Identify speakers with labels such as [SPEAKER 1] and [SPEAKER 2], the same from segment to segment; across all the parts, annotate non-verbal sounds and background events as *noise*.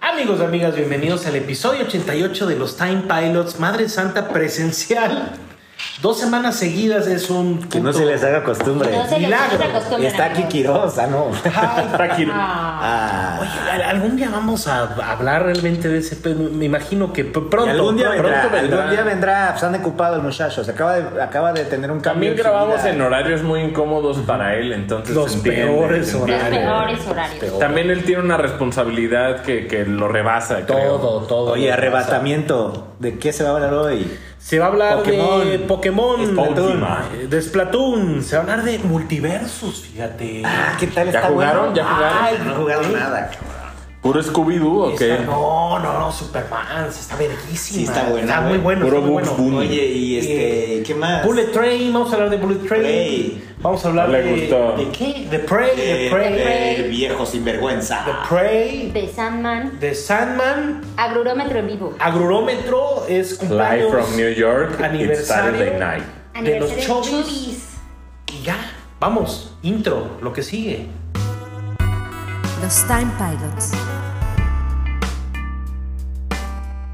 [SPEAKER 1] amigos, amigas, bienvenidos al episodio 88 de los Time Pilots, Madre Santa presencial. Dos semanas seguidas es un
[SPEAKER 2] Que no
[SPEAKER 1] puto-
[SPEAKER 2] se les haga costumbre.
[SPEAKER 3] No se les
[SPEAKER 1] Milagro.
[SPEAKER 3] hace esa costumbre,
[SPEAKER 2] Está aquí
[SPEAKER 3] amigos.
[SPEAKER 2] Quiroz, ah, no.
[SPEAKER 4] Está aquí.
[SPEAKER 2] Ah,
[SPEAKER 3] Ah,
[SPEAKER 1] Oye, al- algún día vamos a hablar realmente de ese pedo. Me imagino que pr- pronto.
[SPEAKER 2] y algún día
[SPEAKER 1] pronto
[SPEAKER 2] vendrá,
[SPEAKER 1] vendrá.
[SPEAKER 2] algún día vendrá, pues anda ocupado el muchacho, se acaba de, acaba de tener un cambio.
[SPEAKER 4] También
[SPEAKER 2] en su
[SPEAKER 4] grabamos
[SPEAKER 2] vida.
[SPEAKER 4] en horarios muy incómodos para él, entonces.
[SPEAKER 1] Los
[SPEAKER 4] se entiende,
[SPEAKER 1] peores
[SPEAKER 4] se entiende.
[SPEAKER 3] los
[SPEAKER 1] horario.
[SPEAKER 3] peores horarios.
[SPEAKER 4] También él tiene una responsabilidad que, que lo rebasa. creo.
[SPEAKER 1] Todo, todo.
[SPEAKER 2] Oye, arrebatamiento, ¿de qué se va a hablar hoy?
[SPEAKER 1] Se va a hablar de Pokémon.
[SPEAKER 4] Pokémon. Splatoon.
[SPEAKER 1] Eh, De Splatoon. Se va a hablar de multiversos, fíjate.
[SPEAKER 2] Ah, ¿qué tal
[SPEAKER 4] ¿Ya
[SPEAKER 2] está
[SPEAKER 4] jugaron?
[SPEAKER 2] bueno?
[SPEAKER 4] ¿Ya jugaron?
[SPEAKER 2] Ay, no he jugado
[SPEAKER 1] ¿Eh?
[SPEAKER 2] nada, cabrón.
[SPEAKER 4] ¿Puro Scooby-Doo o qué?
[SPEAKER 1] Está- no, no, no, Superman. se Está verguísima.
[SPEAKER 2] Sí, está buena,
[SPEAKER 1] Está muy
[SPEAKER 2] güey.
[SPEAKER 1] bueno.
[SPEAKER 4] Puro
[SPEAKER 1] está muy
[SPEAKER 4] Bugs
[SPEAKER 1] bueno. Eh,
[SPEAKER 4] Bunny.
[SPEAKER 2] Oye, y este, ¿qué más?
[SPEAKER 1] Bullet Train. Vamos a hablar de Bullet Train.
[SPEAKER 2] Güey.
[SPEAKER 1] Vamos a hablar
[SPEAKER 4] No le
[SPEAKER 1] de.
[SPEAKER 4] gustó.
[SPEAKER 1] ¿De qué? De Prey. De
[SPEAKER 2] Eh,
[SPEAKER 1] Prey.
[SPEAKER 2] eh, viejo sinvergüenza.
[SPEAKER 1] De Prey.
[SPEAKER 3] De Sandman,
[SPEAKER 1] De Sandman.
[SPEAKER 3] agrurómetro en vivo.
[SPEAKER 1] Agrurómetro es
[SPEAKER 4] Live
[SPEAKER 1] cumpleaños.
[SPEAKER 4] from New York, it's
[SPEAKER 1] aniversario
[SPEAKER 4] Saturday night.
[SPEAKER 1] de los
[SPEAKER 3] Aniversario de
[SPEAKER 1] chovis.
[SPEAKER 3] Chubis.
[SPEAKER 1] Y ya, vamos, intro, lo que sigue.
[SPEAKER 5] Los Time Pilots.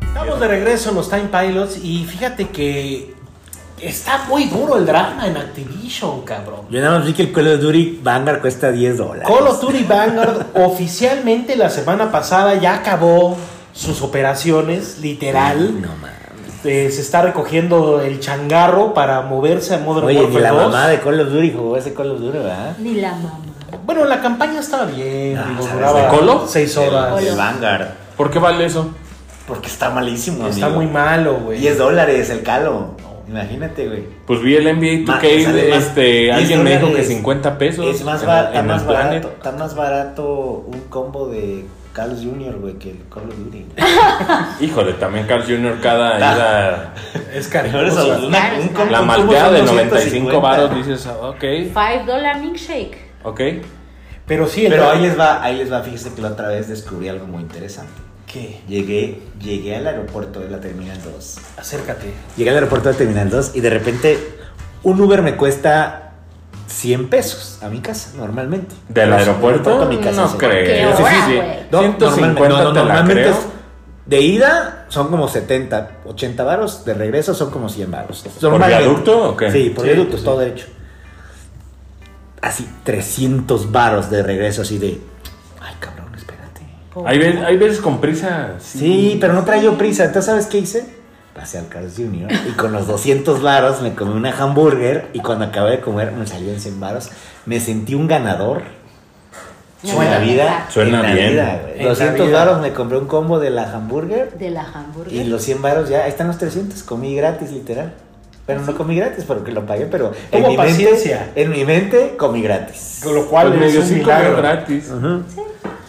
[SPEAKER 1] Estamos de regreso en los Time Pilots y fíjate que está muy duro el drama en Activision, cabrón.
[SPEAKER 2] Yo nada más vi que el Call of Duty Vanguard cuesta 10 dólares.
[SPEAKER 1] Call of Duty
[SPEAKER 2] *laughs*
[SPEAKER 1] Vanguard oficialmente la semana pasada ya acabó sus operaciones, literal.
[SPEAKER 2] No mames.
[SPEAKER 1] Eh, se está recogiendo el changarro para moverse a Modern
[SPEAKER 2] Oye, ni
[SPEAKER 1] Warfare
[SPEAKER 2] la
[SPEAKER 1] 2.
[SPEAKER 2] mamá de Call of Duty jugó ese Call of Duty, ¿verdad?
[SPEAKER 3] Ni la mamá.
[SPEAKER 1] Bueno, la campaña estaba bien,
[SPEAKER 2] Ah,
[SPEAKER 1] digo,
[SPEAKER 2] ¿sabes?
[SPEAKER 1] duraba
[SPEAKER 4] ¿De Colo?
[SPEAKER 1] seis horas.
[SPEAKER 2] El Vanguard.
[SPEAKER 4] ¿Por qué vale eso?
[SPEAKER 2] Porque está malísimo,
[SPEAKER 1] Está
[SPEAKER 2] amigo.
[SPEAKER 1] muy malo, güey.
[SPEAKER 2] 10 dólares el calo. Imagínate, güey.
[SPEAKER 4] Pues vi el NBA 2K,
[SPEAKER 2] sale más-
[SPEAKER 4] este,
[SPEAKER 2] 10
[SPEAKER 4] alguien me dijo que
[SPEAKER 2] dólares.
[SPEAKER 4] 50 pesos.
[SPEAKER 2] Es más,
[SPEAKER 4] en-
[SPEAKER 2] ba- está
[SPEAKER 4] en
[SPEAKER 2] más
[SPEAKER 4] el Planet.
[SPEAKER 2] barato. Está más barato un combo de Carlos Jr., güey, que el Call of Duty. güey.
[SPEAKER 1] *laughs*
[SPEAKER 4] Híjole, también Carl Jr. cada
[SPEAKER 2] Ta-
[SPEAKER 4] ida-
[SPEAKER 1] Es
[SPEAKER 2] Pero eso,
[SPEAKER 1] cariñoso.
[SPEAKER 2] una-
[SPEAKER 3] caros,
[SPEAKER 2] un combo-
[SPEAKER 4] La
[SPEAKER 2] un combo
[SPEAKER 4] malteada
[SPEAKER 2] son
[SPEAKER 4] de
[SPEAKER 2] 250.
[SPEAKER 4] 95 baros, dices, "Ah, ok,
[SPEAKER 3] Five dollar milkshake.
[SPEAKER 4] ok.
[SPEAKER 1] Pero sí, el
[SPEAKER 2] Pero
[SPEAKER 1] drama-
[SPEAKER 2] ahí les va, ahí les va. Fíjense que la otra vez descubrí algo muy interesante.
[SPEAKER 1] ¿Qué?
[SPEAKER 2] Llegué, llegué al aeropuerto de la Terminal 2.
[SPEAKER 1] Acércate.
[SPEAKER 2] Llegué al aeropuerto de Terminal 2 y de repente un Uber me cuesta 100 pesos a mi casa, normalmente.
[SPEAKER 4] ¿Del
[SPEAKER 2] Los-
[SPEAKER 4] aeropuerto?
[SPEAKER 2] a mi casa,
[SPEAKER 4] No
[SPEAKER 2] sí.
[SPEAKER 4] creo.
[SPEAKER 3] Qué
[SPEAKER 4] Sí, sí,
[SPEAKER 3] hora,
[SPEAKER 4] sí.
[SPEAKER 3] güey.
[SPEAKER 2] No,
[SPEAKER 4] 150
[SPEAKER 2] normalmente- no, no,
[SPEAKER 4] te la
[SPEAKER 2] normalmente
[SPEAKER 4] creo.
[SPEAKER 2] es- de ida son como 70, 80 varos, de regreso son como 100 varos.
[SPEAKER 4] ¿Por viaducto o qué?
[SPEAKER 2] Sí, por
[SPEAKER 4] Sí,
[SPEAKER 2] viaducto,
[SPEAKER 4] sí.
[SPEAKER 2] todo derecho. Así, 300 varos de regreso, así de... Ay, cabrón, espérate.
[SPEAKER 4] Hay veces, hay veces con prisa.
[SPEAKER 2] Sí, pero no traía yo prisa. Entonces, ¿sabes qué hice? Pasé al Carlos Jr. y con los 200 varos me comí una hamburger y cuando acabé de comer me salió en 100 varos. Me sentí un ganador.
[SPEAKER 3] Suena
[SPEAKER 2] en la vida.
[SPEAKER 4] Suena
[SPEAKER 2] en la
[SPEAKER 4] bien.
[SPEAKER 2] vida, güey.
[SPEAKER 1] En la
[SPEAKER 2] 200
[SPEAKER 1] vida.
[SPEAKER 2] varos me compré un combo de la hamburger
[SPEAKER 3] De la
[SPEAKER 2] y
[SPEAKER 3] hamburguesa.
[SPEAKER 2] los 100 varos ya, ahí están los 300, comí gratis literal. Bueno, no comí gratis porque lo pagué, pero
[SPEAKER 1] Tuvo
[SPEAKER 2] mi
[SPEAKER 1] paciencia.
[SPEAKER 2] Mente, en mi mente comí gratis.
[SPEAKER 1] Con lo cual
[SPEAKER 2] Pues
[SPEAKER 4] ¿Cuál
[SPEAKER 1] es
[SPEAKER 4] medio
[SPEAKER 1] un
[SPEAKER 4] Pues cinco
[SPEAKER 1] milagro.
[SPEAKER 4] gratis.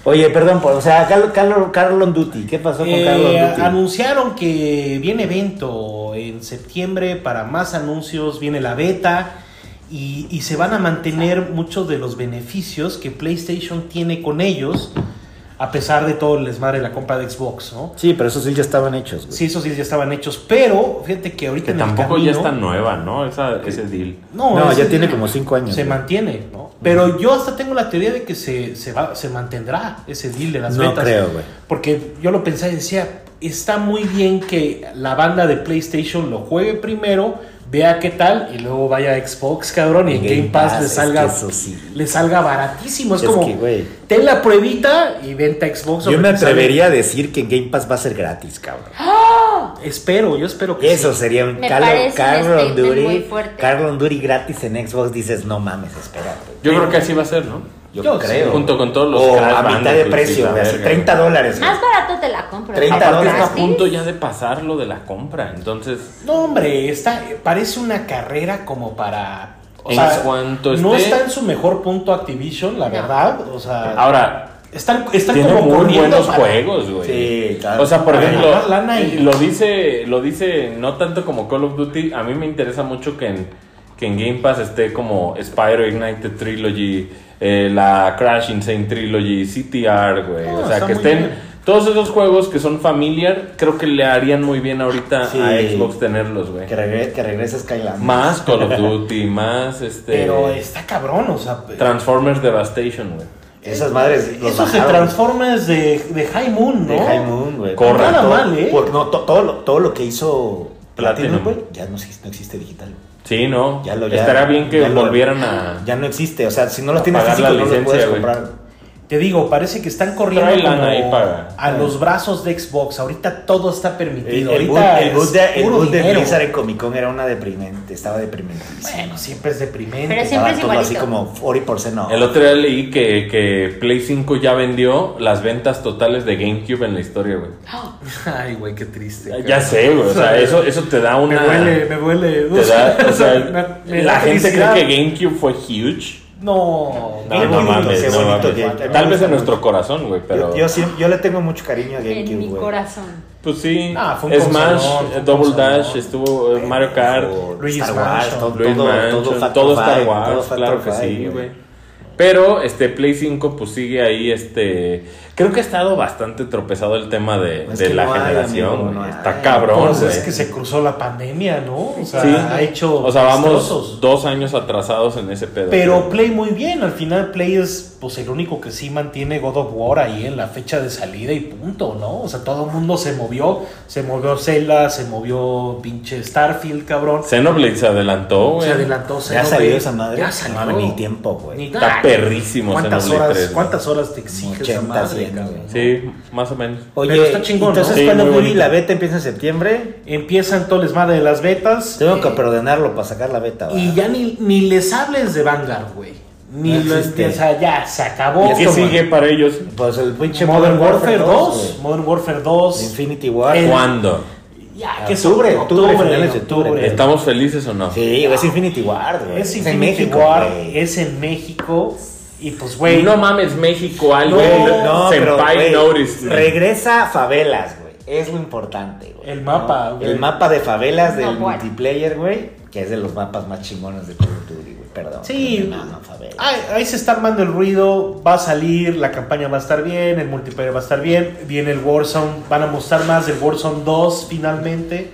[SPEAKER 2] Oye, perdón, por, o sea, Carlo, Carlo, Carlo Duty, ¿qué pasó con
[SPEAKER 1] Eh,
[SPEAKER 2] Carlo Duty?
[SPEAKER 1] anunciaron que viene evento en septiembre para más anuncios, viene la beta y, y se van a mantener muchos de los beneficios que PlayStation tiene con ellos, a pesar de todo el desmadre de la compra de Xbox, ¿no?
[SPEAKER 2] Sí, pero esos sí ya estaban hechos, güey.
[SPEAKER 1] Sí, esos sí ya estaban hechos, pero fíjate que ahorita
[SPEAKER 4] Que
[SPEAKER 1] en
[SPEAKER 4] tampoco
[SPEAKER 1] el
[SPEAKER 4] ya
[SPEAKER 1] camino,
[SPEAKER 4] está nueva, ¿no? Esa, ese deal.
[SPEAKER 1] No,
[SPEAKER 2] No,
[SPEAKER 1] es-
[SPEAKER 2] ya tiene como 5 años.
[SPEAKER 1] se
[SPEAKER 2] güey.
[SPEAKER 1] mantiene, ¿no? Pero yo hasta tengo la teoría de que se, se va, se mantendrá ese deal de las
[SPEAKER 2] No
[SPEAKER 1] ventas.
[SPEAKER 2] creo, güey.
[SPEAKER 1] Porque yo lo pensaba y decía, está muy bien que la banda de PlayStation lo juegue primero, vea qué tal, y luego vaya a Xbox, cabrón, y en Game, Pass, le
[SPEAKER 2] es
[SPEAKER 1] salga,
[SPEAKER 2] que eso sí.
[SPEAKER 1] le salga baratísimo. Es,
[SPEAKER 2] Es
[SPEAKER 1] como,
[SPEAKER 2] que, güey.
[SPEAKER 1] ten la pruebita y vente a Xbox.
[SPEAKER 2] Yo me
[SPEAKER 1] porque sale-
[SPEAKER 2] atrevería a decir que Game Pass va a ser gratis, cabrón.
[SPEAKER 1] Espero, yo espero que
[SPEAKER 2] Eso
[SPEAKER 1] sí.
[SPEAKER 2] sería un
[SPEAKER 3] Me
[SPEAKER 2] Carlo,
[SPEAKER 3] parece un
[SPEAKER 2] Carlo
[SPEAKER 3] statement muy
[SPEAKER 2] Duty.
[SPEAKER 3] fuerte.
[SPEAKER 2] Carlo Duty gratis en Xbox, dices, no mames, espérate.
[SPEAKER 4] Yo creo que así va a ser, ¿no?
[SPEAKER 2] Yo,
[SPEAKER 1] Yo
[SPEAKER 2] creo.
[SPEAKER 1] sí,
[SPEAKER 4] junto con todos los
[SPEAKER 2] O
[SPEAKER 4] crash
[SPEAKER 2] a
[SPEAKER 4] bandas
[SPEAKER 2] mitad de
[SPEAKER 4] que
[SPEAKER 2] precio,
[SPEAKER 4] sí,
[SPEAKER 2] güey, así,
[SPEAKER 4] verga.
[SPEAKER 2] 30 dólares. güey.
[SPEAKER 3] Más barato te la compro.
[SPEAKER 2] 30
[SPEAKER 4] Aparte está
[SPEAKER 2] dólares.
[SPEAKER 4] a punto ya de pasar lo de la compra, entonces...
[SPEAKER 1] No, hombre, está, parece una carrera como para.
[SPEAKER 4] En cuanto
[SPEAKER 1] no
[SPEAKER 4] esté-
[SPEAKER 1] está en su mejor punto Activision, la
[SPEAKER 3] No.
[SPEAKER 1] verdad. O sea,
[SPEAKER 4] Ahora,
[SPEAKER 1] están, están
[SPEAKER 4] tiene
[SPEAKER 1] como
[SPEAKER 4] muy
[SPEAKER 1] corriendo
[SPEAKER 4] buenos
[SPEAKER 1] para-
[SPEAKER 4] juegos, güey.
[SPEAKER 2] Sí, claro.
[SPEAKER 4] O sea, por
[SPEAKER 1] Para
[SPEAKER 4] ejemplo,
[SPEAKER 1] ganar lana y-
[SPEAKER 4] lo dice, lo dice no tanto como Call of Duty, a mí me interesa mucho que en, que en Game Pass esté como Spyro Ignited Trilogy, eh, la Crash Insane Trilogy, CTR, güey.
[SPEAKER 1] No,
[SPEAKER 4] o
[SPEAKER 1] Ah, está
[SPEAKER 4] sea, que
[SPEAKER 1] muy
[SPEAKER 4] estén
[SPEAKER 1] bien.
[SPEAKER 4] todos esos juegos que son familiar, creo que le harían muy bien ahorita
[SPEAKER 2] Sí.
[SPEAKER 4] a Xbox tenerlos, güey.
[SPEAKER 2] Que, regre que regrese Skyland.
[SPEAKER 4] Más Call of Duty, más este
[SPEAKER 1] Pero está cabrón, o sea.
[SPEAKER 4] Transformers Devastation, güey.
[SPEAKER 2] Esas madres los
[SPEAKER 1] Eso se
[SPEAKER 2] bajaron.
[SPEAKER 1] transforma de, de High Moon, ¿no?
[SPEAKER 2] De High Moon, güey.
[SPEAKER 4] Correcto.
[SPEAKER 2] Porque todo-
[SPEAKER 1] Nada mal, ¿eh?
[SPEAKER 2] Porque no, to- todo, lo, todo lo que hizo Platinum,
[SPEAKER 4] Platinum.
[SPEAKER 2] güey, ya no existe, no existe digital.
[SPEAKER 4] Sí, ¿no?
[SPEAKER 2] Ya lo- ya-
[SPEAKER 4] Estaría bien que
[SPEAKER 2] ya lo-
[SPEAKER 4] volvieran a...
[SPEAKER 2] Ya no existe, o sea, si no lo tienes
[SPEAKER 4] pagar
[SPEAKER 2] físico, no
[SPEAKER 4] la
[SPEAKER 2] lo
[SPEAKER 4] licencia,
[SPEAKER 2] puedes
[SPEAKER 4] güey.
[SPEAKER 2] comprar.
[SPEAKER 1] Te digo, parece que están corriendo
[SPEAKER 4] Trae lana
[SPEAKER 1] como
[SPEAKER 4] ahí para-
[SPEAKER 1] a los brazos de Xbox. Ahorita todo está
[SPEAKER 2] El,
[SPEAKER 1] permitido.
[SPEAKER 2] el, boot,
[SPEAKER 1] Ahorita
[SPEAKER 2] el boot de,
[SPEAKER 1] es
[SPEAKER 2] el
[SPEAKER 1] puro
[SPEAKER 2] boot de
[SPEAKER 1] dinero.
[SPEAKER 2] Blizzard en Comic Con era una deprimente, estaba deprimente.
[SPEAKER 1] Bueno, siempre es deprimente.
[SPEAKER 3] Pero
[SPEAKER 2] Estaba
[SPEAKER 3] siempre es
[SPEAKER 2] todo así
[SPEAKER 3] igualito.
[SPEAKER 2] como 40% no.
[SPEAKER 4] El otro día leí que, que Play 5 ya vendió las ventas totales de GameCube en la historia, güey.
[SPEAKER 1] *laughs*
[SPEAKER 3] Ah,
[SPEAKER 1] Ay, güey, qué triste.
[SPEAKER 4] Ya,
[SPEAKER 1] cara.
[SPEAKER 4] ya sé, güey.
[SPEAKER 1] *laughs*
[SPEAKER 4] O sea, eso, eso te da
[SPEAKER 1] Me
[SPEAKER 4] una...
[SPEAKER 1] duele, me duele.
[SPEAKER 4] te da-
[SPEAKER 1] *laughs*
[SPEAKER 4] o sea,
[SPEAKER 1] me- me
[SPEAKER 4] la
[SPEAKER 1] da
[SPEAKER 4] gente cree
[SPEAKER 1] felicidad.
[SPEAKER 4] que GameCube fue huge.
[SPEAKER 1] No,
[SPEAKER 4] No,
[SPEAKER 2] Bien
[SPEAKER 4] no
[SPEAKER 2] bonito, qué
[SPEAKER 4] mames, no
[SPEAKER 2] bonito
[SPEAKER 4] mames.
[SPEAKER 2] GameCube.
[SPEAKER 4] Tal
[SPEAKER 2] Me
[SPEAKER 4] vez
[SPEAKER 2] gusta
[SPEAKER 4] en nuestro
[SPEAKER 2] mucho.
[SPEAKER 4] corazón, güey, pero...
[SPEAKER 2] Yo, yo, sí- yo le tengo mucho cariño a GameCube,
[SPEAKER 3] En mi
[SPEAKER 2] güey.
[SPEAKER 3] corazón.
[SPEAKER 4] Pues sí,
[SPEAKER 1] Ah, fue un
[SPEAKER 4] Smash,
[SPEAKER 1] consolón, fue un
[SPEAKER 4] Double
[SPEAKER 1] consolón.
[SPEAKER 4] Dash, estuvo eh, Mario Kart,
[SPEAKER 1] Luigi's
[SPEAKER 2] Star Wars,
[SPEAKER 1] Mansion,
[SPEAKER 2] todo,
[SPEAKER 4] Luis
[SPEAKER 2] todo,
[SPEAKER 4] Mansion,
[SPEAKER 2] todo,
[SPEAKER 4] todo,
[SPEAKER 2] Factor
[SPEAKER 4] Star
[SPEAKER 2] Five,
[SPEAKER 4] Wars,
[SPEAKER 2] todo Factor
[SPEAKER 4] claro que
[SPEAKER 2] Five,
[SPEAKER 4] sí, güey. Pero este Play 5 pues sigue ahí, este, creo que ha estado bastante tropezado el tema de,
[SPEAKER 2] Es Pues
[SPEAKER 4] de
[SPEAKER 2] que
[SPEAKER 4] la
[SPEAKER 2] no hay,
[SPEAKER 4] generación,
[SPEAKER 2] amigo,
[SPEAKER 4] güey.
[SPEAKER 2] no
[SPEAKER 4] está
[SPEAKER 2] hay.
[SPEAKER 4] cabrón,
[SPEAKER 1] Pues es
[SPEAKER 4] güey.
[SPEAKER 1] que se cruzó la pandemia, ¿no? O sea,
[SPEAKER 4] Sí.
[SPEAKER 1] ha hecho
[SPEAKER 4] o sea, vamos
[SPEAKER 1] destrozos.
[SPEAKER 4] dos años atrasados en ese pedo.
[SPEAKER 1] Pero
[SPEAKER 4] güey.
[SPEAKER 1] Play muy bien, al final Play es pues el único que sí mantiene God of War ahí en la fecha de salida y punto, ¿no? O sea, todo el mundo se movió, se movió Zelda, se movió pinche Starfield, cabrón.
[SPEAKER 4] Xenoblade se adelantó, güey.
[SPEAKER 1] Se adelantó
[SPEAKER 2] Ya
[SPEAKER 1] Xenoblade.
[SPEAKER 2] salió esa madre.
[SPEAKER 1] Ya
[SPEAKER 2] No
[SPEAKER 1] salió.
[SPEAKER 2] mames, ni tiempo, güey.
[SPEAKER 4] Está perrísimo
[SPEAKER 1] ¿Cuántas
[SPEAKER 4] Xenoblade
[SPEAKER 1] horas,
[SPEAKER 4] 3, güey.
[SPEAKER 1] ¿Cuántas horas te exige esa
[SPEAKER 2] 80,
[SPEAKER 1] madre,
[SPEAKER 2] 100,
[SPEAKER 1] cabrón?
[SPEAKER 2] güey.
[SPEAKER 4] Sí, más o menos.
[SPEAKER 1] Pero está chingón,
[SPEAKER 2] entonces
[SPEAKER 1] ¿no?
[SPEAKER 4] Sí,
[SPEAKER 2] cuando
[SPEAKER 4] muy
[SPEAKER 2] Willy
[SPEAKER 4] bonito.
[SPEAKER 2] la beta empieza en septiembre,
[SPEAKER 1] Empiezan todo el desmadre de las betas. eh,
[SPEAKER 2] tengo que ordenarlo para sacar la beta. ¿va?
[SPEAKER 1] Y ya ni, ni les hables de Vanguard, güey. Ni
[SPEAKER 2] No
[SPEAKER 1] lo
[SPEAKER 2] existe.
[SPEAKER 1] o sea, ya se acabó.
[SPEAKER 2] Y es
[SPEAKER 4] ¿Qué
[SPEAKER 2] Esto,
[SPEAKER 4] sigue para ellos?
[SPEAKER 2] Pues el pinche
[SPEAKER 1] Modern Warfare 2,
[SPEAKER 2] güey.
[SPEAKER 1] Modern Warfare 2.
[SPEAKER 2] Infinity War.
[SPEAKER 1] El-
[SPEAKER 4] ¿Cuándo?
[SPEAKER 1] Ya,
[SPEAKER 2] Ah,
[SPEAKER 1] que
[SPEAKER 2] octubre,
[SPEAKER 1] son-
[SPEAKER 2] octubre, finales de octubre.
[SPEAKER 4] ¿Estamos felices o no?
[SPEAKER 2] Sí, güey, es Infinity War, güey.
[SPEAKER 1] Es
[SPEAKER 2] en
[SPEAKER 1] Infinity
[SPEAKER 2] México,
[SPEAKER 1] War,
[SPEAKER 2] güey.
[SPEAKER 1] es en México. Y pues, güey.
[SPEAKER 4] No mames, México, algo.
[SPEAKER 2] Güey,
[SPEAKER 4] No,
[SPEAKER 2] no, pero,
[SPEAKER 4] Senpai
[SPEAKER 2] güey,
[SPEAKER 4] Notice. me.
[SPEAKER 2] regresa a favelas, güey. Es lo importante, güey.
[SPEAKER 1] El mapa,
[SPEAKER 2] ¿no?
[SPEAKER 1] güey.
[SPEAKER 2] El mapa de favelas del
[SPEAKER 3] No, bueno.
[SPEAKER 2] multiplayer, güey. Que es de los mapas más chingones de Call of Duty, güey. Perdón.
[SPEAKER 1] Sí, Ah,
[SPEAKER 2] pero me maman favelas.
[SPEAKER 1] ahí, ahí se está armando el ruido, va a salir, la campaña va a estar bien, el multiplayer va a estar bien, viene el Warzone, van a mostrar más del Warzone 2 finalmente.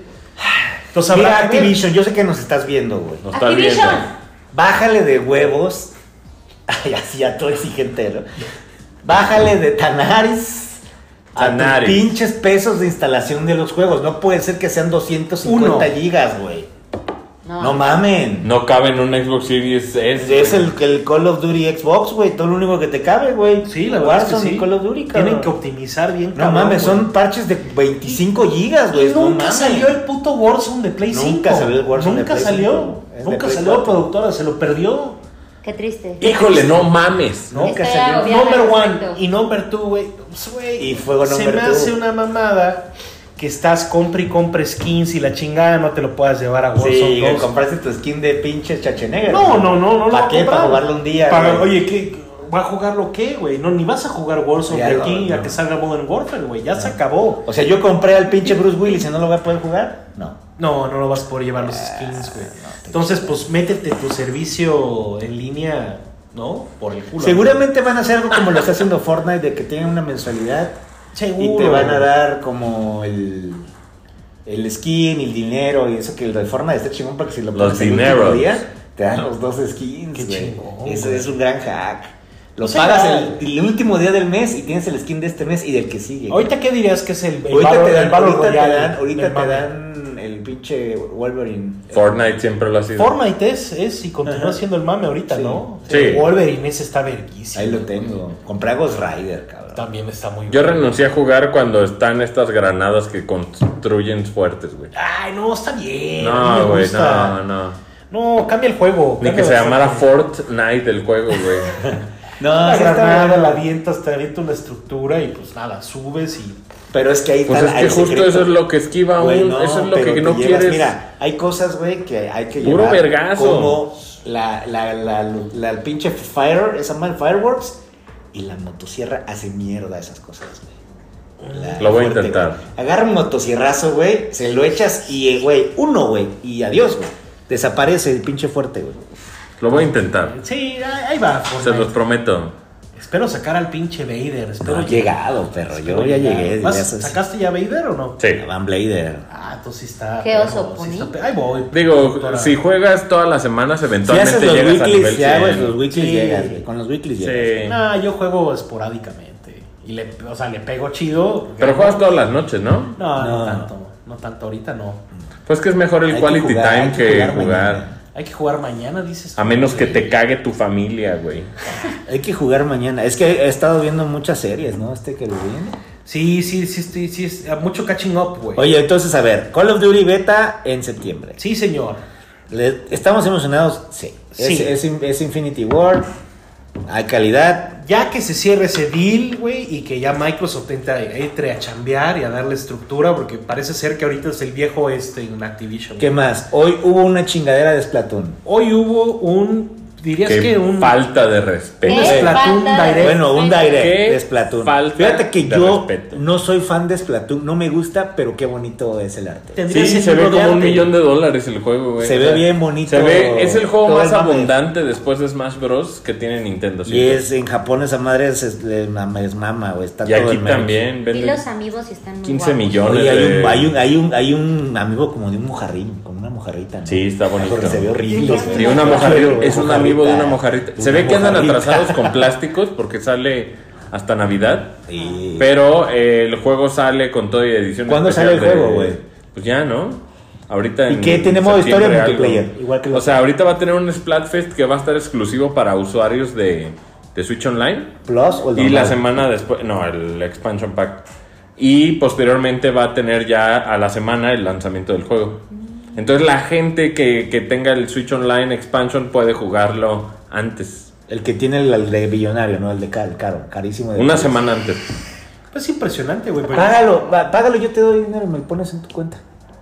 [SPEAKER 1] Entonces pues habrá
[SPEAKER 2] Mira,
[SPEAKER 1] que ver.
[SPEAKER 2] Activision, yo sé que nos estás viendo, güey.
[SPEAKER 4] Nos estás viendo.
[SPEAKER 3] Activision.
[SPEAKER 2] Bájale de huevos. *laughs* Ay, así ya todo exigente, ¿no? Bájale de tanaris. A tus
[SPEAKER 4] Tanaris.
[SPEAKER 2] pinches pesos de instalación de los juegos. No puede ser que sean 250
[SPEAKER 1] Uno.
[SPEAKER 2] gigas, güey.
[SPEAKER 3] No.
[SPEAKER 2] No mamen.
[SPEAKER 4] No cabe en un Xbox Series S.
[SPEAKER 2] Es el, el Call of Duty Xbox, güey. Todo lo único que te cabe, güey.
[SPEAKER 1] Sí, la verdad es que
[SPEAKER 2] Warzone
[SPEAKER 1] sí.
[SPEAKER 2] y Call of Duty, cabrón.
[SPEAKER 1] Tienen que optimizar bien.
[SPEAKER 2] No
[SPEAKER 1] cabrón,
[SPEAKER 2] mames,
[SPEAKER 1] güey.
[SPEAKER 2] son parches de 25 gigas, güey. No
[SPEAKER 1] Nunca
[SPEAKER 2] mames.
[SPEAKER 1] salió el puto Warzone de Play 5.
[SPEAKER 2] Nunca salió el Warzone de
[SPEAKER 1] Nunca
[SPEAKER 2] Play
[SPEAKER 1] salió.
[SPEAKER 2] 5. Es de
[SPEAKER 1] Nunca
[SPEAKER 2] Play
[SPEAKER 1] salió la
[SPEAKER 2] 4.
[SPEAKER 1] productora, se lo perdió.
[SPEAKER 3] Qué triste.
[SPEAKER 4] Híjole, no mames.
[SPEAKER 2] No, que
[SPEAKER 3] Estoy
[SPEAKER 2] salió.
[SPEAKER 3] agobiada
[SPEAKER 1] Number
[SPEAKER 3] al
[SPEAKER 1] one
[SPEAKER 3] respecto.
[SPEAKER 1] y number two, güey. Pues, güey,
[SPEAKER 2] Y fuego
[SPEAKER 1] Se
[SPEAKER 2] number
[SPEAKER 1] me
[SPEAKER 2] two.
[SPEAKER 1] hace una mamada que estás compra y compra skins y la chingada no te lo puedas llevar a Warzone
[SPEAKER 2] Sí, que
[SPEAKER 1] 2.
[SPEAKER 2] compraste tu skin de pinche Schwarzenegger.
[SPEAKER 1] No, no, no, no.
[SPEAKER 2] ¿Para
[SPEAKER 1] no,
[SPEAKER 2] qué?
[SPEAKER 1] comprar.
[SPEAKER 2] Para jugarlo un día.
[SPEAKER 1] Para-
[SPEAKER 2] güey.
[SPEAKER 1] oye, ¿qué? ¿Va a jugarlo qué, güey? No, ni vas a jugar Warzone
[SPEAKER 2] Ya
[SPEAKER 1] de
[SPEAKER 2] lo-
[SPEAKER 1] aquí a
[SPEAKER 2] no.
[SPEAKER 1] que salga Modern Warfare, güey. Ya se acabó.
[SPEAKER 2] O sea, yo compré al pinche Bruce Willis y no lo voy a poder jugar. No.
[SPEAKER 1] No, no lo vas a poder llevar los
[SPEAKER 2] Ah,
[SPEAKER 1] skins, güey.
[SPEAKER 2] no te
[SPEAKER 1] Entonces, pues métete tu servicio en línea, ¿no? Por el culo.
[SPEAKER 2] Seguramente van a hacer algo como lo está haciendo Fortnite, de que tienen una mensualidad
[SPEAKER 1] Seguro.
[SPEAKER 2] y te van a dar como el, el skin, el dinero y eso que el de Fortnite está chingón para que si lo
[SPEAKER 4] Los
[SPEAKER 2] pones el
[SPEAKER 4] dineros.
[SPEAKER 2] último día, te dan los dos skins.
[SPEAKER 1] Qué
[SPEAKER 2] güey.
[SPEAKER 1] chingón,
[SPEAKER 2] Eso
[SPEAKER 1] güey.
[SPEAKER 2] es un gran hack. Lo
[SPEAKER 1] O sea,
[SPEAKER 2] pagas
[SPEAKER 1] ya-
[SPEAKER 2] el, el último día del mes y tienes el skin de este mes y del que sigue. güey.
[SPEAKER 1] Ahorita, ¿qué dirías que es el, el
[SPEAKER 2] ahorita
[SPEAKER 1] Battle-
[SPEAKER 2] te dan,
[SPEAKER 1] el Battle
[SPEAKER 2] ahorita te
[SPEAKER 1] Royale
[SPEAKER 2] dan, ahorita
[SPEAKER 1] del
[SPEAKER 2] te
[SPEAKER 1] mame?
[SPEAKER 2] dan el pinche Wolverine.
[SPEAKER 4] Fortnite siempre lo ha sido.
[SPEAKER 1] Fortnite es, es y continúa
[SPEAKER 2] Ajá.
[SPEAKER 1] siendo el mame ahorita,
[SPEAKER 2] Sí.
[SPEAKER 1] ¿no? Eh,
[SPEAKER 4] Sí.
[SPEAKER 1] Wolverine ese está verguísimo.
[SPEAKER 2] Ahí lo tengo. Compré a Ghost Rider, cabrón.
[SPEAKER 1] También está muy
[SPEAKER 4] Yo
[SPEAKER 1] bueno.
[SPEAKER 4] renuncié a jugar cuando están estas granadas que construyen fuertes, güey.
[SPEAKER 1] Ay, no, está bien. Eh, a mí
[SPEAKER 4] No,
[SPEAKER 1] me
[SPEAKER 4] güey,
[SPEAKER 1] gusta.
[SPEAKER 4] no, no.
[SPEAKER 1] No, cambia el juego.
[SPEAKER 4] Ni
[SPEAKER 1] cambia
[SPEAKER 4] que se
[SPEAKER 1] bastante.
[SPEAKER 4] llamara Fortnite el juego, güey.
[SPEAKER 2] No,
[SPEAKER 1] Una
[SPEAKER 2] sí está
[SPEAKER 1] granada,
[SPEAKER 2] bien.
[SPEAKER 1] la avientas, te avienta una estructura y pues nada, subes y.
[SPEAKER 2] Pero es que ahí
[SPEAKER 4] Pues
[SPEAKER 2] está
[SPEAKER 4] es que justo eso es lo que esquiva un. Eso es lo que no quieres.
[SPEAKER 2] Mira, hay cosas, güey, que hay que
[SPEAKER 4] Puro
[SPEAKER 2] llevar.
[SPEAKER 4] vergazo.
[SPEAKER 2] Como la, la, la, la, el pinche fire, esa madre fireworks y la motosierra hace mierda esas cosas, güey. La-
[SPEAKER 4] Lo voy a
[SPEAKER 2] fuerte,
[SPEAKER 4] intentar.
[SPEAKER 2] güey. Agarra un motosierrazo, güey, se lo echas y, eh, güey, uno, güey, y adiós, güey. Desaparece el pinche fuerte, güey.
[SPEAKER 4] Lo voy a intentar.
[SPEAKER 1] Sí, ahí ahí va.
[SPEAKER 4] Se
[SPEAKER 1] Fortnite.
[SPEAKER 4] los prometo.
[SPEAKER 1] Es Espero sacar al pinche Vader. Espero
[SPEAKER 2] No he llegado, perro. Yo ya
[SPEAKER 1] llegar.
[SPEAKER 2] llegué.
[SPEAKER 1] ¿Vas-
[SPEAKER 2] ya soy-
[SPEAKER 1] ¿Sacaste ya Vader o no?
[SPEAKER 4] Sí.
[SPEAKER 2] Van Blader.
[SPEAKER 1] Ah, entonces sí está.
[SPEAKER 3] Qué
[SPEAKER 1] perro,
[SPEAKER 3] oso,
[SPEAKER 1] sí
[SPEAKER 3] Pony.
[SPEAKER 1] está pe- Ahí voy.
[SPEAKER 4] Digo,
[SPEAKER 1] doctora.
[SPEAKER 4] si juegas todas las semanas,
[SPEAKER 2] Si haces
[SPEAKER 4] eventualmente
[SPEAKER 2] los
[SPEAKER 4] llegas a nivel
[SPEAKER 2] weeklies, ya güey,
[SPEAKER 4] 100.
[SPEAKER 2] los weeklies
[SPEAKER 1] Sí.
[SPEAKER 2] llegas, güey. Con los weeklies llegas.
[SPEAKER 4] Sí.
[SPEAKER 1] Nah, yo juego esporádicamente. Y le, o sea, le pego chido.
[SPEAKER 4] Pero juegas todas las noches, ¿no?
[SPEAKER 1] No, no,
[SPEAKER 2] No. Mm.
[SPEAKER 1] tanto. No tanto, ahorita no.
[SPEAKER 4] Pues que es mejor el
[SPEAKER 2] Hay que
[SPEAKER 4] quality
[SPEAKER 2] jugar, hay
[SPEAKER 4] time que jugar.
[SPEAKER 2] mañana.
[SPEAKER 1] Hay que jugar mañana, dices. tú.
[SPEAKER 4] A menos que te cague tu familia, güey.
[SPEAKER 2] Hay que jugar mañana. Es que he estado viendo muchas series, ¿no? Este que lo viene.
[SPEAKER 1] Sí, sí, sí, sí, sí, es ah, mucho catching up, güey.
[SPEAKER 2] Oye, entonces, a ver, Call of Duty Beta en septiembre.
[SPEAKER 1] Sí, señor.
[SPEAKER 2] Le- ¿Estamos emocionados? Sí. Es-
[SPEAKER 1] Sí.
[SPEAKER 2] Es, es Infinity War. Hay calidad.
[SPEAKER 1] Ya que se cierre ese deal, güey, y que ya Microsoft entre, entre a chambear y a darle estructura, porque parece ser que ahorita es el viejo este en Activision.
[SPEAKER 2] ¿Qué más? Hoy hubo una chingadera de Splatoon.
[SPEAKER 1] Hoy hubo un, dirías
[SPEAKER 4] Qué
[SPEAKER 1] que un...
[SPEAKER 4] falta de respeto.
[SPEAKER 1] un Splatoon
[SPEAKER 3] Falta de
[SPEAKER 1] Direct.
[SPEAKER 2] Bueno, un direct
[SPEAKER 4] Qué
[SPEAKER 2] de Splatoon.
[SPEAKER 4] falta
[SPEAKER 2] Fíjate que
[SPEAKER 4] de
[SPEAKER 2] yo
[SPEAKER 4] respeto.
[SPEAKER 2] no soy fan de Splatoon, no me gusta, pero qué bonito es el arte.
[SPEAKER 1] tendría
[SPEAKER 4] Sí,
[SPEAKER 1] ese
[SPEAKER 4] se ve
[SPEAKER 1] libro de
[SPEAKER 4] como un
[SPEAKER 1] arte.
[SPEAKER 4] millón de dólares el juego, güey.
[SPEAKER 2] Se
[SPEAKER 4] O
[SPEAKER 2] ve
[SPEAKER 4] sea,
[SPEAKER 2] bien bonito.
[SPEAKER 4] Se ve, es el juego
[SPEAKER 2] todo
[SPEAKER 4] más
[SPEAKER 2] mame.
[SPEAKER 4] abundante después de Smash Bros. que tiene Nintendo.
[SPEAKER 2] Y
[SPEAKER 4] siento.
[SPEAKER 2] es en Japón esa madre es, es- le mama- es mama, güey. Está
[SPEAKER 4] Y
[SPEAKER 2] todo
[SPEAKER 4] aquí
[SPEAKER 2] el merch.
[SPEAKER 4] también
[SPEAKER 3] Y
[SPEAKER 4] venden
[SPEAKER 3] los amigos sí están muy
[SPEAKER 4] 15
[SPEAKER 3] guapos.
[SPEAKER 4] millones.
[SPEAKER 2] Oye, hay un,
[SPEAKER 4] de-
[SPEAKER 2] hay un, hay un, hay un amigo como de un mojarrín, como una mojarrita. ¿no?
[SPEAKER 4] Sí, está bonito.
[SPEAKER 2] Porque se ve horrible.
[SPEAKER 3] Sí,
[SPEAKER 4] Sí,
[SPEAKER 2] güey.
[SPEAKER 4] una mojarrita. Es un
[SPEAKER 2] Mojarrita.
[SPEAKER 4] amigo de una mojarrita. Se
[SPEAKER 2] Una
[SPEAKER 4] ve que andan
[SPEAKER 2] mojarrita.
[SPEAKER 4] atrasados con plásticos porque sale hasta Navidad.
[SPEAKER 2] Sí.
[SPEAKER 4] Pero eh, el juego sale con toda edición.
[SPEAKER 2] ¿Cuándo sale
[SPEAKER 4] especial
[SPEAKER 2] el
[SPEAKER 4] de-
[SPEAKER 2] juego, güey?
[SPEAKER 4] Pues ya, ¿no? Ahorita
[SPEAKER 2] ¿Y
[SPEAKER 4] en
[SPEAKER 2] qué? ¿Tiene modo
[SPEAKER 4] septiembre
[SPEAKER 2] historia o
[SPEAKER 4] algo.
[SPEAKER 2] multiplayer? Igual que los-
[SPEAKER 4] O sea, ahorita va a tener un Splatfest que va a estar exclusivo para usuarios de, de Switch Online.
[SPEAKER 2] Plus o el
[SPEAKER 4] Y la
[SPEAKER 2] normal.
[SPEAKER 4] semana después, no, el expansion pack. Y posteriormente va a tener ya a la semana el lanzamiento del juego. Entonces la gente que, que tenga el Switch Online expansion puede jugarlo antes.
[SPEAKER 2] El que tiene el, el de billonario, ¿no? El de car- caro, carísimo. de
[SPEAKER 4] Una
[SPEAKER 2] todos.
[SPEAKER 4] semana antes.
[SPEAKER 1] Pues Es impresionante, güey. pero-
[SPEAKER 2] Págalo, va- págalo, yo te doy dinero, me lo pones en tu cuenta.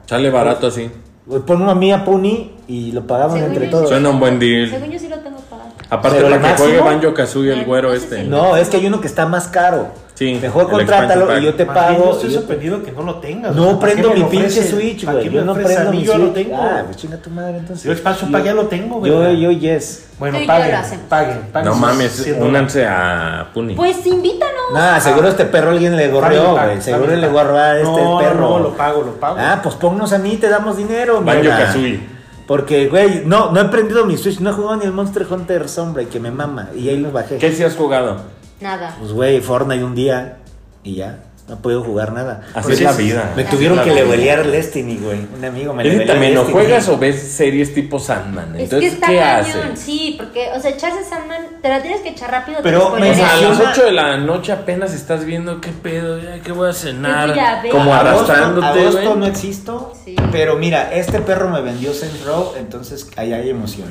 [SPEAKER 4] Sale barato así.
[SPEAKER 2] Güey, Pon una mía, Pony, y lo pagamos
[SPEAKER 3] Según
[SPEAKER 2] entre
[SPEAKER 3] yo,
[SPEAKER 2] todos.
[SPEAKER 4] Suena un buen deal.
[SPEAKER 3] Según yo sí lo tengo pagado.
[SPEAKER 4] Aparte
[SPEAKER 2] Pero
[SPEAKER 4] para
[SPEAKER 2] el
[SPEAKER 4] que juegue
[SPEAKER 2] máximo-
[SPEAKER 4] Banjo Kazooie el güero
[SPEAKER 3] No sé si
[SPEAKER 4] este.
[SPEAKER 3] Eh, el-
[SPEAKER 2] No, es que hay uno que está más caro.
[SPEAKER 4] Sí,
[SPEAKER 2] Mejor
[SPEAKER 4] el
[SPEAKER 2] contrátalo
[SPEAKER 4] expansion
[SPEAKER 2] y Ah, yo te
[SPEAKER 1] Más bien,
[SPEAKER 2] pago.
[SPEAKER 1] yo estoy
[SPEAKER 2] y yo-
[SPEAKER 1] sorprendido que no lo tengas.
[SPEAKER 2] No
[SPEAKER 1] güey. ¿Para
[SPEAKER 2] prendo
[SPEAKER 1] qué me
[SPEAKER 2] mi
[SPEAKER 1] lo
[SPEAKER 2] pinche
[SPEAKER 1] ofreces?
[SPEAKER 2] Switch,
[SPEAKER 1] ¿Para qué
[SPEAKER 2] güey.
[SPEAKER 1] me
[SPEAKER 2] Yo no
[SPEAKER 1] ofreces a
[SPEAKER 2] prendo
[SPEAKER 1] mí?
[SPEAKER 2] mi
[SPEAKER 1] Yo
[SPEAKER 2] Switch.
[SPEAKER 1] lo tengo.
[SPEAKER 2] Ah, pues chinga tu madre entonces.
[SPEAKER 1] Yo expansion pack ya lo tengo, güey.
[SPEAKER 2] Yo, yo, yes.
[SPEAKER 1] Bueno,
[SPEAKER 3] Tú y yo
[SPEAKER 1] paguen,
[SPEAKER 3] lo hacemos.
[SPEAKER 1] paguen, paguen.
[SPEAKER 4] No
[SPEAKER 1] sus
[SPEAKER 4] mames,
[SPEAKER 1] 100 dólares.
[SPEAKER 4] únanse a Puni.
[SPEAKER 3] Pues invítanos.
[SPEAKER 2] Nah, seguro este perro alguien le gorreó, güey. Seguro le gorreó a este
[SPEAKER 1] no,
[SPEAKER 2] perro.
[SPEAKER 1] No, no, lo pago, lo pago.
[SPEAKER 2] Ah, pues ponnos a mí, te damos dinero,
[SPEAKER 4] Banjo
[SPEAKER 2] mierda.
[SPEAKER 4] Kazooie.
[SPEAKER 2] Porque, güey, no, no he prendido mi Switch, no he jugado ni el Monster Hunter Sombra, que me mama. Y ahí lo bajé.
[SPEAKER 4] ¿Qué si has jugado?
[SPEAKER 3] Nada.
[SPEAKER 2] Pues, güey, Fortnite un día y ya. No he podido jugar nada.
[SPEAKER 4] Así
[SPEAKER 1] Pues
[SPEAKER 4] es la
[SPEAKER 1] es-
[SPEAKER 4] vida.
[SPEAKER 2] Me
[SPEAKER 3] Así
[SPEAKER 2] tuvieron
[SPEAKER 3] es
[SPEAKER 2] que
[SPEAKER 3] la vida.
[SPEAKER 2] levelear Destiny, güey. Un amigo me
[SPEAKER 4] Es que
[SPEAKER 2] leveleó
[SPEAKER 4] también o
[SPEAKER 2] Destiny.
[SPEAKER 4] juegas o ves series tipo Sandman. Entonces,
[SPEAKER 3] es que está
[SPEAKER 4] ¿qué
[SPEAKER 3] cañón,
[SPEAKER 4] haces?
[SPEAKER 3] sí, porque, o sea, echarse Sandman, te la tienes que echar rápido. te
[SPEAKER 2] Pero
[SPEAKER 3] los pones
[SPEAKER 2] me
[SPEAKER 4] O sea, a
[SPEAKER 3] ahí.
[SPEAKER 4] las
[SPEAKER 2] Menciona-
[SPEAKER 4] 8 de la noche apenas estás viendo qué pedo, ya, qué voy a cenar.
[SPEAKER 3] Yo ya veo.
[SPEAKER 4] Como
[SPEAKER 2] Agosto-
[SPEAKER 4] arrastrándote,
[SPEAKER 2] Agosto,
[SPEAKER 4] güey.
[SPEAKER 2] no existo.
[SPEAKER 3] Sí.
[SPEAKER 2] Pero mira, este perro me vendió Saints Row, entonces ahí hay emoción.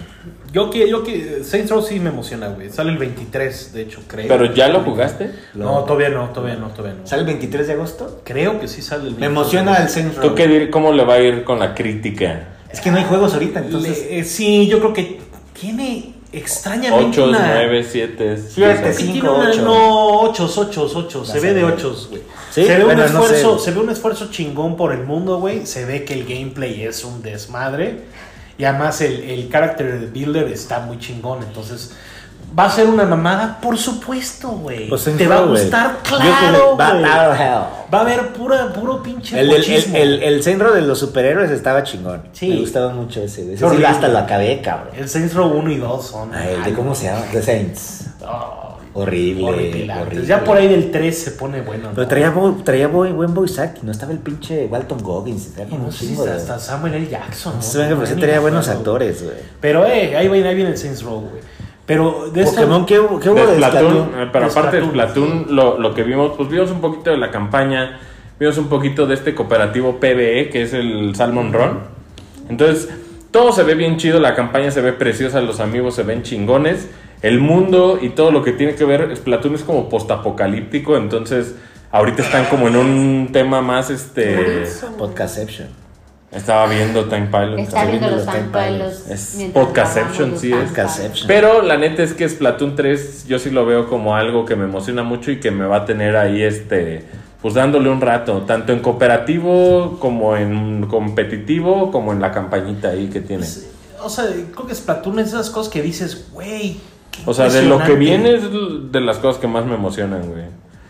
[SPEAKER 1] Yo que, yo que. Saints Row sí me emociona, güey. Sale el 23, de hecho, creo.
[SPEAKER 4] Pero ya lo jugaste.
[SPEAKER 1] No, todavía no, todavía no, todavía no.
[SPEAKER 2] ¿Sale el 23 de agosto?
[SPEAKER 1] Creo que sí sale el 23.
[SPEAKER 2] Me emociona el Saints Row.
[SPEAKER 4] ¿Tú qué dir, cómo le va a ir con la crítica?
[SPEAKER 2] Es que no hay juegos ahorita, entonces.
[SPEAKER 1] Le- eh, sí, yo creo que tiene extrañamente.
[SPEAKER 4] 8,
[SPEAKER 1] una-
[SPEAKER 4] 9, 7.
[SPEAKER 2] Siete,
[SPEAKER 1] Sí, tiene
[SPEAKER 2] Cinco,
[SPEAKER 1] una-
[SPEAKER 2] ocho.
[SPEAKER 1] No, ochos, ochos, ochos.
[SPEAKER 2] Ya
[SPEAKER 1] Se ve
[SPEAKER 2] sé.
[SPEAKER 1] de ochos, güey.
[SPEAKER 2] Sí,
[SPEAKER 1] se, ve
[SPEAKER 2] bueno,
[SPEAKER 1] un
[SPEAKER 2] no
[SPEAKER 1] esfuerzo,
[SPEAKER 2] sé.
[SPEAKER 1] se ve un esfuerzo chingón por el mundo, güey. Se ve que el gameplay es un desmadre. Y además el, el character builder está muy chingón. Entonces, ¿va a ser una mamada? Por supuesto, güey.
[SPEAKER 2] Pues Saints
[SPEAKER 1] Te va a
[SPEAKER 2] Row, güey.
[SPEAKER 1] gustar,
[SPEAKER 2] Yo
[SPEAKER 1] claro,
[SPEAKER 2] jugué- va-
[SPEAKER 1] güey.
[SPEAKER 2] ah, hell.
[SPEAKER 1] Va a haber pura, puro pinche
[SPEAKER 2] El, el, el,
[SPEAKER 1] pochismo.
[SPEAKER 2] el, el Saints Row de los superhéroes estaba chingón.
[SPEAKER 1] Sí.
[SPEAKER 2] Me gustaba mucho ese. ese sí,
[SPEAKER 1] Horrible.
[SPEAKER 2] hasta lo acabé, cabrón.
[SPEAKER 1] El Saints Row 1 y 2 son...
[SPEAKER 2] Ay, Ah, el de ¿Cómo se llama? The Saints.
[SPEAKER 1] Oh,
[SPEAKER 2] Horrible.
[SPEAKER 1] horripilantes.
[SPEAKER 2] horrible. pues
[SPEAKER 1] Ya por ahí del 3 se pone bueno.
[SPEAKER 2] Pero
[SPEAKER 1] ¿no?
[SPEAKER 2] traía, bo- traía buen buen voisac, no estaba el pinche Walton Goggins. Traía
[SPEAKER 1] Y
[SPEAKER 2] como
[SPEAKER 1] no
[SPEAKER 2] un
[SPEAKER 1] sé si
[SPEAKER 2] chingo de-
[SPEAKER 1] hasta Samuel L. Jackson. ¿no?
[SPEAKER 2] Se ve que Este por sí
[SPEAKER 1] Ni
[SPEAKER 2] traía
[SPEAKER 1] me
[SPEAKER 2] buenos
[SPEAKER 1] acuerdo.
[SPEAKER 2] actores, güey.
[SPEAKER 1] Pero, eh, ahí viene, ahí viene el Saints Row, güey. Pero de esto-
[SPEAKER 2] Pokémon, ¿qué, hubo- qué hubo de
[SPEAKER 4] Platón,
[SPEAKER 2] Splatoon?
[SPEAKER 4] eh, pero
[SPEAKER 1] De
[SPEAKER 4] aparte de
[SPEAKER 1] Splatoon.
[SPEAKER 4] Platón, lo, lo que vimos, pues vimos un poquito de la campaña, vimos un poquito de este cooperativo PBE, que es el Salmon Run. Entonces, todo se ve bien chido, la campaña se ve preciosa, los amigos se ven chingones, el mundo y todo lo que tiene que ver, Platón es como postapocalíptico, entonces ahorita están como en un tema más, este...
[SPEAKER 2] Podcastception.
[SPEAKER 4] Estaba viendo Time Pilot.
[SPEAKER 3] Está
[SPEAKER 2] viendo
[SPEAKER 3] viendo los
[SPEAKER 2] los
[SPEAKER 3] Time
[SPEAKER 4] Es Podcastception, sí es.
[SPEAKER 2] Podcastception.
[SPEAKER 4] Pero la neta es que Splatoon 3 yo sí lo veo como algo que me emociona mucho y que me va a tener ahí este pues dándole un rato, tanto en cooperativo como en competitivo, como en la campañita ahí que tiene.
[SPEAKER 1] O sea, creo que Splatoon es de esas cosas que dices, güey,
[SPEAKER 4] O sea, de lo que
[SPEAKER 1] Impresionante.
[SPEAKER 4] viene es de las cosas que más me emocionan, güey.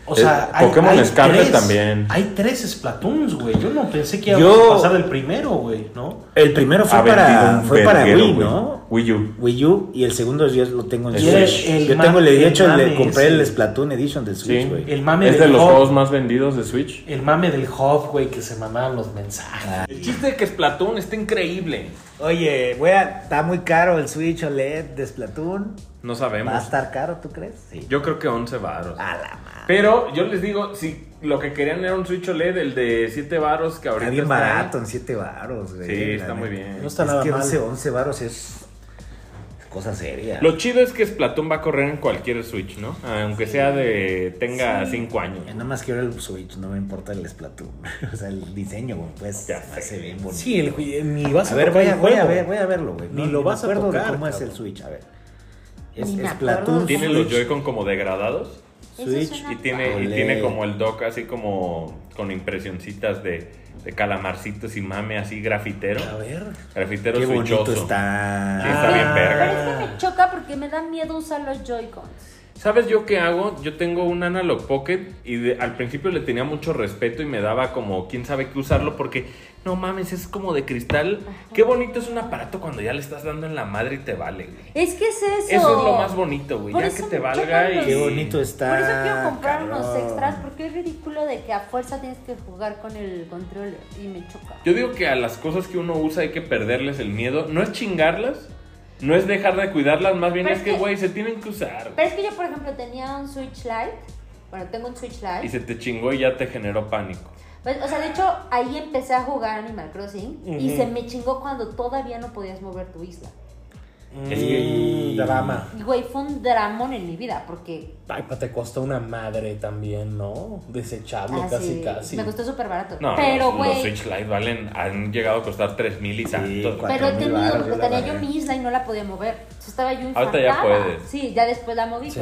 [SPEAKER 1] O sea,
[SPEAKER 4] Eh, Pokémon Escarlet
[SPEAKER 1] tres-
[SPEAKER 4] también.
[SPEAKER 1] Hay tres Splatoons, güey. Yo no pensé que íbamos
[SPEAKER 2] Yo-
[SPEAKER 1] a pasar el primero, güey, ¿no?
[SPEAKER 2] El primero fue
[SPEAKER 4] Ha vendido
[SPEAKER 2] para,
[SPEAKER 4] un
[SPEAKER 2] fue para
[SPEAKER 4] verguero,
[SPEAKER 2] Wii,
[SPEAKER 4] güey.
[SPEAKER 2] ¿no?
[SPEAKER 4] Wii U.
[SPEAKER 2] Wii U y el segundo yo lo tengo en
[SPEAKER 4] El
[SPEAKER 2] Switch.
[SPEAKER 4] Switch.
[SPEAKER 1] El
[SPEAKER 2] yo
[SPEAKER 1] ma-
[SPEAKER 2] tengo el
[SPEAKER 1] el
[SPEAKER 2] de hecho le
[SPEAKER 1] mame,
[SPEAKER 2] compré el
[SPEAKER 1] sí.
[SPEAKER 2] Splatoon Edition del Switch,
[SPEAKER 4] Sí.
[SPEAKER 2] güey.
[SPEAKER 1] El mame
[SPEAKER 4] Es de
[SPEAKER 1] del
[SPEAKER 4] los
[SPEAKER 1] Hulk.
[SPEAKER 4] juegos más vendidos de Switch.
[SPEAKER 1] El mame del Hoff, güey, que se mamaban los mensajes.
[SPEAKER 2] Ah.
[SPEAKER 4] El chiste de que Splatoon está increíble.
[SPEAKER 2] Oye, wea, está muy caro el Switch OLED de Splatoon.
[SPEAKER 4] No
[SPEAKER 2] ¿Va a
[SPEAKER 4] sabemos.
[SPEAKER 2] estar caro, tú crees? Sí.
[SPEAKER 4] Yo creo que 11 varos.
[SPEAKER 2] A la madre.
[SPEAKER 4] Pero yo les digo, si lo que querían era un Switch OLED, el de 7 varos que ahorita
[SPEAKER 2] Está bien barato, en 7 varos, güey.
[SPEAKER 4] Sí,
[SPEAKER 2] la
[SPEAKER 4] está muy
[SPEAKER 2] neta.
[SPEAKER 4] bien.
[SPEAKER 1] No está nada
[SPEAKER 2] es que
[SPEAKER 1] mal.
[SPEAKER 2] 11, 11 varos es cosa seria.
[SPEAKER 4] Lo chido es que Splatoon va a correr en cualquier Switch, ¿no? Aunque sea de tenga 5 años.
[SPEAKER 2] Yo Nada más quiero el Switch, no me importa el Splatoon. *laughs* O sea, el diseño, güey, pues
[SPEAKER 4] Ya
[SPEAKER 2] se
[SPEAKER 4] sé.
[SPEAKER 2] hace bien bonito.
[SPEAKER 1] Sí, el, güey, ni vas
[SPEAKER 2] A ver, voy
[SPEAKER 1] tocar
[SPEAKER 2] a,
[SPEAKER 1] el
[SPEAKER 2] voy a
[SPEAKER 1] juego.
[SPEAKER 2] ver, voy a verlo, güey.
[SPEAKER 1] Ni
[SPEAKER 2] No,
[SPEAKER 1] lo vas a
[SPEAKER 2] me acuerdo de
[SPEAKER 1] tocar,
[SPEAKER 2] ¿Cómo es el
[SPEAKER 1] cabrón.
[SPEAKER 2] Switch? A ver. Es
[SPEAKER 3] Ni me
[SPEAKER 2] Splatoon
[SPEAKER 3] acuerdo.
[SPEAKER 4] Tiene
[SPEAKER 2] Switch.
[SPEAKER 4] los Joy-Con como degradados.
[SPEAKER 2] Switch
[SPEAKER 4] Y tiene, y
[SPEAKER 2] Ole.
[SPEAKER 4] tiene como el dock así como con impresioncitas de, de calamarcitos y mame así grafitero.
[SPEAKER 1] A ver.
[SPEAKER 4] Grafitero
[SPEAKER 2] Qué bonito
[SPEAKER 4] switchoso. Sí,
[SPEAKER 1] Ah,
[SPEAKER 2] está.
[SPEAKER 4] está bien verga.
[SPEAKER 3] Pero es que me choca porque me da miedo usar los Joy-Cons.
[SPEAKER 4] ¿Sabes yo qué hago? Yo tengo un Analog Pocket y de- al principio le tenía mucho respeto y me daba como quién sabe qué usarlo porque no mames, es como de cristal. Qué bonito es un aparato cuando ya le estás dando en la madre y te vale, güey.
[SPEAKER 3] Es que es eso.
[SPEAKER 4] Eso es lo más bonito, Ah, güey.
[SPEAKER 3] Por
[SPEAKER 4] Ya que
[SPEAKER 3] eso
[SPEAKER 4] te
[SPEAKER 3] me
[SPEAKER 4] valga
[SPEAKER 3] chocan
[SPEAKER 4] y.
[SPEAKER 3] los-
[SPEAKER 2] Qué bonito está.
[SPEAKER 3] Por eso quiero comprar unos
[SPEAKER 2] cabrón.
[SPEAKER 3] extras porque es ridículo de que a fuerza tienes que jugar con el control y me choca.
[SPEAKER 4] Yo digo que a las cosas que uno usa hay que perderles el miedo. No es chingarlas, no es dejar de cuidarlas, más bien
[SPEAKER 3] Pero
[SPEAKER 4] es
[SPEAKER 3] es
[SPEAKER 4] que,
[SPEAKER 3] que-
[SPEAKER 4] güey, se tienen que usar.
[SPEAKER 3] Pero es que yo, por ejemplo, tenía un Switch Lite. Bueno, tengo un Switch Lite.
[SPEAKER 4] Y se te chingó y ya te generó pánico.
[SPEAKER 3] Pues, o sea, de hecho, ahí empecé a jugar Animal Crossing y
[SPEAKER 1] Ujú.
[SPEAKER 3] se me chingó cuando todavía no podías mover tu isla.
[SPEAKER 4] Es que-
[SPEAKER 1] Mm, drama.
[SPEAKER 3] Y güey, fue un dramón en mi vida porque
[SPEAKER 1] Ay, pa, te costó una madre también, ¿no? Desechable
[SPEAKER 3] ah,
[SPEAKER 1] casi,
[SPEAKER 3] sí,
[SPEAKER 1] casi.
[SPEAKER 3] me costó súper barato.
[SPEAKER 4] No,
[SPEAKER 3] pero
[SPEAKER 4] los, los
[SPEAKER 3] güey,
[SPEAKER 4] Switch Lite valen, han llegado a costar 3 mil y tanto.
[SPEAKER 2] cuatro
[SPEAKER 3] pero he
[SPEAKER 2] 4,000
[SPEAKER 3] tenido,
[SPEAKER 2] varos, yo la
[SPEAKER 3] tenía yo
[SPEAKER 2] agarré.
[SPEAKER 3] mi isla y no la podía mover. Entonces, estaba yo
[SPEAKER 4] Ahorita ya
[SPEAKER 3] infartada.
[SPEAKER 4] puedes.
[SPEAKER 3] Sí, ya después la moví.
[SPEAKER 1] Sí.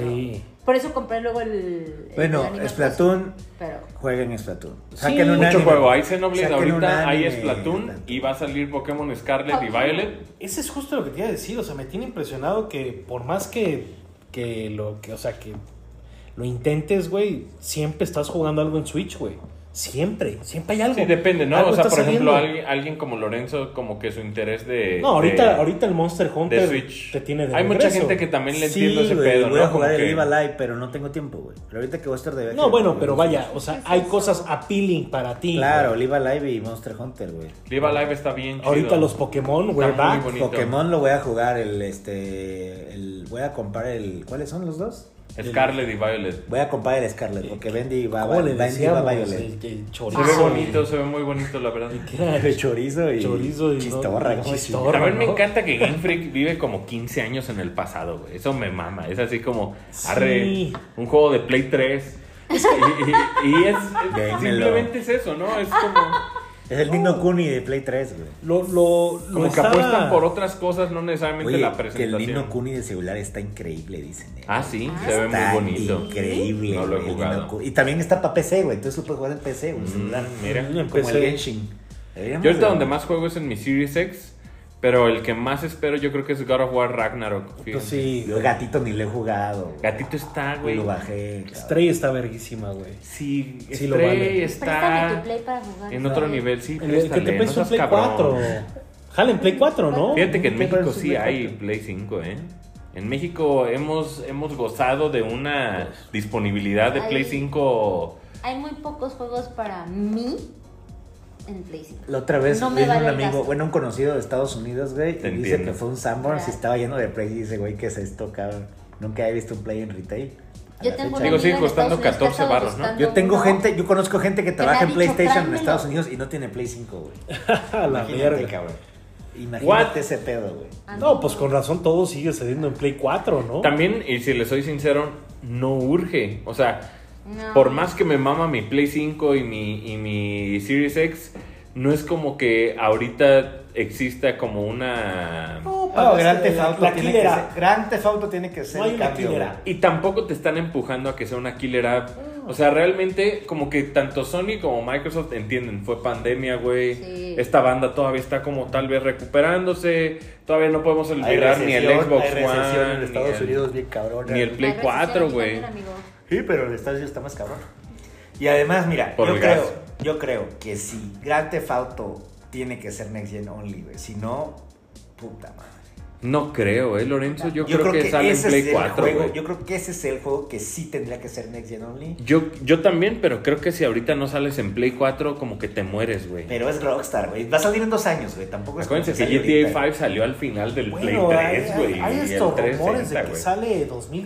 [SPEAKER 3] pero por eso compré luego el. pues. el
[SPEAKER 2] Bueno,
[SPEAKER 3] Animal
[SPEAKER 2] Splatoon.
[SPEAKER 3] Crossing, Pero
[SPEAKER 2] Jueguen Splatoon. Saquen un
[SPEAKER 4] Mucho
[SPEAKER 2] anime.
[SPEAKER 4] juego, hay Xenoblade
[SPEAKER 2] Saquen un
[SPEAKER 4] ahorita, hay
[SPEAKER 2] anime.
[SPEAKER 4] Splatoon y va a salir Pokémon Scarlet y
[SPEAKER 3] Ok.
[SPEAKER 4] Violet.
[SPEAKER 1] Ese es justo lo que te iba a decir, o sea, me tiene impresionado que por más que, que lo que, o sea, que lo intentes, güey, siempre estás jugando algo en Switch, güey. Siempre, siempre hay algo.
[SPEAKER 4] Sí, depende, ¿no?
[SPEAKER 1] Algo
[SPEAKER 4] O sea,
[SPEAKER 1] está
[SPEAKER 4] por ejemplo,
[SPEAKER 1] saliendo.
[SPEAKER 4] alguien, alguien como Lorenzo, como que su interés de...
[SPEAKER 1] No, ahorita,
[SPEAKER 4] de-
[SPEAKER 1] ahorita el Monster Hunter
[SPEAKER 4] de Switch.
[SPEAKER 1] te tiene de
[SPEAKER 4] Hay mucha
[SPEAKER 1] regreso.
[SPEAKER 4] gente que también le
[SPEAKER 2] Sí,
[SPEAKER 4] entiende ese
[SPEAKER 2] güey,
[SPEAKER 4] pedo,
[SPEAKER 2] voy
[SPEAKER 4] ¿no?
[SPEAKER 2] a jugar
[SPEAKER 4] Como
[SPEAKER 2] el
[SPEAKER 4] que-
[SPEAKER 2] Viva Live, pero no tengo tiempo, güey. Pero ahorita que voy a estar de viaje.
[SPEAKER 1] No, bueno,
[SPEAKER 2] güey,
[SPEAKER 1] pero
[SPEAKER 2] voy a-
[SPEAKER 1] vaya, o sea,
[SPEAKER 3] ¿Qué es
[SPEAKER 1] hay
[SPEAKER 3] eso?
[SPEAKER 1] cosas appealing para ti.
[SPEAKER 2] Claro,
[SPEAKER 1] güey.
[SPEAKER 2] Live Live y Monster Hunter, güey.
[SPEAKER 4] Live Live está bien chido.
[SPEAKER 1] Ahorita los Pokémon, güey,
[SPEAKER 4] muy
[SPEAKER 1] back.
[SPEAKER 4] bonito.
[SPEAKER 2] Pokémon lo voy a jugar, el este. El, voy a comprar el. ¿Cuáles son los dos?
[SPEAKER 4] Scarlet y Violet.
[SPEAKER 2] Voy a comprar el Scarlet, porque Bendy va,
[SPEAKER 1] ¿Cómo
[SPEAKER 2] va,
[SPEAKER 1] le
[SPEAKER 2] Bendy va
[SPEAKER 1] decíamos?
[SPEAKER 2] Violet.
[SPEAKER 1] El, el
[SPEAKER 4] Se
[SPEAKER 1] chorizo.
[SPEAKER 4] ve bonito, se ve muy bonito, la verdad.
[SPEAKER 2] *laughs* De chorizo y.
[SPEAKER 1] Chorizo y-
[SPEAKER 2] Chistorra,
[SPEAKER 1] no,
[SPEAKER 2] güey.
[SPEAKER 1] chistorra.
[SPEAKER 4] También me
[SPEAKER 1] ¿no?
[SPEAKER 4] encanta que Game Freak vive como 15 años en el pasado, güey. Eso me mama. Es así como, arre,
[SPEAKER 1] Sí.
[SPEAKER 4] un juego de Play 3. y, y- y es, es-
[SPEAKER 2] Démelo.
[SPEAKER 4] simplemente es eso, ¿no? Es como,
[SPEAKER 2] Es el Nino Kuni de Play 3, güey.
[SPEAKER 1] Lo, lo, lo
[SPEAKER 4] como que
[SPEAKER 1] estaba-
[SPEAKER 4] apuestan por otras cosas, no necesariamente
[SPEAKER 2] Oye,
[SPEAKER 4] la
[SPEAKER 2] que el Nino
[SPEAKER 4] presentación.
[SPEAKER 2] Kuni de celular está increíble, dicen. eh.
[SPEAKER 4] Ah, sí, se ve
[SPEAKER 2] Está
[SPEAKER 4] muy bonito.
[SPEAKER 2] Increíble.
[SPEAKER 4] No lo
[SPEAKER 2] güey,
[SPEAKER 4] he
[SPEAKER 2] el Nino
[SPEAKER 4] jugado.
[SPEAKER 2] Kuni. Y también está para PC, güey. Entonces lo puedes jugar en PC, güey. celular.
[SPEAKER 4] mira.
[SPEAKER 1] Mm, en
[SPEAKER 2] Como el
[SPEAKER 1] PC.
[SPEAKER 2] Genshin. Deberíamos
[SPEAKER 4] Yo ahorita
[SPEAKER 2] de-
[SPEAKER 4] donde más juego es en mi Series X, pero el que más espero yo creo que es God of War Ragnarok. fíjate.
[SPEAKER 1] Pues sí,
[SPEAKER 2] Yo gatito ni le he jugado. güey.
[SPEAKER 4] Gatito está, güey.
[SPEAKER 2] Lo bajé. cabrón.
[SPEAKER 1] Stray está verguísima, güey.
[SPEAKER 4] Sí,
[SPEAKER 1] Sí lo
[SPEAKER 4] Stray
[SPEAKER 1] vale.
[SPEAKER 3] préstame tu
[SPEAKER 4] está
[SPEAKER 3] play para jugar.
[SPEAKER 4] en otro
[SPEAKER 3] Sí.
[SPEAKER 4] nivel, sí.
[SPEAKER 1] En el que te
[SPEAKER 4] préstale, no
[SPEAKER 1] prestes un
[SPEAKER 4] seas
[SPEAKER 1] Play
[SPEAKER 4] cabrón.
[SPEAKER 1] 4. Jala en Play 4, ¿no?
[SPEAKER 4] Fíjate que en
[SPEAKER 1] Play
[SPEAKER 4] México
[SPEAKER 1] 4 es
[SPEAKER 4] sí
[SPEAKER 1] Play 4.
[SPEAKER 4] hay Play 5, ¿eh? En México hemos, hemos gozado de una disponibilidad de Play
[SPEAKER 3] Ay.
[SPEAKER 4] 5.
[SPEAKER 3] Hay muy pocos juegos para mí en Play 5.
[SPEAKER 2] La otra vez
[SPEAKER 3] No me
[SPEAKER 2] viene
[SPEAKER 3] vale
[SPEAKER 2] un
[SPEAKER 3] el
[SPEAKER 2] amigo,
[SPEAKER 3] gasto.
[SPEAKER 2] bueno, un conocido de Estados Unidos, güey, y
[SPEAKER 4] Te
[SPEAKER 2] dice
[SPEAKER 4] entiendo.
[SPEAKER 2] que fue un Sanborns y
[SPEAKER 3] Ya.
[SPEAKER 2] estaba lleno de play y dice, güey, ¿qué es esto, cabrón? Nunca he visto un play en retail. A
[SPEAKER 3] Yo
[SPEAKER 2] la
[SPEAKER 3] tengo
[SPEAKER 2] fecha.
[SPEAKER 3] un
[SPEAKER 4] Digo,
[SPEAKER 3] amigo
[SPEAKER 4] sigue
[SPEAKER 3] en
[SPEAKER 4] costando
[SPEAKER 3] Estados Unidos que ha
[SPEAKER 4] 14
[SPEAKER 3] estado
[SPEAKER 4] barros, ¿no?
[SPEAKER 3] buscando
[SPEAKER 2] Yo tengo
[SPEAKER 3] uno.
[SPEAKER 2] gente, yo conozco gente que
[SPEAKER 3] me ha
[SPEAKER 2] trabaja en
[SPEAKER 3] dicho,
[SPEAKER 2] PlayStation en
[SPEAKER 3] "Tráemelo".
[SPEAKER 2] Estados Unidos y no tiene Play 5, güey.
[SPEAKER 1] A la
[SPEAKER 2] Imagínate,
[SPEAKER 1] verga.
[SPEAKER 2] cabrón. Imagínate
[SPEAKER 4] What?
[SPEAKER 2] ese pedo, güey.
[SPEAKER 3] Ah,
[SPEAKER 1] No, pues con razón todo sigue cediendo en Play 4, ¿no?
[SPEAKER 4] También, y si les soy sincero, no urge. O sea,
[SPEAKER 3] No.
[SPEAKER 4] por más que me mama mi Play 5 y mi, y mi Series X, no es como que ahorita exista como una...
[SPEAKER 1] No,
[SPEAKER 2] No,
[SPEAKER 1] este,
[SPEAKER 2] Gran Theft
[SPEAKER 1] la-
[SPEAKER 2] Auto
[SPEAKER 1] la
[SPEAKER 2] tiene que
[SPEAKER 1] quilera.
[SPEAKER 2] ser, Gran Theft Auto tiene que ser
[SPEAKER 1] No hay
[SPEAKER 2] el
[SPEAKER 1] una
[SPEAKER 2] cambio,
[SPEAKER 1] quilera.
[SPEAKER 2] güey.
[SPEAKER 4] Y tampoco te están empujando a que sea una killer app O sea, realmente, como que tanto Sony como Microsoft entienden, fue pandemia, güey.
[SPEAKER 3] Sí.
[SPEAKER 4] Esta banda todavía está como tal vez recuperándose. Todavía no podemos olvidar ni el Xbox
[SPEAKER 2] hay recesión
[SPEAKER 4] One.
[SPEAKER 2] en
[SPEAKER 4] ni
[SPEAKER 2] Estados
[SPEAKER 4] el-
[SPEAKER 2] Unidos bien cabrona.
[SPEAKER 4] ni el Play
[SPEAKER 3] La
[SPEAKER 4] 4,
[SPEAKER 3] recesión
[SPEAKER 4] güey.
[SPEAKER 3] también, amigo.
[SPEAKER 2] Sí, pero en Estados Unidos está más cabrón. Y además, mira,
[SPEAKER 4] Por
[SPEAKER 2] yo
[SPEAKER 4] el
[SPEAKER 2] creo,
[SPEAKER 4] gas.
[SPEAKER 2] yo creo que si Grand Theft Auto tiene que ser Next Gen Only, güey. Si no, puta madre.
[SPEAKER 4] No creo, eh, Lorenzo. Yo, creo, que, sale en
[SPEAKER 2] ese
[SPEAKER 4] Play
[SPEAKER 2] es el
[SPEAKER 4] 4,
[SPEAKER 2] juego.
[SPEAKER 4] güey.
[SPEAKER 2] Yo creo que ese es el juego que sí tendría que ser Next Gen Only.
[SPEAKER 4] Yo, yo también, pero creo que si ahorita no sales en Play 4, como que te mueres, güey.
[SPEAKER 2] Pero es Rockstar, güey. Va a salir en dos años, güey. Tampoco es como
[SPEAKER 4] Acuérdense que
[SPEAKER 2] sale
[SPEAKER 4] GTA
[SPEAKER 2] ahorita.
[SPEAKER 4] 5 salió al final del
[SPEAKER 1] Bueno, hay-
[SPEAKER 4] Play 3,
[SPEAKER 1] hay-
[SPEAKER 4] güey.
[SPEAKER 1] Hay,
[SPEAKER 4] y el
[SPEAKER 1] estos rumores
[SPEAKER 4] 360,
[SPEAKER 1] de que
[SPEAKER 4] güey.
[SPEAKER 1] sale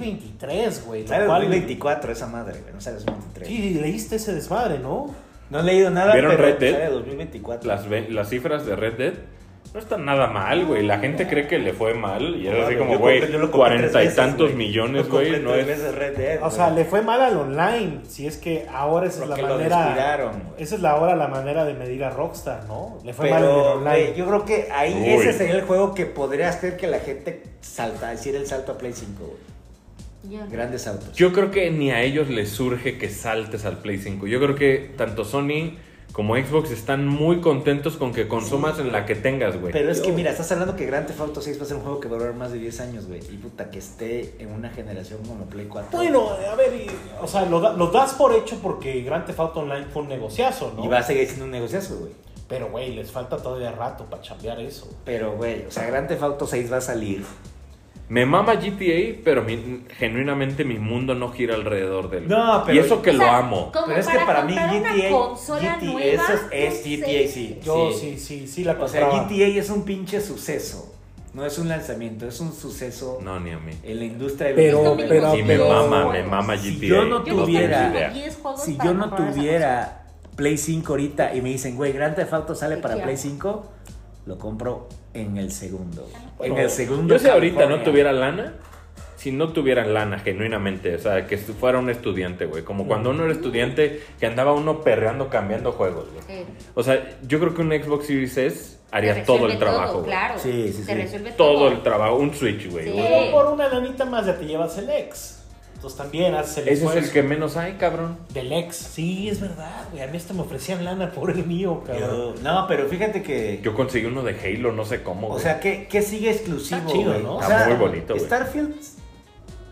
[SPEAKER 1] 2023, güey. lo
[SPEAKER 2] Sale en
[SPEAKER 1] cual-
[SPEAKER 2] 2024 esa madre, güey. No sale en 2023.
[SPEAKER 1] Sí, leíste ese desmadre, ¿no?
[SPEAKER 2] No he leído nada,
[SPEAKER 4] ¿Vieron
[SPEAKER 2] pero
[SPEAKER 4] Red Dead?
[SPEAKER 2] sale en 2024.
[SPEAKER 4] Las, ve- las cifras de Red Dead no están nada mal, güey. La gente cree que le fue mal y era así
[SPEAKER 2] Yo
[SPEAKER 4] como,
[SPEAKER 2] compré-
[SPEAKER 4] güey,
[SPEAKER 2] yo lo compré tres
[SPEAKER 4] cuarenta y
[SPEAKER 2] veces,
[SPEAKER 4] tantos
[SPEAKER 2] güey.
[SPEAKER 4] millones,
[SPEAKER 2] Lo compré
[SPEAKER 4] güey. No
[SPEAKER 2] tres
[SPEAKER 4] es.
[SPEAKER 2] veces Red Dead,
[SPEAKER 1] O sea,
[SPEAKER 2] güey.
[SPEAKER 1] le fue mal al online, si es que ahora esa es la
[SPEAKER 2] Porque lo
[SPEAKER 1] manera.
[SPEAKER 2] descuidaron, güey.
[SPEAKER 1] Esa es la ahora la manera de medir a Rockstar, ¿no? Le fue mal en el
[SPEAKER 2] Pero
[SPEAKER 1] online.
[SPEAKER 2] güey, yo creo que ahí
[SPEAKER 4] Uy.
[SPEAKER 2] ese sería el juego que podría hacer que la gente salta, decir el salto a Play 5, güey.
[SPEAKER 3] Yo no.
[SPEAKER 2] Grandes autos.
[SPEAKER 4] Yo creo que ni a ellos les surge que saltes al Play 5. Yo creo que tanto Sony como Xbox están muy contentos con que consumas en la que tengas, güey.
[SPEAKER 2] pero es que mira, estás hablando que Grand Theft Auto 6 va a ser un juego que va a durar más de 10 años, güey. Y puta, que esté en una generación como Play 4.
[SPEAKER 1] Bueno, a ver, y- o sea, lo, da- lo das por hecho porque Grand Theft Auto Online fue un negociazo, ¿no?
[SPEAKER 2] Y va a seguir siendo un negociazo, güey.
[SPEAKER 1] Pero, güey, les falta todavía rato para chambear eso.
[SPEAKER 2] Pero, güey, o sea, Grand Theft Auto 6 va a salir.
[SPEAKER 4] Me mama GTA, pero mi- genuinamente mi mundo no gira alrededor de él.
[SPEAKER 2] No,
[SPEAKER 4] y
[SPEAKER 2] pero-
[SPEAKER 4] eso que
[SPEAKER 3] O sea,
[SPEAKER 4] lo amo.
[SPEAKER 3] como
[SPEAKER 2] Pero es que para mí
[SPEAKER 3] comprar una
[SPEAKER 2] GTA
[SPEAKER 3] consola
[SPEAKER 2] GTA,
[SPEAKER 3] nueva,
[SPEAKER 2] eso es- es GTA,
[SPEAKER 3] no sé.
[SPEAKER 2] sí.
[SPEAKER 1] Yo sí, sí, sí, la
[SPEAKER 2] O sea,
[SPEAKER 1] compraba.
[SPEAKER 2] GTA es un pinche suceso. No es un lanzamiento, es un suceso
[SPEAKER 4] No, ni a mí.
[SPEAKER 2] en la industria de
[SPEAKER 1] Pero-
[SPEAKER 2] videojuegos.
[SPEAKER 1] pero-
[SPEAKER 4] Sí, me
[SPEAKER 1] pero-
[SPEAKER 4] mama, me mama GTA.
[SPEAKER 2] Si yo no
[SPEAKER 3] Yo
[SPEAKER 2] tuviera-
[SPEAKER 4] tienes
[SPEAKER 3] tengo
[SPEAKER 4] idea.
[SPEAKER 3] 10 juegos
[SPEAKER 2] Si
[SPEAKER 3] para
[SPEAKER 2] yo no
[SPEAKER 3] comprar esa
[SPEAKER 2] tuviera Play 5 ahorita y me dicen, güey, Grand Theft Auto sale
[SPEAKER 3] ¿Y
[SPEAKER 2] para
[SPEAKER 3] qué
[SPEAKER 2] Play
[SPEAKER 3] hago?
[SPEAKER 2] 5, lo compro en el segundo. güey.
[SPEAKER 4] Bueno,
[SPEAKER 2] en
[SPEAKER 1] Oh.
[SPEAKER 2] el segundo.
[SPEAKER 4] Yo si ahorita no
[SPEAKER 2] California.
[SPEAKER 4] tuviera lana, si no tuviera lana genuinamente, o sea, que estu- fuera un estudiante, güey, como cuando uno era estudiante que andaba uno perreando cambiando juegos, güey.
[SPEAKER 3] consola. Eh,
[SPEAKER 4] O sea, yo creo que un Xbox Series S haría
[SPEAKER 3] te
[SPEAKER 4] todo el
[SPEAKER 3] resuelve
[SPEAKER 4] trabajo, güey.
[SPEAKER 3] Claro.
[SPEAKER 2] Sí, sí, sí.
[SPEAKER 3] Te resuelve
[SPEAKER 4] Todo el trabajo, un Switch, güey.
[SPEAKER 3] Sí.
[SPEAKER 4] un-
[SPEAKER 1] Pero por una lanita más ya te llevas el ex. Entonces también haces el
[SPEAKER 4] Ese es el
[SPEAKER 1] esfuerzo
[SPEAKER 4] que menos hay, cabrón.
[SPEAKER 1] del ex. Sí, es verdad, güey. A mí hasta me ofrecían lana por el mío, cabrón.
[SPEAKER 2] Yo- no, pero fíjate que.
[SPEAKER 4] Yo conseguí uno de Halo, no sé cómo,
[SPEAKER 2] o
[SPEAKER 4] güey.
[SPEAKER 2] sea, ¿qué, qué sigue exclusivo?
[SPEAKER 1] Está chido,
[SPEAKER 2] güey?
[SPEAKER 1] ¿no?
[SPEAKER 2] O
[SPEAKER 4] Está
[SPEAKER 2] sea,
[SPEAKER 4] muy bonito, güey.
[SPEAKER 2] Starfield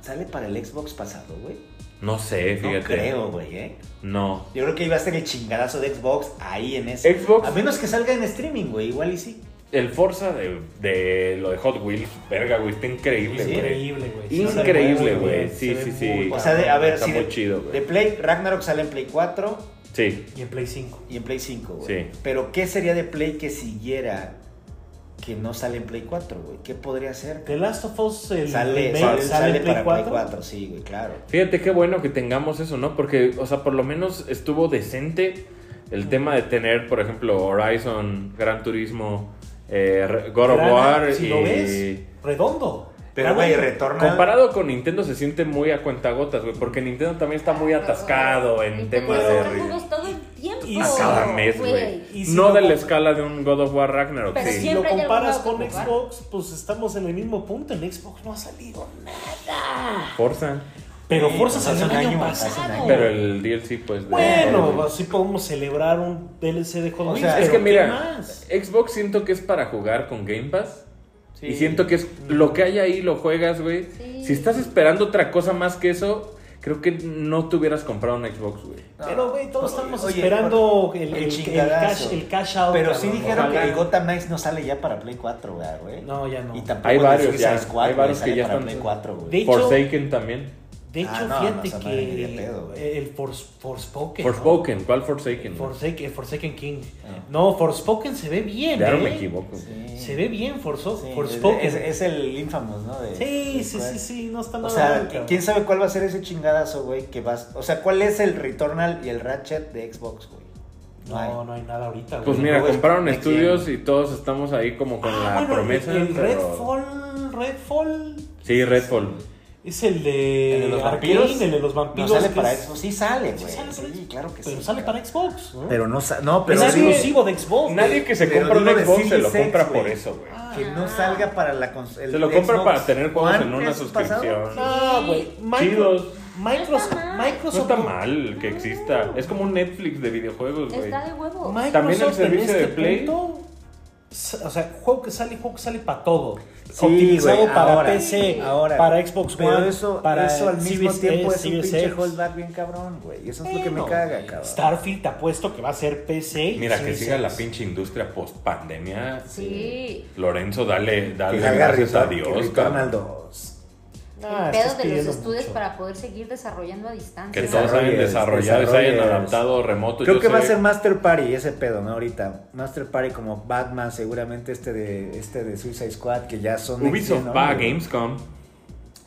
[SPEAKER 2] sale para el Xbox pasado, güey.
[SPEAKER 4] no sé, fíjate.
[SPEAKER 2] No creo, güey, ¿eh?
[SPEAKER 4] No.
[SPEAKER 2] Yo creo que iba a ser el chingadazo de Xbox ahí en ese.
[SPEAKER 4] Xbox,
[SPEAKER 2] A menos que salga en streaming, güey, igual y sí.
[SPEAKER 4] el Forza de, de lo de Hot Wheels, verga, güey, está increíble,
[SPEAKER 2] Sí,
[SPEAKER 4] güey.
[SPEAKER 1] Increíble, güey. Sí, se ve
[SPEAKER 4] Increíble,
[SPEAKER 1] muy
[SPEAKER 4] güey.
[SPEAKER 1] bien,
[SPEAKER 4] Sí,
[SPEAKER 1] se
[SPEAKER 4] sí,
[SPEAKER 1] ve
[SPEAKER 4] sí.
[SPEAKER 1] muy
[SPEAKER 2] O sea, de- a ver,
[SPEAKER 4] Está
[SPEAKER 2] sí,
[SPEAKER 4] muy
[SPEAKER 2] de-
[SPEAKER 4] chido, güey.
[SPEAKER 2] De Play, Ragnarok sale en Play 4
[SPEAKER 4] Sí.
[SPEAKER 1] Y en Play 5.
[SPEAKER 2] y en Play 5, güey.
[SPEAKER 4] Sí.
[SPEAKER 2] Pero ¿qué sería de Play que siguiera que no sale en Play 4, güey? ¿Qué podría ser?
[SPEAKER 1] The Last of Us, el
[SPEAKER 2] Sale,
[SPEAKER 1] remake,
[SPEAKER 2] sale,
[SPEAKER 1] sale
[SPEAKER 2] sale
[SPEAKER 1] en
[SPEAKER 2] para Play 4, sí, güey, claro.
[SPEAKER 4] Fíjate qué bueno que tengamos eso, ¿no? Porque, o sea, por lo menos estuvo decente el tema de tener, por ejemplo, Horizon, Gran Turismo, eh, Re- God of
[SPEAKER 1] Grana,
[SPEAKER 4] War
[SPEAKER 1] si
[SPEAKER 4] y...
[SPEAKER 1] lo ves, redondo.
[SPEAKER 2] Pero, güey, retorna.
[SPEAKER 4] Comparado con Nintendo se siente muy a cuentagotas, güey, porque Nintendo también está muy atascado en
[SPEAKER 3] Nintendo
[SPEAKER 4] temas de...
[SPEAKER 3] saca juegos todo el tiempo.
[SPEAKER 1] Y
[SPEAKER 4] A
[SPEAKER 1] sí,
[SPEAKER 4] cada mes, güey.
[SPEAKER 1] Y si
[SPEAKER 4] no
[SPEAKER 1] lo
[SPEAKER 4] de la
[SPEAKER 1] compa-
[SPEAKER 4] escala de un God of War Ragnarok,
[SPEAKER 3] Pero
[SPEAKER 4] sí.
[SPEAKER 1] Si lo
[SPEAKER 3] Siempre hay algún
[SPEAKER 1] comparas
[SPEAKER 3] lado
[SPEAKER 1] con
[SPEAKER 3] que jugar.
[SPEAKER 1] Xbox, pues estamos en el mismo punto. En Xbox no ha salido nada.
[SPEAKER 4] Forza.
[SPEAKER 1] Pero
[SPEAKER 2] Sí,
[SPEAKER 1] Forza
[SPEAKER 2] pues, hace
[SPEAKER 1] salió el
[SPEAKER 2] un
[SPEAKER 1] año
[SPEAKER 2] año, hace un
[SPEAKER 1] pasado.
[SPEAKER 2] año.
[SPEAKER 4] Pero el DLC, pues... de-
[SPEAKER 1] Bueno, así podemos celebrar un DLC de Hot
[SPEAKER 2] O
[SPEAKER 1] Wheels.
[SPEAKER 2] sea,
[SPEAKER 4] Es
[SPEAKER 1] pero
[SPEAKER 4] que
[SPEAKER 1] ¿qué
[SPEAKER 4] mira,
[SPEAKER 1] más?
[SPEAKER 4] Xbox siento que es para jugar con Game Pass.
[SPEAKER 2] Sí.
[SPEAKER 4] Y siento que es lo que hay ahí lo juegas, güey.
[SPEAKER 3] Sí.
[SPEAKER 4] Si estás esperando otra cosa más que eso, creo que no te hubieras comprado un Xbox, güey.
[SPEAKER 1] Pero, güey, todos estamos
[SPEAKER 2] Oye,
[SPEAKER 1] esperando
[SPEAKER 2] pero-
[SPEAKER 1] el, el-
[SPEAKER 2] el
[SPEAKER 1] el
[SPEAKER 2] chingadazo.
[SPEAKER 1] cash, el cash out.
[SPEAKER 2] Pero
[SPEAKER 1] cabrón.
[SPEAKER 2] sí dijeron
[SPEAKER 1] Ojalá.
[SPEAKER 2] que el Gotham Knights no sale ya para Play 4, güey, güey.
[SPEAKER 1] No, ya no.
[SPEAKER 2] Y tampoco
[SPEAKER 4] Hay
[SPEAKER 2] el
[SPEAKER 4] varios
[SPEAKER 2] Suicide
[SPEAKER 4] ya,
[SPEAKER 2] Squad,
[SPEAKER 4] hay
[SPEAKER 2] güey,
[SPEAKER 4] varios que
[SPEAKER 2] sale
[SPEAKER 4] ya
[SPEAKER 2] para
[SPEAKER 4] están-
[SPEAKER 2] Play 4, güey.
[SPEAKER 1] De hecho-
[SPEAKER 4] Forsaken también.
[SPEAKER 1] De hecho,
[SPEAKER 2] Ah, no, no,
[SPEAKER 1] fíjate
[SPEAKER 2] esa madre ni de
[SPEAKER 1] que
[SPEAKER 2] pedo, güey.
[SPEAKER 1] el Fors- Forspoken. ¿no?
[SPEAKER 4] Forspoken, ¿cuál Forsaken? güey?
[SPEAKER 1] Forsaken, eh, Forsaken King. No, Forspoken se ve bien.
[SPEAKER 4] Ah. Ya no
[SPEAKER 1] ¿eh?
[SPEAKER 4] me equivoco.
[SPEAKER 2] Sí.
[SPEAKER 1] Se ve bien Forso-
[SPEAKER 2] Sí,
[SPEAKER 1] Forspoken.
[SPEAKER 2] es, es el Infamous, ¿no? De-
[SPEAKER 1] sí,
[SPEAKER 2] de
[SPEAKER 1] sí,
[SPEAKER 2] Square.
[SPEAKER 1] sí, sí, no está nada
[SPEAKER 2] O sea,
[SPEAKER 1] mal, cabrón.
[SPEAKER 2] quién sabe cuál va a ser ese chingadazo, güey, que vas. O sea, ¿cuál es el Returnal y el Ratchet de Xbox, güey? No hay.
[SPEAKER 1] No, no hay nada ahorita, güey.
[SPEAKER 4] Pues mira,
[SPEAKER 2] Pues,
[SPEAKER 4] compraron
[SPEAKER 2] ¿de
[SPEAKER 4] estudios y todos estamos ahí como con
[SPEAKER 1] Ah,
[SPEAKER 4] la
[SPEAKER 1] bueno,
[SPEAKER 4] promesa.
[SPEAKER 1] El, el
[SPEAKER 4] pero-
[SPEAKER 1] Redfall, Redfall
[SPEAKER 4] Sí, Redfall.
[SPEAKER 1] es el de,
[SPEAKER 2] ¿El de los
[SPEAKER 1] Arcane,
[SPEAKER 2] vampiros?
[SPEAKER 1] el de los vampiros.
[SPEAKER 2] No sale
[SPEAKER 1] que
[SPEAKER 2] para
[SPEAKER 1] es-
[SPEAKER 2] Xbox. Sí sale,
[SPEAKER 1] Sí
[SPEAKER 2] güey.
[SPEAKER 1] sale para
[SPEAKER 2] Sí,
[SPEAKER 1] Xbox,
[SPEAKER 2] claro que sí.
[SPEAKER 1] Pero sale para Xbox, ¿no?
[SPEAKER 2] Pero no sa- No, pero
[SPEAKER 1] es
[SPEAKER 2] sí-
[SPEAKER 1] exclusivo de Xbox.
[SPEAKER 4] Nadie que se
[SPEAKER 2] Pero
[SPEAKER 4] compra un
[SPEAKER 2] digo de
[SPEAKER 4] Xbox se
[SPEAKER 2] Series
[SPEAKER 4] lo
[SPEAKER 2] X,
[SPEAKER 4] compra por
[SPEAKER 2] güey. Ah,
[SPEAKER 4] eso, güey.
[SPEAKER 1] Ah.
[SPEAKER 2] Que no salga para la consola.
[SPEAKER 4] Se lo compra para tener juegos en una suscripción.
[SPEAKER 1] No, güey. Micro-
[SPEAKER 4] Chidos.
[SPEAKER 1] Microsoft,
[SPEAKER 3] mal.
[SPEAKER 4] No
[SPEAKER 1] Microsoft,
[SPEAKER 4] está mal que exista. Es como un Netflix de videojuegos, güey.
[SPEAKER 3] Está de huevo.
[SPEAKER 1] Microsoft
[SPEAKER 4] También el servicio
[SPEAKER 1] en este
[SPEAKER 4] de Play.
[SPEAKER 1] punto, s- o sea, juego que sale, juego que sale para todo.
[SPEAKER 2] Sí,
[SPEAKER 1] Optimizado
[SPEAKER 2] güey,
[SPEAKER 1] para
[SPEAKER 2] ahora,
[SPEAKER 1] PC,
[SPEAKER 2] ahora.
[SPEAKER 1] para Xbox
[SPEAKER 2] Pero
[SPEAKER 1] One,
[SPEAKER 2] eso,
[SPEAKER 1] para
[SPEAKER 2] eso al
[SPEAKER 1] Series
[SPEAKER 2] mismo tiempo
[SPEAKER 1] S,
[SPEAKER 2] es un
[SPEAKER 1] Series
[SPEAKER 2] pinche
[SPEAKER 1] X.
[SPEAKER 2] holdback bien cabrón, güey. Eso es lo que me
[SPEAKER 1] Bueno,
[SPEAKER 2] caga, cabrón.
[SPEAKER 1] Starfield te apuesto que va a ser PC. y
[SPEAKER 4] Mira, que
[SPEAKER 1] Series
[SPEAKER 4] siga la
[SPEAKER 1] X.
[SPEAKER 4] pinche industria post pandemia.
[SPEAKER 3] Sí.
[SPEAKER 4] Lorenzo, dale, dale
[SPEAKER 2] que haga
[SPEAKER 4] gracias a
[SPEAKER 2] Return, que
[SPEAKER 4] Dios.
[SPEAKER 2] Return
[SPEAKER 4] cabrón.
[SPEAKER 2] al 2.
[SPEAKER 1] Ah,
[SPEAKER 3] el pedo
[SPEAKER 1] estás
[SPEAKER 3] de los
[SPEAKER 1] pidiendo
[SPEAKER 3] estudios
[SPEAKER 1] mucho.
[SPEAKER 3] para poder seguir desarrollando a distancia.
[SPEAKER 4] Que todos hayan
[SPEAKER 2] Desarrolles,
[SPEAKER 4] desarrollado y se hayan
[SPEAKER 2] desarrolles.
[SPEAKER 4] adaptado remoto.
[SPEAKER 2] Creo
[SPEAKER 4] Pues Yo
[SPEAKER 2] que va a
[SPEAKER 4] sé-
[SPEAKER 2] ser Master Party ese pedo, ¿no? Ahorita. Master Party como Batman, seguramente este de este de Suicide Squad, que ya son...
[SPEAKER 4] Ubisoft
[SPEAKER 2] ¿no?
[SPEAKER 4] va a Gamescom.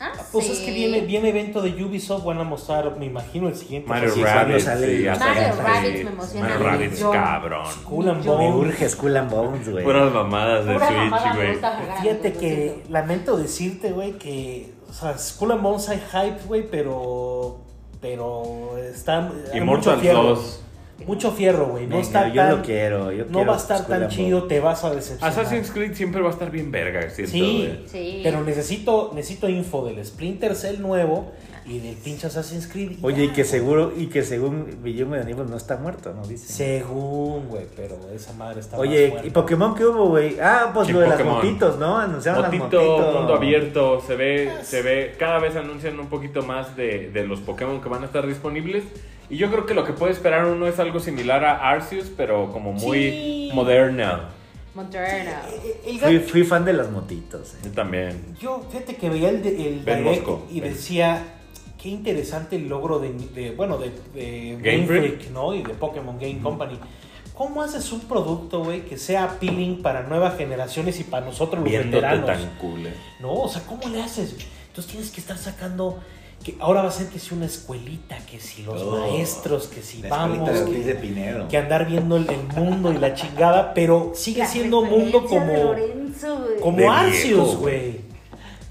[SPEAKER 3] Ah,
[SPEAKER 1] Pues
[SPEAKER 3] sí.
[SPEAKER 1] es que viene, viene evento de Ubisoft, van a mostrar, me imagino, el siguiente.
[SPEAKER 4] Mario
[SPEAKER 2] Sí, cuando
[SPEAKER 4] Rabbit.
[SPEAKER 2] sale
[SPEAKER 4] sí,
[SPEAKER 2] el-
[SPEAKER 4] hasta
[SPEAKER 3] Mario
[SPEAKER 4] Gamescom.
[SPEAKER 3] Rabbids me emociona
[SPEAKER 4] Mario Rabbits,
[SPEAKER 3] mucho.
[SPEAKER 4] cabrón.
[SPEAKER 1] Skull and
[SPEAKER 2] Me
[SPEAKER 1] Bones.
[SPEAKER 2] urge Skull and Bones, güey.
[SPEAKER 4] Puras mamadas de
[SPEAKER 3] Pura mamada
[SPEAKER 4] Switch,
[SPEAKER 3] me
[SPEAKER 4] güey.
[SPEAKER 3] gusta jugar,
[SPEAKER 1] Fíjate
[SPEAKER 3] lo
[SPEAKER 1] que
[SPEAKER 3] siento.
[SPEAKER 1] lamento decirte, güey, que. O sea, Skull and Bones hay hype, güey, pero. Pero. Está. hay
[SPEAKER 4] Immortals
[SPEAKER 1] fierro.
[SPEAKER 4] 2.
[SPEAKER 1] Mucho fierro, güey. No
[SPEAKER 2] Venga,
[SPEAKER 1] está
[SPEAKER 2] yo
[SPEAKER 1] tan.
[SPEAKER 2] lo quiero. Yo
[SPEAKER 1] no
[SPEAKER 2] quiero
[SPEAKER 1] va a estar
[SPEAKER 2] Skull
[SPEAKER 1] tan
[SPEAKER 2] and
[SPEAKER 1] chido,
[SPEAKER 2] Bones.
[SPEAKER 1] te vas a decepcionar.
[SPEAKER 4] Assassin's Creed siempre va a estar bien verga, siento,
[SPEAKER 1] Sí,
[SPEAKER 4] güey.
[SPEAKER 3] Sí.
[SPEAKER 1] pero necesito, necesito info del Splinter Cell nuevo y del pinche Assassin's Creed.
[SPEAKER 2] Oye, y que seguro, y que según Guillermo de Aníbal no está muerto, ¿no? Dice.
[SPEAKER 1] Según, güey, pero esa madre está más
[SPEAKER 2] Oye,
[SPEAKER 1] fuerte.
[SPEAKER 2] ¿y Pokémon qué hubo, güey? Ah, pues
[SPEAKER 4] ¿Qué
[SPEAKER 2] lo de las
[SPEAKER 4] Pokémon?
[SPEAKER 2] motitos, ¿no? Anunciaron
[SPEAKER 4] Motito,
[SPEAKER 2] las motitos.
[SPEAKER 4] mundo abierto, se ve, se ve, cada vez anuncian un poquito más de, de los Pokémon que van a estar disponibles. Y yo creo que lo que puede esperar uno es algo similar a Arceus, pero como muy
[SPEAKER 1] Sí.
[SPEAKER 4] moderna.
[SPEAKER 3] Moderna.
[SPEAKER 1] Eh, el
[SPEAKER 2] Fui,
[SPEAKER 1] gato-
[SPEAKER 2] fui fan de las motitos. eh.
[SPEAKER 4] Yo también.
[SPEAKER 1] yo fíjate que veía el, de- el
[SPEAKER 4] Ben
[SPEAKER 1] direct
[SPEAKER 4] Mosco,
[SPEAKER 1] y
[SPEAKER 4] Ben.
[SPEAKER 1] decía qué interesante el logro de, de- bueno de, de
[SPEAKER 4] Game
[SPEAKER 1] Game
[SPEAKER 4] Freak.
[SPEAKER 1] Freak, ¿no? Y de Pokémon Game Company. ¿Cómo haces un producto, güey, que sea appealing para nuevas generaciones y para nosotros los
[SPEAKER 4] Viéndote
[SPEAKER 1] veteranos?
[SPEAKER 4] tan cool. eh.
[SPEAKER 1] No, o sea, ¿cómo le haces? Entonces tienes que estar sacando que ahora va a ser que si una escuelita, que si los
[SPEAKER 2] Oh,
[SPEAKER 1] maestros, que si
[SPEAKER 2] La
[SPEAKER 1] vamos,
[SPEAKER 2] escuelita de Ortiz de
[SPEAKER 1] que,
[SPEAKER 2] Pinedo.
[SPEAKER 1] que andar viendo el, el mundo y la chingada, pero sigue
[SPEAKER 3] La
[SPEAKER 1] siendo un mundo
[SPEAKER 3] referencia de
[SPEAKER 1] como
[SPEAKER 3] Lorenzo, güey.
[SPEAKER 1] como
[SPEAKER 4] De viejo,
[SPEAKER 1] Arceus,
[SPEAKER 4] güey.
[SPEAKER 1] güey.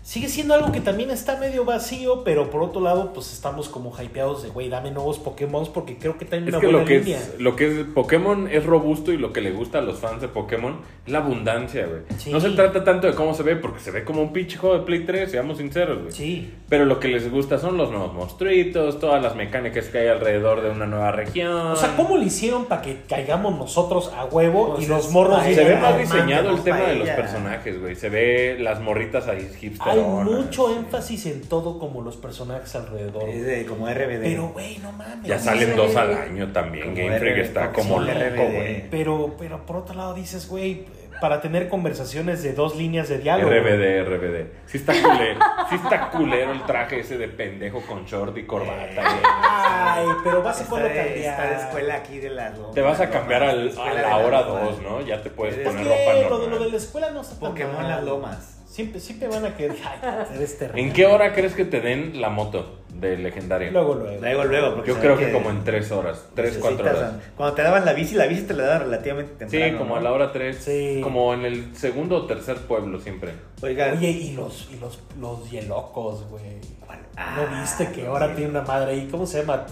[SPEAKER 1] Sigue siendo algo que también está medio vacío, pero por otro lado, pues estamos como hypeados de, güey, dame nuevos Pokémon porque creo que traen
[SPEAKER 4] Es
[SPEAKER 1] una
[SPEAKER 4] que
[SPEAKER 1] buena
[SPEAKER 4] lo que
[SPEAKER 1] línea.
[SPEAKER 4] es, lo que es Pokémon es robusto y lo que le gusta a los fans de Pokémon es la abundancia, güey.
[SPEAKER 1] Sí.
[SPEAKER 4] No se trata tanto de cómo se ve, porque se ve como un pinche juego de Play 3, seamos sinceros, güey.
[SPEAKER 1] Sí.
[SPEAKER 4] Pero lo que les gusta son los nuevos monstruitos, todas las mecánicas que hay alrededor de una nueva región.
[SPEAKER 1] O sea, ¿cómo le hicieron para que caigamos nosotros a huevo y
[SPEAKER 2] Pues
[SPEAKER 1] los
[SPEAKER 2] es-
[SPEAKER 1] morros
[SPEAKER 2] ahí
[SPEAKER 4] Se ve
[SPEAKER 1] digan,
[SPEAKER 4] más
[SPEAKER 1] "Ah,
[SPEAKER 4] diseñado
[SPEAKER 2] mándenos
[SPEAKER 4] el tema
[SPEAKER 2] pa'
[SPEAKER 4] de los
[SPEAKER 2] ella.
[SPEAKER 4] personajes, güey. Se ve las morritas ahí hipster.
[SPEAKER 1] Hay mucho énfasis en todo como los personajes alrededor.
[SPEAKER 2] Es de- como RBD.
[SPEAKER 1] Pero, güey, no mames.
[SPEAKER 4] Eh, Ya
[SPEAKER 1] No
[SPEAKER 4] salen
[SPEAKER 1] sé.
[SPEAKER 4] dos al año también.
[SPEAKER 2] Como
[SPEAKER 4] Game Freak
[SPEAKER 2] RBD,
[SPEAKER 4] está
[SPEAKER 2] como
[SPEAKER 4] como
[SPEAKER 2] sí,
[SPEAKER 4] loco,
[SPEAKER 2] RBD.
[SPEAKER 4] güey.
[SPEAKER 1] Pero, pero por otro lado dices, güey, para tener conversaciones de dos líneas de diálogo.
[SPEAKER 4] RBD, RBD. Sí está culero, sí está culero el traje ese de pendejo con short y
[SPEAKER 1] *laughs*
[SPEAKER 4] corbata,
[SPEAKER 2] Eh.
[SPEAKER 4] güey.
[SPEAKER 1] Ay, pero vas a
[SPEAKER 2] Está
[SPEAKER 1] poderlo cambiar.
[SPEAKER 2] de, está de escuela aquí de las Lomas,
[SPEAKER 4] Te vas a
[SPEAKER 2] Lomas,
[SPEAKER 4] cambiar al,
[SPEAKER 2] escuela
[SPEAKER 4] a
[SPEAKER 2] de
[SPEAKER 4] la
[SPEAKER 2] las
[SPEAKER 4] hora
[SPEAKER 2] Lomas.
[SPEAKER 4] 2, ¿no? Ya te puedes
[SPEAKER 2] Ah, Es
[SPEAKER 1] Es
[SPEAKER 4] poner
[SPEAKER 1] que
[SPEAKER 4] ropa
[SPEAKER 1] lo de, lo de la
[SPEAKER 4] normal.
[SPEAKER 1] escuela no está tan
[SPEAKER 2] Pokémon
[SPEAKER 1] mal.
[SPEAKER 2] Las Lomas.
[SPEAKER 1] Siempre, siempre van a querer. *laughs* Ay, eres terrible.
[SPEAKER 4] ¿En qué hora crees que te den la moto de legendaria?
[SPEAKER 1] Luego, luego.
[SPEAKER 2] Luego, luego. porque
[SPEAKER 4] Yo
[SPEAKER 2] se
[SPEAKER 4] creo
[SPEAKER 2] ve
[SPEAKER 4] que como en 3 horas, 3, 4
[SPEAKER 2] necesitas-
[SPEAKER 4] horas.
[SPEAKER 2] Cuando te daban la bici, la bici te la daban relativamente
[SPEAKER 4] Sí,
[SPEAKER 2] temprano.
[SPEAKER 4] como
[SPEAKER 2] ¿no?
[SPEAKER 4] a la hora 3.
[SPEAKER 1] Sí.
[SPEAKER 4] Como en el segundo o tercer pueblo siempre.
[SPEAKER 2] Oiga,
[SPEAKER 1] Oye, y los, y los, los hielocos, güey. ¿No
[SPEAKER 2] Ah,
[SPEAKER 1] viste que
[SPEAKER 2] los
[SPEAKER 1] ahora
[SPEAKER 2] hielos.
[SPEAKER 1] tiene una madre ahí? ¿Cómo se llama?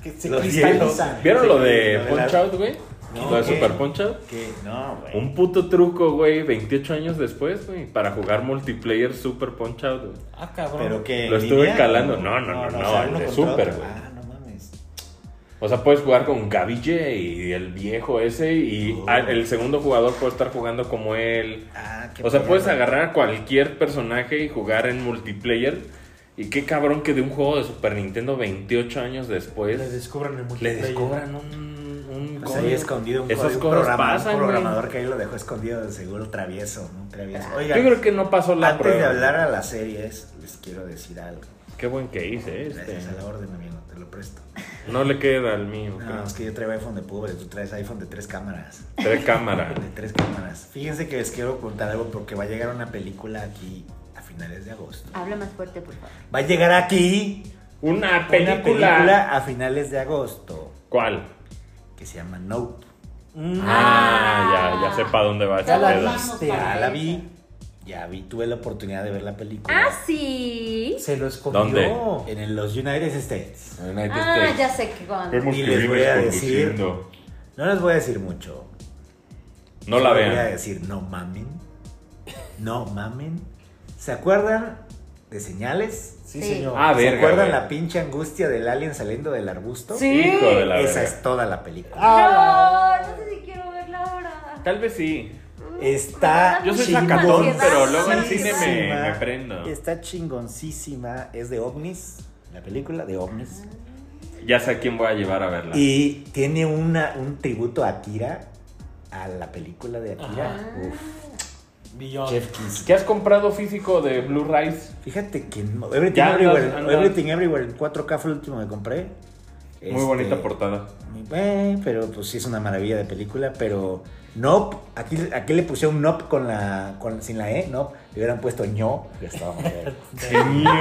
[SPEAKER 1] Que se
[SPEAKER 2] Los
[SPEAKER 1] cristalizan.
[SPEAKER 2] Ah,
[SPEAKER 4] ¿Vieron
[SPEAKER 2] Sí,
[SPEAKER 4] lo de
[SPEAKER 2] lo de
[SPEAKER 4] Punch
[SPEAKER 2] la-
[SPEAKER 4] Out, güey?
[SPEAKER 2] No,
[SPEAKER 4] lo de
[SPEAKER 2] ¿qué?
[SPEAKER 4] Super Punch Out.
[SPEAKER 2] que no, güey.
[SPEAKER 4] Un puto truco, güey, 28 años después, güey, para jugar multiplayer Super Punch Out, güey.
[SPEAKER 1] Ah, cabrón.
[SPEAKER 2] Pero que.
[SPEAKER 4] Lo
[SPEAKER 2] en
[SPEAKER 4] estuve
[SPEAKER 2] línea,
[SPEAKER 4] calando. No, no, no, no,
[SPEAKER 2] o sea,
[SPEAKER 4] el
[SPEAKER 2] uno
[SPEAKER 4] de
[SPEAKER 2] contra
[SPEAKER 4] Super,
[SPEAKER 2] otro.
[SPEAKER 4] güey.
[SPEAKER 2] Ah, no mames.
[SPEAKER 4] O sea, puedes jugar con Gaville y el viejo ese y
[SPEAKER 2] Oh.
[SPEAKER 4] ah, el segundo jugador puede estar jugando como él.
[SPEAKER 2] Ah, qué
[SPEAKER 4] O sea,
[SPEAKER 2] pedo,
[SPEAKER 4] puedes
[SPEAKER 2] güey.
[SPEAKER 4] agarrar a cualquier personaje y jugar en multiplayer. Y qué cabrón que de un juego de Super Nintendo 28 años después
[SPEAKER 1] le descubran el
[SPEAKER 4] le
[SPEAKER 1] multiplayer.
[SPEAKER 4] descubran un, un
[SPEAKER 2] Pues ahí escondido un,
[SPEAKER 4] Esas
[SPEAKER 2] código, un
[SPEAKER 4] cosas
[SPEAKER 2] programa- un
[SPEAKER 4] pasan, güey.
[SPEAKER 2] programador que ahí lo dejó escondido de seguro travieso, ¿no? Travieso. Oigan,
[SPEAKER 4] Yo creo que no pasó la
[SPEAKER 2] antes
[SPEAKER 4] prueba.
[SPEAKER 2] de hablar a las series, les quiero decir algo.
[SPEAKER 4] Qué buen que hice este.
[SPEAKER 2] Gracias a la orden, amigo, te lo presto.
[SPEAKER 4] No le queda al mío. creo.
[SPEAKER 2] No, es que yo traigo iPhone de pobre, tú traes iPhone de tres cámaras. *laughs*
[SPEAKER 4] Tres cámaras.
[SPEAKER 2] De tres cámaras. Fíjense que les quiero contar algo porque va a llegar una película aquí a finales de agosto.
[SPEAKER 3] Habla más fuerte, por favor.
[SPEAKER 2] Va a llegar aquí
[SPEAKER 4] Una
[SPEAKER 2] una
[SPEAKER 4] película.
[SPEAKER 2] película a finales de agosto
[SPEAKER 4] ¿Cuál?
[SPEAKER 2] que se llama Nope.
[SPEAKER 1] Mm.
[SPEAKER 4] Ah, ya, ya sé para dónde va
[SPEAKER 1] Ya
[SPEAKER 4] esa
[SPEAKER 1] la
[SPEAKER 4] peda.
[SPEAKER 1] viste.
[SPEAKER 2] Este, Ya la vi, ya vi, tuve la oportunidad de ver la película.
[SPEAKER 3] Ah, sí.
[SPEAKER 1] Se lo escondió.
[SPEAKER 4] ¿Dónde?
[SPEAKER 2] En el- los United States.
[SPEAKER 4] United
[SPEAKER 3] Ah,
[SPEAKER 4] States.
[SPEAKER 3] ya sé que cuando.
[SPEAKER 4] Vemos
[SPEAKER 2] Y
[SPEAKER 4] que
[SPEAKER 2] les
[SPEAKER 4] vives
[SPEAKER 2] voy a decir-
[SPEAKER 4] conduciendo.
[SPEAKER 2] No les voy a decir mucho.
[SPEAKER 4] No la
[SPEAKER 2] Solo Voy a
[SPEAKER 4] vean.
[SPEAKER 2] decir, no mamen. No mamen. ¿Se acuerdan de señales.
[SPEAKER 1] Sí,
[SPEAKER 3] Sí.
[SPEAKER 1] señor.
[SPEAKER 4] Ah,
[SPEAKER 2] ¿Se
[SPEAKER 4] verga,
[SPEAKER 2] acuerdan
[SPEAKER 4] güey.
[SPEAKER 2] la pinche angustia del alien saliendo del arbusto?
[SPEAKER 3] Sí.
[SPEAKER 4] Hijo de la
[SPEAKER 2] Esa
[SPEAKER 4] verga.
[SPEAKER 2] es toda la película.
[SPEAKER 3] No, no sé si quiero verla ahora.
[SPEAKER 4] Tal vez sí. Eh,
[SPEAKER 2] Está
[SPEAKER 4] Yo soy
[SPEAKER 3] Muchísima
[SPEAKER 4] sacatón,
[SPEAKER 3] ansiedad.
[SPEAKER 4] pero luego en
[SPEAKER 3] Sí,
[SPEAKER 4] cine
[SPEAKER 3] sí.
[SPEAKER 4] me, me prendo.
[SPEAKER 2] Está chingoncísima. Es de ovnis. La película de ovnis.
[SPEAKER 4] Ya sé a quién voy a llevar a verla.
[SPEAKER 2] Y tiene una, un tributo a Akira. A la película de Akira.
[SPEAKER 1] Ajá.
[SPEAKER 2] Uf,
[SPEAKER 4] Ah.
[SPEAKER 1] Beyond.
[SPEAKER 2] Chef Kiss.
[SPEAKER 4] ¿Qué has comprado físico de Blu-rays?
[SPEAKER 2] Fíjate que no- Everything,
[SPEAKER 4] Ya andas,
[SPEAKER 2] Everywhere,
[SPEAKER 4] andas.
[SPEAKER 2] Everything Everywhere en 4K fue el último que compré.
[SPEAKER 4] Muy
[SPEAKER 2] Este
[SPEAKER 4] bonita
[SPEAKER 2] portada
[SPEAKER 4] portada.
[SPEAKER 2] Eh, pero pues sí es una maravilla de película, pero Nope, aquí, aquí le pusieron Nope con la, con, sin la E, Nope, le hubieran puesto ño, ya estaba mejor.
[SPEAKER 4] Ño,
[SPEAKER 2] *laughs*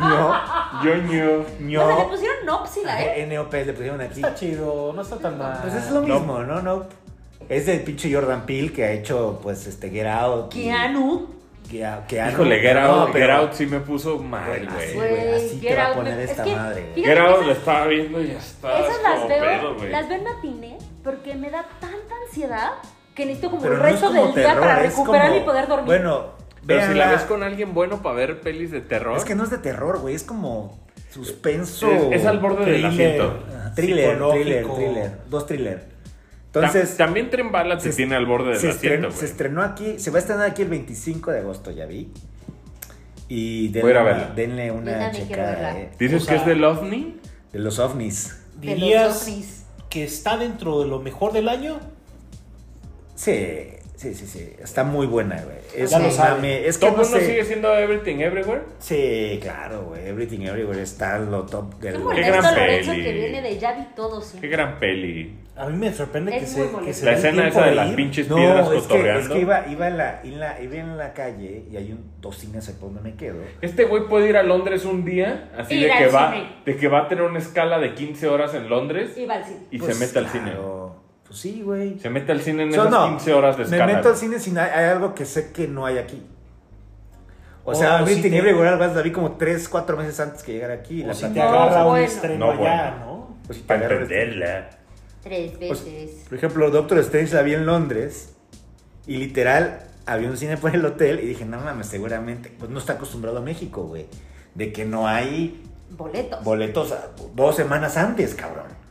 [SPEAKER 2] ño,
[SPEAKER 4] yo ño.
[SPEAKER 3] O sea, le
[SPEAKER 2] ño,
[SPEAKER 3] pusieron Nopsila, ¿eh?
[SPEAKER 2] NOP le pusieron aquí.
[SPEAKER 1] Está chido, no está tan mal.
[SPEAKER 2] Pues es lo
[SPEAKER 4] Nope.
[SPEAKER 2] mismo, ¿no? Nope. Es del pinche Jordan Peele que ha hecho, pues, este, Get Out. y-
[SPEAKER 3] Keanu.
[SPEAKER 2] Get, Get Out.
[SPEAKER 4] Híjole, Get Out,
[SPEAKER 2] No, pero-
[SPEAKER 4] Get Out sí me puso mal,
[SPEAKER 2] Así,
[SPEAKER 4] Pues, güey.
[SPEAKER 2] güey, así te va a
[SPEAKER 3] Get Out,
[SPEAKER 2] poner
[SPEAKER 3] me-
[SPEAKER 2] esta
[SPEAKER 3] es que-
[SPEAKER 2] madre, güey.
[SPEAKER 3] fíjate
[SPEAKER 4] Get Out
[SPEAKER 3] que
[SPEAKER 4] la estaba viendo y ya está.
[SPEAKER 3] Esas las
[SPEAKER 4] como
[SPEAKER 3] veo,
[SPEAKER 4] pedo, güey.
[SPEAKER 3] las veo en matiné porque me da tanta ansiedad que necesito como
[SPEAKER 2] Pero
[SPEAKER 3] el
[SPEAKER 2] no es
[SPEAKER 3] resto
[SPEAKER 2] como
[SPEAKER 3] del día
[SPEAKER 2] terror,
[SPEAKER 3] para
[SPEAKER 2] es
[SPEAKER 3] recuperar
[SPEAKER 2] como-
[SPEAKER 3] y poder dormir.
[SPEAKER 2] Bueno,
[SPEAKER 4] Pero si la
[SPEAKER 2] véanla.
[SPEAKER 4] ves con alguien bueno para ver pelis de terror,
[SPEAKER 2] Es que no es de terror, güey, es como suspenso.
[SPEAKER 4] Es- es al borde del asiento.
[SPEAKER 2] Ajá, Thriller, thriller,
[SPEAKER 1] Psicológico.
[SPEAKER 2] thriller. Dos thriller.
[SPEAKER 4] ta-
[SPEAKER 2] Entonces,
[SPEAKER 4] también Tren Bala te
[SPEAKER 2] se-
[SPEAKER 4] tiene al borde del
[SPEAKER 2] se,
[SPEAKER 4] asiento,
[SPEAKER 2] estrenó, se
[SPEAKER 4] güey.
[SPEAKER 2] estrenó aquí, se va a estrenar aquí el 25 de agosto, ya vi. Y denle,
[SPEAKER 4] Voy a ir a
[SPEAKER 2] una-
[SPEAKER 4] verla.
[SPEAKER 2] denle
[SPEAKER 3] Yo
[SPEAKER 2] una
[SPEAKER 3] también quiero
[SPEAKER 2] checada
[SPEAKER 3] verla.
[SPEAKER 2] eh,
[SPEAKER 4] ¿Dices
[SPEAKER 1] O sea-
[SPEAKER 4] que es del OVNI?
[SPEAKER 2] de los ovnis.
[SPEAKER 3] de los
[SPEAKER 1] ¿Dirías
[SPEAKER 3] ovnis.
[SPEAKER 1] que está dentro de lo mejor del año?
[SPEAKER 2] Sí, sí, sí, sí. Está muy buena, güey. Es,
[SPEAKER 1] Ya lo
[SPEAKER 2] un
[SPEAKER 1] sabe.
[SPEAKER 2] mame, es que
[SPEAKER 4] ¿Top
[SPEAKER 2] no
[SPEAKER 4] 1
[SPEAKER 2] sé.
[SPEAKER 4] sigue siendo Everything Everywhere?
[SPEAKER 2] Sí, claro, güey. Everything Everywhere está en lo top del
[SPEAKER 3] Qué
[SPEAKER 4] Qué
[SPEAKER 3] molesto
[SPEAKER 4] gran
[SPEAKER 3] Lorenzo
[SPEAKER 4] peli.
[SPEAKER 3] que viene de ya vi todo
[SPEAKER 4] Qué
[SPEAKER 3] siempre.
[SPEAKER 4] gran peli.
[SPEAKER 1] A mí me sorprende
[SPEAKER 3] Es
[SPEAKER 1] que
[SPEAKER 3] muy
[SPEAKER 1] se,
[SPEAKER 3] molesto.
[SPEAKER 1] que se
[SPEAKER 4] La
[SPEAKER 1] dé el
[SPEAKER 4] escena
[SPEAKER 1] tiempo
[SPEAKER 4] esa de
[SPEAKER 1] de
[SPEAKER 4] las
[SPEAKER 1] ir.
[SPEAKER 4] pinches
[SPEAKER 2] No,
[SPEAKER 4] piedras
[SPEAKER 2] es que, es
[SPEAKER 4] cotorreando.
[SPEAKER 2] que iba, iba, en la, en la, iba en la calle y hay un, dos cines ahí por donde me quedo.
[SPEAKER 4] Este güey puede ir a Londres un día, así
[SPEAKER 3] Ir
[SPEAKER 4] de
[SPEAKER 3] al
[SPEAKER 4] que, va,
[SPEAKER 3] cine.
[SPEAKER 4] de que va a tener una escala de 15 horas en Londres
[SPEAKER 3] Y va al cine.
[SPEAKER 4] y
[SPEAKER 2] Pues,
[SPEAKER 4] se mete al cine.
[SPEAKER 2] claro. Pues sí, güey.
[SPEAKER 4] Se mete al cine en
[SPEAKER 2] O sea,
[SPEAKER 4] esas
[SPEAKER 2] no,
[SPEAKER 4] 15 horas de escala.
[SPEAKER 2] Me meto
[SPEAKER 4] güey.
[SPEAKER 2] al cine sin hay, hay algo que sé que no hay aquí. O
[SPEAKER 1] O
[SPEAKER 2] sea,
[SPEAKER 1] si
[SPEAKER 2] Everything
[SPEAKER 1] Oh, te-
[SPEAKER 2] Everywhere Alvas la vi como 3, 4 meses antes que llegara aquí. y
[SPEAKER 1] O
[SPEAKER 2] la
[SPEAKER 1] si te
[SPEAKER 2] platicaba.
[SPEAKER 1] agarra un
[SPEAKER 3] bueno.
[SPEAKER 1] estreno
[SPEAKER 4] No,
[SPEAKER 1] allá,
[SPEAKER 4] bueno.
[SPEAKER 1] ¿no?
[SPEAKER 2] O si te
[SPEAKER 4] Para
[SPEAKER 2] agarra un
[SPEAKER 4] entenderla.
[SPEAKER 3] Tres
[SPEAKER 2] O sea,
[SPEAKER 3] veces.
[SPEAKER 2] Por ejemplo, Doctor Strange la vi en Londres y literal había un cine por el hotel y dije, no mames, seguramente, pues no está acostumbrado a México, güey. De que no hay
[SPEAKER 3] Boletos.
[SPEAKER 2] boletos a- dos semanas antes, cabrón.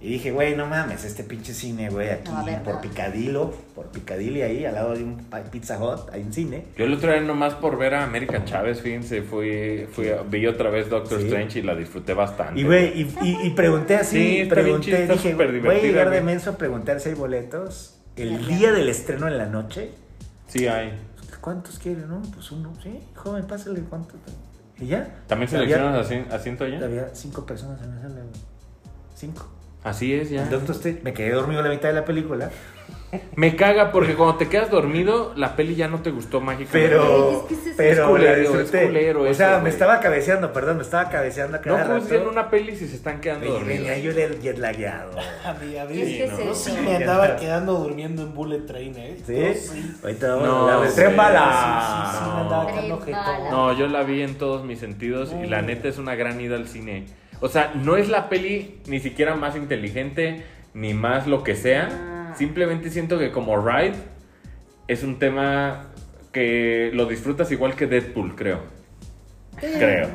[SPEAKER 2] Y dije, güey, no mames, este pinche cine, güey, aquí
[SPEAKER 3] No va a haber
[SPEAKER 2] por
[SPEAKER 3] nada.
[SPEAKER 2] Picadillo, por Picadillo ahí, al lado de un pa- Pizza Hut, hay un cine.
[SPEAKER 4] Yo el otro día nomás por ver a América Chávez, fíjense, fui, fui a- vi otra vez Doctor
[SPEAKER 2] Sí.
[SPEAKER 4] Strange y la disfruté bastante.
[SPEAKER 2] Y, güey, y, y- y pregunté
[SPEAKER 4] Sí,
[SPEAKER 2] así,
[SPEAKER 4] está bien chido,
[SPEAKER 2] pregunté,
[SPEAKER 4] está
[SPEAKER 2] dije,
[SPEAKER 4] súper
[SPEAKER 2] voy a llegar
[SPEAKER 4] divertida,
[SPEAKER 2] de
[SPEAKER 4] güey.
[SPEAKER 2] menso a preguntar si hay boletos el
[SPEAKER 3] Ya, ya.
[SPEAKER 2] día del estreno en la noche.
[SPEAKER 4] Sí, hay.
[SPEAKER 2] ¿Cuántos quieren? No, pues uno, sí, joven, pásale cuántos. ¿Y ya?
[SPEAKER 4] ¿También
[SPEAKER 2] había,
[SPEAKER 4] seleccionas así- asiento allá?
[SPEAKER 2] había cinco personas en la sala, güey. Cinco.
[SPEAKER 4] Así es, ya.
[SPEAKER 2] El Doctor Strange, me quedé dormido a la mitad de la película.
[SPEAKER 4] Me caga porque cuando te quedas dormido, la peli ya no te gustó mágicamente.
[SPEAKER 2] Pero,
[SPEAKER 3] Es que ese es-
[SPEAKER 2] pero
[SPEAKER 4] Es culero,
[SPEAKER 2] la disfruté.
[SPEAKER 4] es culero
[SPEAKER 2] o sea,
[SPEAKER 4] eso,
[SPEAKER 2] me
[SPEAKER 4] güey.
[SPEAKER 2] estaba cabeceando, perdón, me estaba cabeceando a cada
[SPEAKER 4] No juzguen
[SPEAKER 2] rato.
[SPEAKER 4] una peli si se están quedando
[SPEAKER 2] Oye,
[SPEAKER 4] dormidos.
[SPEAKER 2] venía yo del jet lagueado.
[SPEAKER 1] A mí, a mí,
[SPEAKER 3] Es que
[SPEAKER 1] no.
[SPEAKER 3] es
[SPEAKER 1] yo
[SPEAKER 3] eso.
[SPEAKER 1] sí me andaba quedando durmiendo en Bullet Train, ¿eh?
[SPEAKER 2] ¿Sí?
[SPEAKER 1] Yo sí.
[SPEAKER 2] Ahorita vamos
[SPEAKER 4] No,
[SPEAKER 2] a hablar de
[SPEAKER 4] güey.
[SPEAKER 2] tren
[SPEAKER 1] Sí, sí, sí, me
[SPEAKER 2] bala.
[SPEAKER 1] andaba quedando
[SPEAKER 3] Tren
[SPEAKER 1] jetón.
[SPEAKER 3] bala.
[SPEAKER 4] No, yo la vi en todos mis sentidos y
[SPEAKER 3] Mm.
[SPEAKER 4] la neta es una gran ida al cine. O sea, no es la peli ni siquiera más inteligente ni más lo que sea.
[SPEAKER 3] Ah.
[SPEAKER 4] Simplemente siento que como Ride es un tema que lo disfrutas igual que Deadpool, creo.
[SPEAKER 3] Eh.
[SPEAKER 4] Creo.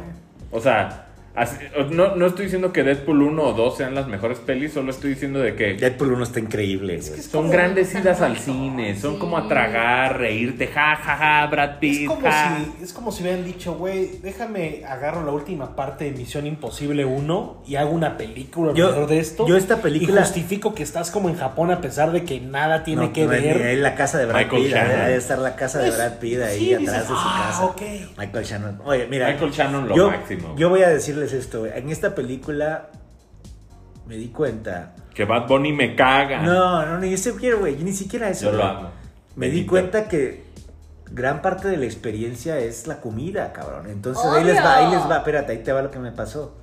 [SPEAKER 4] O sea, así- no, no estoy diciendo que Deadpool 1 o 2 sean las mejores pelis, solo estoy diciendo de que...
[SPEAKER 2] Deadpool 1 está increíble. güey.
[SPEAKER 4] Son
[SPEAKER 3] como-
[SPEAKER 4] grandes idas al cine, son como a
[SPEAKER 3] Sí.
[SPEAKER 4] tragar, reírte, ja, ja, ja, Brad
[SPEAKER 1] Es
[SPEAKER 4] Pitt,
[SPEAKER 1] como,
[SPEAKER 4] ja.
[SPEAKER 1] si, es como si hubieran dicho, güey, déjame agarro la última parte de Misión Imposible 1 y hago una película
[SPEAKER 2] Yo-
[SPEAKER 1] alrededor de esto.
[SPEAKER 2] yo esta película-
[SPEAKER 1] Y justifico que estás como en Japón a pesar de que nada tiene
[SPEAKER 2] No,
[SPEAKER 1] que
[SPEAKER 2] no,
[SPEAKER 1] ver.
[SPEAKER 2] ni ahí la casa de Brad
[SPEAKER 4] Michael
[SPEAKER 2] Pitt.
[SPEAKER 4] Shannon.
[SPEAKER 2] Debe estar la casa de
[SPEAKER 1] Pues,
[SPEAKER 2] Brad Pitt ahí
[SPEAKER 1] sí,
[SPEAKER 2] atrás
[SPEAKER 1] dices,
[SPEAKER 2] de su
[SPEAKER 1] "Ah,
[SPEAKER 2] casa.
[SPEAKER 1] ok".
[SPEAKER 2] Michael Shannon. Oye, mira.
[SPEAKER 4] Michael Shannon lo
[SPEAKER 2] yo,
[SPEAKER 4] máximo.
[SPEAKER 2] Yo voy a decirles esto, güey. En esta película me di cuenta.
[SPEAKER 4] Que Bad Bunny me caga.
[SPEAKER 2] No, no, ni siquiera, güey. Ni siquiera eso.
[SPEAKER 4] Yo lo
[SPEAKER 2] güey.
[SPEAKER 4] amo.
[SPEAKER 2] Me di
[SPEAKER 4] Bendito.
[SPEAKER 2] cuenta que gran parte de la experiencia es la comida, cabrón. Entonces ahí
[SPEAKER 3] Obvio.
[SPEAKER 2] les va, ahí les va. Espérate, ahí te va lo que me pasó.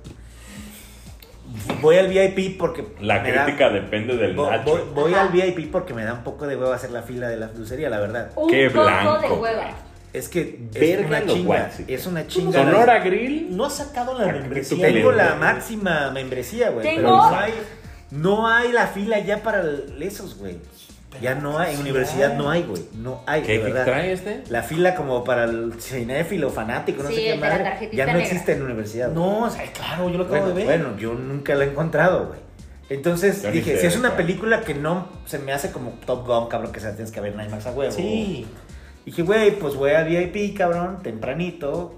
[SPEAKER 2] Voy al VIP porque.
[SPEAKER 4] La
[SPEAKER 2] me da-
[SPEAKER 4] crítica depende del
[SPEAKER 2] Vo-
[SPEAKER 4] Nacho.
[SPEAKER 2] voy, voy al
[SPEAKER 3] Ajá.
[SPEAKER 2] VIP porque me da un poco de huevo hacer la fila de la dulcería, la verdad.
[SPEAKER 3] Un
[SPEAKER 4] Qué
[SPEAKER 3] poco de
[SPEAKER 4] blanco,
[SPEAKER 3] hueva.
[SPEAKER 2] Es que es
[SPEAKER 4] Verga
[SPEAKER 2] una
[SPEAKER 4] los
[SPEAKER 2] chinga.
[SPEAKER 4] guaxis.
[SPEAKER 2] Es una chinga.
[SPEAKER 4] Sonora Grill.
[SPEAKER 1] No has sacado la membresía.
[SPEAKER 4] pelea.
[SPEAKER 2] Tengo la máxima membresía, güey. Pero
[SPEAKER 3] Tengo-
[SPEAKER 2] no hay, no hay la fila ya para el- esos, güey. Ya no hay, en universidad no hay, güey. No hay,
[SPEAKER 4] ¿Qué,
[SPEAKER 2] de
[SPEAKER 4] qué
[SPEAKER 2] verdad.
[SPEAKER 4] trae este?
[SPEAKER 2] La fila como para el cinéfilo, fanático, no
[SPEAKER 3] Sí,
[SPEAKER 2] sé qué
[SPEAKER 3] el de la
[SPEAKER 2] madre.
[SPEAKER 3] tarjetita
[SPEAKER 2] Ya no
[SPEAKER 3] negra.
[SPEAKER 2] existe en la universidad. güey.
[SPEAKER 1] No, o sea, claro, yo lo acabo
[SPEAKER 2] Bueno,
[SPEAKER 1] de ver.
[SPEAKER 2] bueno, yo nunca la he encontrado, güey. Entonces
[SPEAKER 4] Yo ni
[SPEAKER 2] dije,
[SPEAKER 4] sé,
[SPEAKER 2] si es una
[SPEAKER 4] güey.
[SPEAKER 2] película que no se me hace como Top Gun, cabrón, que se la tienes que ver en IMAX a huevo.
[SPEAKER 1] sí.
[SPEAKER 2] Dije, güey, pues voy al VIP, cabrón, tempranito.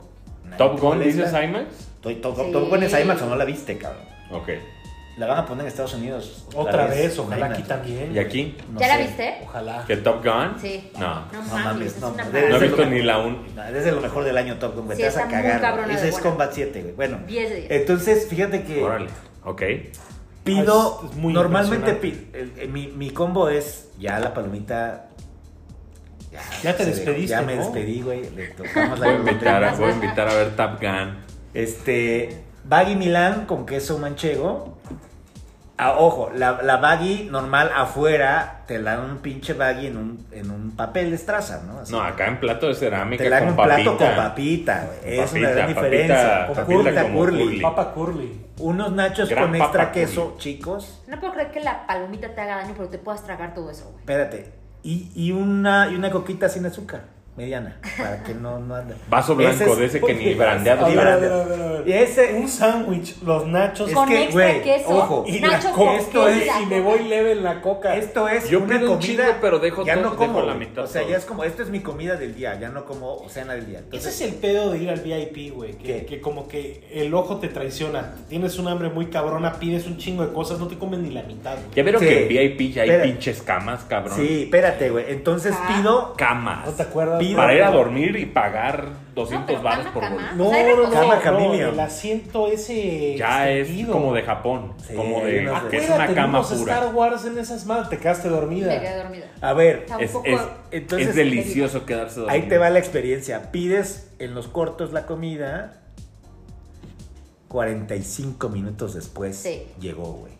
[SPEAKER 2] Nadie
[SPEAKER 4] ¿Top
[SPEAKER 2] te
[SPEAKER 4] Gun
[SPEAKER 2] molesta.
[SPEAKER 4] dices IMAX?
[SPEAKER 2] Estoy- Top,
[SPEAKER 3] Sí.
[SPEAKER 2] Top Gun es IMAX o no la viste, cabrón.
[SPEAKER 4] Ok.
[SPEAKER 2] La van a poner en Estados Unidos.
[SPEAKER 1] Otra vez,
[SPEAKER 2] en
[SPEAKER 1] ojalá
[SPEAKER 2] IMAX.
[SPEAKER 1] aquí también.
[SPEAKER 4] ¿Y aquí?
[SPEAKER 2] No
[SPEAKER 3] ¿Ya la
[SPEAKER 2] sé.
[SPEAKER 3] viste?
[SPEAKER 1] Ojalá.
[SPEAKER 4] ¿Que Top Gun?
[SPEAKER 3] Sí.
[SPEAKER 4] No.
[SPEAKER 3] No,
[SPEAKER 2] No
[SPEAKER 3] mames,
[SPEAKER 2] mames,
[SPEAKER 3] es
[SPEAKER 2] no,
[SPEAKER 3] una
[SPEAKER 2] no,
[SPEAKER 3] maravilla.
[SPEAKER 4] No he
[SPEAKER 2] Desde
[SPEAKER 4] visto
[SPEAKER 2] luego.
[SPEAKER 4] ni la un...
[SPEAKER 2] No, es de lo mejor del año Top Gun, güey.
[SPEAKER 3] Sí,
[SPEAKER 2] te vas a
[SPEAKER 3] está muy
[SPEAKER 2] cagar.
[SPEAKER 3] cabrona
[SPEAKER 2] güey.
[SPEAKER 3] de
[SPEAKER 2] Ese es
[SPEAKER 3] buena.
[SPEAKER 2] Combat 7, güey. Bueno,
[SPEAKER 3] 10 de 10.
[SPEAKER 2] entonces fíjate que
[SPEAKER 4] Órale. Ok.
[SPEAKER 2] pido.
[SPEAKER 1] Es- es muy
[SPEAKER 2] normalmente pi- el- el- mi, mi combo es ya la palomita. Ya,
[SPEAKER 1] Ya te
[SPEAKER 2] se
[SPEAKER 1] despediste,
[SPEAKER 2] Ya me
[SPEAKER 1] ¿no?
[SPEAKER 2] despedí, güey. Le tocamos la
[SPEAKER 4] Voy a invitar a,
[SPEAKER 2] palomita.
[SPEAKER 4] voy a invitar a ver Top Gun.
[SPEAKER 2] Este. Baggy Milán con queso manchego. Ah, ojo, la, la baggy normal afuera te la dan un pinche baggy en un, en un papel de estraza, ¿no? Así.
[SPEAKER 4] No, acá en plato de cerámica
[SPEAKER 2] Te la dan
[SPEAKER 4] con
[SPEAKER 2] un
[SPEAKER 4] papita.
[SPEAKER 2] plato con papita, güey. Es una
[SPEAKER 4] Papita,
[SPEAKER 2] gran
[SPEAKER 4] papita,
[SPEAKER 2] diferencia.
[SPEAKER 4] papita
[SPEAKER 2] Oculta,
[SPEAKER 4] como
[SPEAKER 2] curly.
[SPEAKER 4] curly.
[SPEAKER 1] Papa Curly.
[SPEAKER 2] Unos nachos
[SPEAKER 4] Gran
[SPEAKER 2] con extra
[SPEAKER 4] papa
[SPEAKER 2] queso,
[SPEAKER 4] curly.
[SPEAKER 2] chicos.
[SPEAKER 3] No puedo creer que la palomita te haga daño, pero te puedas tragar todo eso, güey.
[SPEAKER 2] Espérate. Y, y una, y una coquita sin azúcar, mediana, para que no, no ande.
[SPEAKER 4] Vaso blanco
[SPEAKER 2] Ese es-
[SPEAKER 4] de ese que ni
[SPEAKER 1] Oye,
[SPEAKER 4] brandeado.
[SPEAKER 1] a ver,
[SPEAKER 4] lleva.
[SPEAKER 1] a ver, a ver, a ver.
[SPEAKER 2] Y ese-
[SPEAKER 1] Un sándwich, los nachos.
[SPEAKER 2] Es
[SPEAKER 3] Con
[SPEAKER 2] que,
[SPEAKER 3] extra
[SPEAKER 2] güey,
[SPEAKER 3] queso,
[SPEAKER 2] ojo.
[SPEAKER 1] y
[SPEAKER 3] nacho
[SPEAKER 1] la
[SPEAKER 3] con
[SPEAKER 1] coca.
[SPEAKER 2] esto
[SPEAKER 3] queso y
[SPEAKER 2] es-
[SPEAKER 3] la
[SPEAKER 1] y me
[SPEAKER 3] coca.
[SPEAKER 1] voy leve en la coca.
[SPEAKER 2] Esto es
[SPEAKER 4] Yo
[SPEAKER 2] una
[SPEAKER 4] pido un
[SPEAKER 2] comida,
[SPEAKER 4] chingo, pero dejo
[SPEAKER 2] ya
[SPEAKER 4] todo,
[SPEAKER 2] no como
[SPEAKER 4] dejo la
[SPEAKER 2] güey.
[SPEAKER 4] mitad
[SPEAKER 2] O sea,
[SPEAKER 4] todo.
[SPEAKER 2] ya es como esto es mi comida del día, ya no como cena del día.
[SPEAKER 1] Ese
[SPEAKER 2] Entonces,
[SPEAKER 1] es el pedo de ir al VIP, güey. Que,
[SPEAKER 2] ¿Qué?
[SPEAKER 1] que como que el ojo te traiciona. Tienes un hambre muy cabrona, pides un chingo de cosas, no te comes ni la mitad, güey.
[SPEAKER 4] Ya vieron
[SPEAKER 2] Sí.
[SPEAKER 4] que en VIP ya hay
[SPEAKER 2] Espera.
[SPEAKER 4] pinches camas, cabrón.
[SPEAKER 2] sí, espérate, güey. Entonces
[SPEAKER 3] Ah.
[SPEAKER 2] pido
[SPEAKER 4] Camas.
[SPEAKER 1] ¿No te acuerdas?
[SPEAKER 2] Pido-
[SPEAKER 4] Para ir a dormir y pagar
[SPEAKER 3] No,
[SPEAKER 4] 200
[SPEAKER 3] pero
[SPEAKER 4] baros
[SPEAKER 3] cama,
[SPEAKER 4] por
[SPEAKER 3] cama.
[SPEAKER 4] boleto.
[SPEAKER 1] No,
[SPEAKER 3] Ay,
[SPEAKER 1] no, no,
[SPEAKER 2] cama
[SPEAKER 1] no,
[SPEAKER 2] camilio.
[SPEAKER 1] el asiento ese
[SPEAKER 4] Ya es
[SPEAKER 1] extendido.
[SPEAKER 4] como de Japón.
[SPEAKER 2] Sí,
[SPEAKER 4] como
[SPEAKER 2] hay
[SPEAKER 4] de.
[SPEAKER 2] unas de-
[SPEAKER 4] que es una
[SPEAKER 1] Acuérdate,
[SPEAKER 4] cama
[SPEAKER 1] vimos
[SPEAKER 4] pura.
[SPEAKER 1] Star Wars en esas manos, te quedaste
[SPEAKER 3] Me quedé
[SPEAKER 1] dormida.
[SPEAKER 3] dormida.
[SPEAKER 2] A ver,
[SPEAKER 3] Está un
[SPEAKER 4] Es,
[SPEAKER 3] poco-
[SPEAKER 4] es-
[SPEAKER 2] Entonces,
[SPEAKER 4] es delicioso quedarse dormido.
[SPEAKER 2] Ahí te va la experiencia. Pides en los cortos la comida. 45 minutos después
[SPEAKER 3] Sí.
[SPEAKER 2] llegó, güey.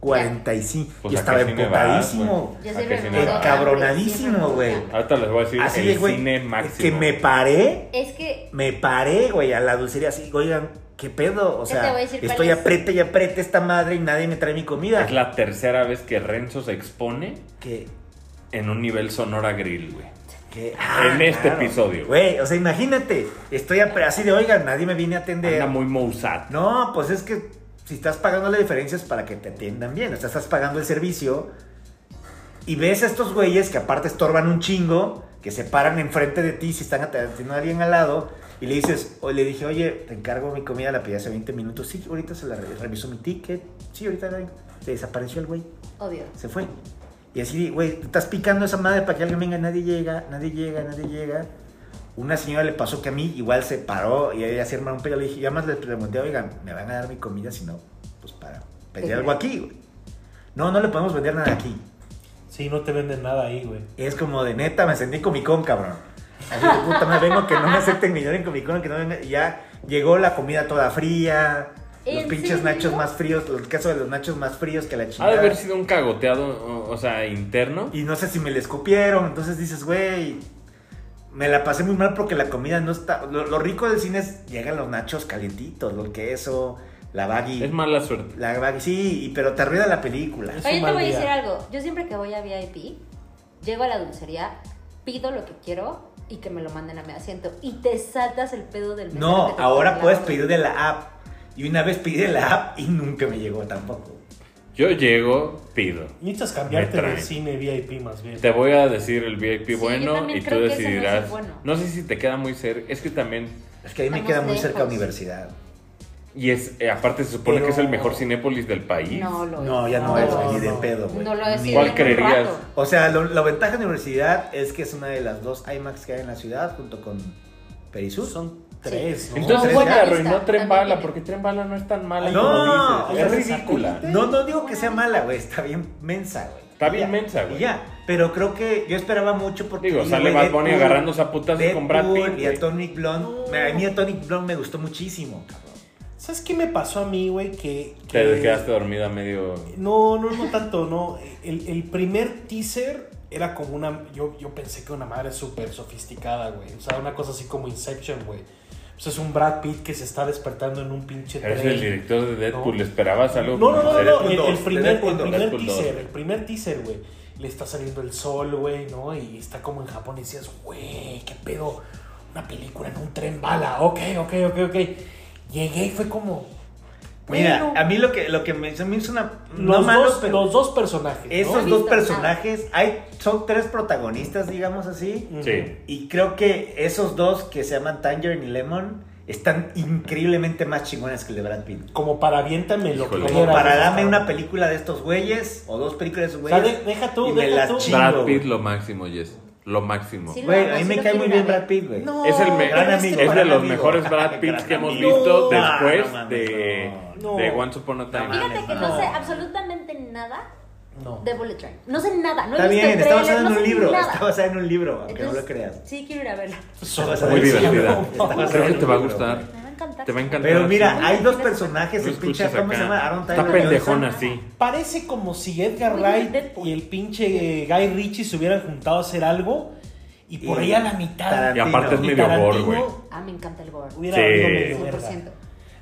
[SPEAKER 2] 45.
[SPEAKER 4] Pues
[SPEAKER 2] y
[SPEAKER 4] ¿a
[SPEAKER 2] estaba
[SPEAKER 4] qué cine vas,
[SPEAKER 2] emputadísimo.
[SPEAKER 4] güey?
[SPEAKER 3] Yo
[SPEAKER 4] ¿A
[SPEAKER 3] soy
[SPEAKER 4] qué cine
[SPEAKER 3] renovadora,
[SPEAKER 4] vas?
[SPEAKER 2] Encabronadísimo,
[SPEAKER 3] siempre me
[SPEAKER 2] güey.
[SPEAKER 3] gusta.
[SPEAKER 4] Ahorita les voy a decir
[SPEAKER 2] Así
[SPEAKER 4] el
[SPEAKER 2] de, güey.
[SPEAKER 4] cine
[SPEAKER 2] Es
[SPEAKER 4] máximo.
[SPEAKER 2] que me paré.
[SPEAKER 3] Es que
[SPEAKER 2] Me paré, güey, a la dulcería así. Oigan, ¿qué pedo? O
[SPEAKER 3] Ya te
[SPEAKER 2] sea,
[SPEAKER 3] voy a decir cuál
[SPEAKER 2] estoy
[SPEAKER 3] es.
[SPEAKER 2] aprieta y aprieta esta madre y nadie me trae mi comida.
[SPEAKER 4] Es la tercera vez que Renzo se expone
[SPEAKER 2] Que.
[SPEAKER 4] en un nivel Sonora Grill, güey.
[SPEAKER 2] que- ah,
[SPEAKER 4] En este episodio.
[SPEAKER 2] Güey, o sea, imagínate. Estoy apre- así de, oigan, nadie me viene a atender.
[SPEAKER 4] Anda muy mousat.
[SPEAKER 2] No, pues es que si estás pagando la diferencia es para que te atiendan bien. O sea, estás pagando el servicio y ves a estos güeyes que aparte estorban un chingo, que se paran enfrente de ti si están atendiendo a alguien al lado. Y le dices, o le dije, oye, te encargo mi comida, la pedí hace 20 minutos. Sí, ahorita se la re- revisó mi ticket. Sí, ahorita la- se desapareció el güey,
[SPEAKER 3] Obvio.
[SPEAKER 2] se fue. Y así, güey, te estás picando esa madre para que alguien venga, nadie llega, nadie llega, nadie llega. Una señora le pasó que a mí igual se paró y ella se armaron un pedo. Le dije, ya más le pregunté, oigan, ¿me van a dar mi comida? Si no, pues para pedir algo aquí, güey. No, no le podemos vender nada aquí.
[SPEAKER 1] Sí, no te venden nada ahí, güey.
[SPEAKER 2] Es como de neta, me sentí Comic Con, cabrón. Así de puta, me vengo que no me acepten mi dinero en Comic Con, que no venga. Y ya llegó la comida toda fría, los
[SPEAKER 3] ¿En
[SPEAKER 2] pinches
[SPEAKER 3] serio?
[SPEAKER 2] nachos más fríos, el caso de los nachos más fríos que la
[SPEAKER 4] Ha
[SPEAKER 2] chingada.
[SPEAKER 4] de haber sido un cagoteado, o- o sea, interno.
[SPEAKER 2] Y no sé si me le escupieron. Entonces dices, güey, me la pasé muy mal porque la comida no está. Lo, lo rico del cine es llegan los nachos calientitos, lo queso, la baggy.
[SPEAKER 4] Es mala suerte.
[SPEAKER 2] La baggy, sí, y- pero te arruina la película.
[SPEAKER 1] Es
[SPEAKER 3] Oye,
[SPEAKER 1] un
[SPEAKER 3] te
[SPEAKER 1] mal
[SPEAKER 3] voy a
[SPEAKER 1] día.
[SPEAKER 3] decir algo. Yo siempre que voy a VIP, llego a la dulcería, pido lo que quiero y que me lo manden a mi asiento. Y te saltas el pedo del mesero que
[SPEAKER 2] No,
[SPEAKER 3] te
[SPEAKER 2] ahora
[SPEAKER 3] pone
[SPEAKER 2] puedes
[SPEAKER 3] la-
[SPEAKER 2] pedir de la app. Y una vez pide la app y nunca me llegó tampoco.
[SPEAKER 4] Yo llego, pido.
[SPEAKER 1] Necesitas
[SPEAKER 4] Me
[SPEAKER 1] cambiarte
[SPEAKER 4] traen.
[SPEAKER 1] de cine VIP más bien.
[SPEAKER 4] Te voy a decir el VIP
[SPEAKER 3] Sí, yo
[SPEAKER 4] bueno
[SPEAKER 3] también
[SPEAKER 4] y tú
[SPEAKER 3] creo que ese no es el
[SPEAKER 4] decidirás.
[SPEAKER 3] bueno.
[SPEAKER 4] No sé si te queda muy cerca. Es que también.
[SPEAKER 2] Es que ahí me
[SPEAKER 3] Estamos
[SPEAKER 2] queda muy
[SPEAKER 3] lejos.
[SPEAKER 2] cerca universidad.
[SPEAKER 4] Y es, eh, aparte se supone
[SPEAKER 1] Pero-
[SPEAKER 4] que es el mejor Cinépolis del país.
[SPEAKER 3] No lo es.
[SPEAKER 2] No, ya no,
[SPEAKER 1] No,
[SPEAKER 2] es
[SPEAKER 1] no,
[SPEAKER 2] ni de
[SPEAKER 1] no.
[SPEAKER 2] pedo, güey.
[SPEAKER 3] No lo
[SPEAKER 2] Ni-
[SPEAKER 3] es. sí,
[SPEAKER 4] ¿Cuál
[SPEAKER 3] en un
[SPEAKER 4] creerías?
[SPEAKER 3] rato.
[SPEAKER 2] O sea, lo- la ventaja de universidad es que es una de las dos IMAX que hay en la ciudad junto con Perisur.
[SPEAKER 1] Son tres, ¿no?
[SPEAKER 4] Entonces
[SPEAKER 2] No,
[SPEAKER 4] fue que
[SPEAKER 2] buena
[SPEAKER 4] arruinó
[SPEAKER 3] lista,
[SPEAKER 4] Tren
[SPEAKER 3] también
[SPEAKER 4] Bala,
[SPEAKER 3] tiene.
[SPEAKER 4] porque Tren Bala no es tan mala
[SPEAKER 2] No,
[SPEAKER 4] como dices.
[SPEAKER 1] o sea,
[SPEAKER 4] Es
[SPEAKER 1] se
[SPEAKER 4] ridícula.
[SPEAKER 1] sacó-
[SPEAKER 2] No, no digo que sea mala, güey. Está bien mensa, güey.
[SPEAKER 4] Está
[SPEAKER 2] Y
[SPEAKER 4] bien
[SPEAKER 2] ya,
[SPEAKER 4] mensa, güey.
[SPEAKER 2] Y ya. Pero creo que yo esperaba mucho porque.
[SPEAKER 4] Digo, sale
[SPEAKER 2] güey,
[SPEAKER 4] Bad Bunny
[SPEAKER 2] Deadpool,
[SPEAKER 4] agarrándose a putazos con Brad
[SPEAKER 2] Deadpool
[SPEAKER 4] Pitt,
[SPEAKER 2] Y a
[SPEAKER 4] güey.
[SPEAKER 2] Tonic Blonde. me- A mí a Tonic Blonde me gustó muchísimo, cabrón.
[SPEAKER 1] ¿Sabes qué me pasó a mí, güey? Que,
[SPEAKER 4] Te
[SPEAKER 1] que-
[SPEAKER 4] quedaste dormida medio.
[SPEAKER 1] No, no, no tanto, no. El, el primer teaser era como una. Yo, yo pensé que una madre súper sofisticada, güey. O sea, una cosa así como Inception, güey. pues es un Brad Pitt que se está despertando en un pinche
[SPEAKER 4] Pero Es
[SPEAKER 1] tren.
[SPEAKER 4] el director de Deadpool,
[SPEAKER 1] No.
[SPEAKER 4] esperabas algo.
[SPEAKER 1] No, no,
[SPEAKER 4] como
[SPEAKER 1] no,
[SPEAKER 4] de
[SPEAKER 1] no,
[SPEAKER 4] Deadpool?
[SPEAKER 1] el, el
[SPEAKER 2] dos, de
[SPEAKER 1] primer,
[SPEAKER 2] Deadpool
[SPEAKER 1] el
[SPEAKER 2] dos,
[SPEAKER 1] primer
[SPEAKER 4] Deadpool
[SPEAKER 1] teaser,
[SPEAKER 4] dos.
[SPEAKER 1] el primer teaser, güey. Le está saliendo el sol, güey, ¿no? Y está como en Japón y decías, güey, qué pedo, una película en un tren bala, ok, ok, ok, ok. Llegué y fue como,
[SPEAKER 2] Mira,
[SPEAKER 1] bueno,
[SPEAKER 2] a mí lo que, lo que me, se me hizo una.
[SPEAKER 1] los,
[SPEAKER 2] no malo,
[SPEAKER 1] dos,
[SPEAKER 2] pero
[SPEAKER 1] los dos personajes, ¿no?
[SPEAKER 2] esos
[SPEAKER 3] No he
[SPEAKER 2] dos
[SPEAKER 3] visto
[SPEAKER 2] personajes, hay, son tres protagonistas, digamos así.
[SPEAKER 1] Ujú.
[SPEAKER 4] Sí.
[SPEAKER 2] Y creo que esos dos que se llaman Tangerine y Lemon están increíblemente más chingones que el de Brad Pitt.
[SPEAKER 1] Como para aviéntame lo que
[SPEAKER 4] Híjole.
[SPEAKER 2] Como
[SPEAKER 1] quieras,
[SPEAKER 2] para
[SPEAKER 1] ¿no?
[SPEAKER 2] darme una película de estos güeyes o dos películas de esos
[SPEAKER 1] O sea,
[SPEAKER 2] güeyes.
[SPEAKER 1] de- deja tú,
[SPEAKER 2] y me
[SPEAKER 1] deja
[SPEAKER 2] las
[SPEAKER 1] tú.
[SPEAKER 2] chingo,
[SPEAKER 4] Brad
[SPEAKER 2] güey.
[SPEAKER 4] Pitt, lo máximo, Yes. Lo máximo.
[SPEAKER 3] Sí,
[SPEAKER 2] Güey,
[SPEAKER 3] No,
[SPEAKER 2] a mí
[SPEAKER 3] sí
[SPEAKER 2] me
[SPEAKER 3] lo
[SPEAKER 2] cae muy bien
[SPEAKER 3] quiero ir a ver.
[SPEAKER 2] Brad Pitt, güey.
[SPEAKER 1] No,
[SPEAKER 4] Es el me-
[SPEAKER 1] pero
[SPEAKER 2] gran
[SPEAKER 1] que
[SPEAKER 2] amigo,
[SPEAKER 4] Es de
[SPEAKER 2] gran
[SPEAKER 4] los
[SPEAKER 2] amigo.
[SPEAKER 4] mejores Brad Pitt
[SPEAKER 2] Gran
[SPEAKER 4] que hemos
[SPEAKER 2] amigo.
[SPEAKER 4] visto
[SPEAKER 1] No,
[SPEAKER 4] después
[SPEAKER 2] no mames,
[SPEAKER 4] de,
[SPEAKER 1] no.
[SPEAKER 4] de Once Upon a Time.
[SPEAKER 2] Ah, No mames.
[SPEAKER 3] Fíjate que no sé absolutamente nada
[SPEAKER 1] No.
[SPEAKER 3] de Bullet Train. No sé nada. No he
[SPEAKER 2] Está
[SPEAKER 3] visto
[SPEAKER 2] bien,
[SPEAKER 3] el
[SPEAKER 2] está
[SPEAKER 3] tráiler,
[SPEAKER 2] basada en
[SPEAKER 3] no sé
[SPEAKER 2] un libro.
[SPEAKER 3] nada.
[SPEAKER 2] Está basada en un libro, aunque no lo
[SPEAKER 3] Entonces,
[SPEAKER 2] creas.
[SPEAKER 3] Sí, quiero ir a verla.
[SPEAKER 4] Muy
[SPEAKER 2] Sí,
[SPEAKER 1] *laughs*
[SPEAKER 4] divertida.
[SPEAKER 2] no, no, no.
[SPEAKER 4] Creo que te va a gustar.
[SPEAKER 3] Me va a encantar.
[SPEAKER 4] Te va a encantar.
[SPEAKER 2] Pero
[SPEAKER 4] Sí.
[SPEAKER 2] mira, hay dos
[SPEAKER 4] No
[SPEAKER 2] personajes, el pinche,
[SPEAKER 4] escuchas
[SPEAKER 2] ¿cómo
[SPEAKER 4] acá.
[SPEAKER 2] se llama? Aaron Tyler
[SPEAKER 4] Está
[SPEAKER 2] Johnson.
[SPEAKER 4] pendejón así.
[SPEAKER 1] Parece como si Edgar
[SPEAKER 3] Oye,
[SPEAKER 1] Wright
[SPEAKER 3] Deadpool.
[SPEAKER 1] y el pinche eh, Guy Ritchie se hubieran juntado a hacer algo y por
[SPEAKER 2] Y
[SPEAKER 1] ahí a la mitad.
[SPEAKER 4] Y aparte es
[SPEAKER 1] y
[SPEAKER 4] medio gore,
[SPEAKER 1] Tarantino
[SPEAKER 4] güey.
[SPEAKER 3] Ah, me encanta el gore.
[SPEAKER 1] Hubiera
[SPEAKER 4] Sí.
[SPEAKER 1] valido medio verga.
[SPEAKER 3] 100%.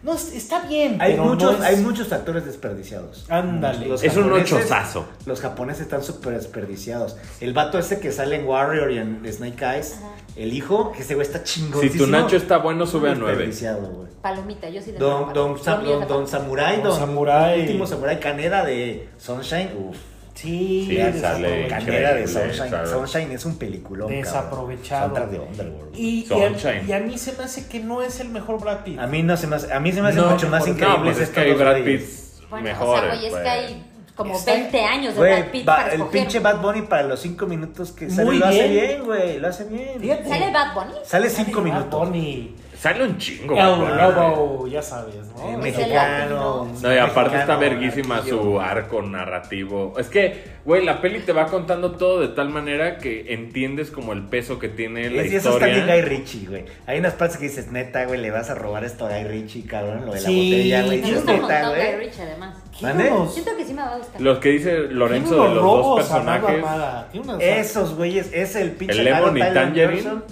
[SPEAKER 1] No, es- está bien,
[SPEAKER 2] Hay
[SPEAKER 1] pero no
[SPEAKER 2] muchos,
[SPEAKER 1] es-
[SPEAKER 2] hay muchos actores desperdiciados.
[SPEAKER 1] Ándale.
[SPEAKER 2] Los
[SPEAKER 4] Es un
[SPEAKER 2] japoneses-
[SPEAKER 4] ochozazo.
[SPEAKER 2] Los japoneses están súper desperdiciados. El vato ese que sale en Warrior y en Snake Eyes,
[SPEAKER 3] Ajá.
[SPEAKER 2] el hijo, que ese güey está chingón.
[SPEAKER 4] Si tu Nacho está bueno, sube a 9.
[SPEAKER 2] Desperdiciado, güey.
[SPEAKER 3] Palomita, yo sí de
[SPEAKER 2] Don, don, Sam- don, don Samurai,
[SPEAKER 1] Don
[SPEAKER 2] don,
[SPEAKER 1] Samurai.
[SPEAKER 2] Último Samurai, Caneda de Sunshine. Uf,
[SPEAKER 1] Sí,
[SPEAKER 4] Sí, sale
[SPEAKER 1] desaprovechado.
[SPEAKER 4] increíble.
[SPEAKER 2] Caneda de Sunshine.
[SPEAKER 4] ¿sabes?
[SPEAKER 2] Sunshine es un peliculón. cabrón.
[SPEAKER 1] Desaprovechado.
[SPEAKER 2] Soundtrack de Underworld. güey.
[SPEAKER 1] Y, y a,
[SPEAKER 4] Sunshine.
[SPEAKER 1] y a mí se me hace que no es el mejor Brad Pitt.
[SPEAKER 2] A mí, no se me hace, a mí se me hace mucho más
[SPEAKER 4] no,
[SPEAKER 2] increíble.
[SPEAKER 4] pues es que hay Brad Pitt pues.
[SPEAKER 3] O
[SPEAKER 4] mejores.
[SPEAKER 3] sea, güey, es
[SPEAKER 4] güey.
[SPEAKER 3] que hay como
[SPEAKER 1] Está-
[SPEAKER 3] 20 años de
[SPEAKER 2] Güey,
[SPEAKER 3] Brad Pitt
[SPEAKER 2] va-
[SPEAKER 3] para
[SPEAKER 2] el
[SPEAKER 3] escoger.
[SPEAKER 2] pinche Bad Bunny para los 5 minutos que
[SPEAKER 1] Muy
[SPEAKER 2] sale lo hace
[SPEAKER 1] bien.
[SPEAKER 2] bien, güey, lo hace bien.
[SPEAKER 1] Fíjate.
[SPEAKER 3] ¿Sale Bad Bunny?
[SPEAKER 2] Sale
[SPEAKER 1] Sale
[SPEAKER 2] 5
[SPEAKER 1] Bad
[SPEAKER 2] minutos.
[SPEAKER 1] Bunny.
[SPEAKER 4] Sale un chingo.
[SPEAKER 1] El
[SPEAKER 4] güey.
[SPEAKER 1] Lobo, ya sabes, ¿no?
[SPEAKER 2] Eh,
[SPEAKER 1] O sea,
[SPEAKER 2] mexicano.
[SPEAKER 4] No, y aparte está
[SPEAKER 2] mexicano,
[SPEAKER 4] verguísima
[SPEAKER 2] blanquillo.
[SPEAKER 4] su arco narrativo. Es que, güey, la peli te va contando todo de tal manera que entiendes como el peso que tiene la
[SPEAKER 2] Es- y eso está bien Guy
[SPEAKER 4] historia.
[SPEAKER 2] Ritchie, güey. Hay unas partes que dices, neta, güey, le vas a robar esto a Guy Ritchie, cabrón, lo de la
[SPEAKER 1] Sí.
[SPEAKER 2] botella, güey.
[SPEAKER 1] Me
[SPEAKER 3] Me
[SPEAKER 2] Dices,
[SPEAKER 3] gusta un
[SPEAKER 2] neta,
[SPEAKER 3] montón de
[SPEAKER 2] güey.
[SPEAKER 3] Rich, además.
[SPEAKER 1] tiene
[SPEAKER 2] ¿Mande?
[SPEAKER 1] unos-
[SPEAKER 3] Siento que sí me va a gustar.
[SPEAKER 4] Los que dice Lorenzo
[SPEAKER 1] tiene
[SPEAKER 4] de
[SPEAKER 1] unos
[SPEAKER 4] los dos
[SPEAKER 1] robos a mano
[SPEAKER 4] personajes.
[SPEAKER 1] armada, tiene unas-
[SPEAKER 2] Esos güeyes, es el pinche
[SPEAKER 4] El Lemon
[SPEAKER 2] Aaron
[SPEAKER 4] y
[SPEAKER 2] Tyler
[SPEAKER 4] Tangerine.
[SPEAKER 2] Johnson,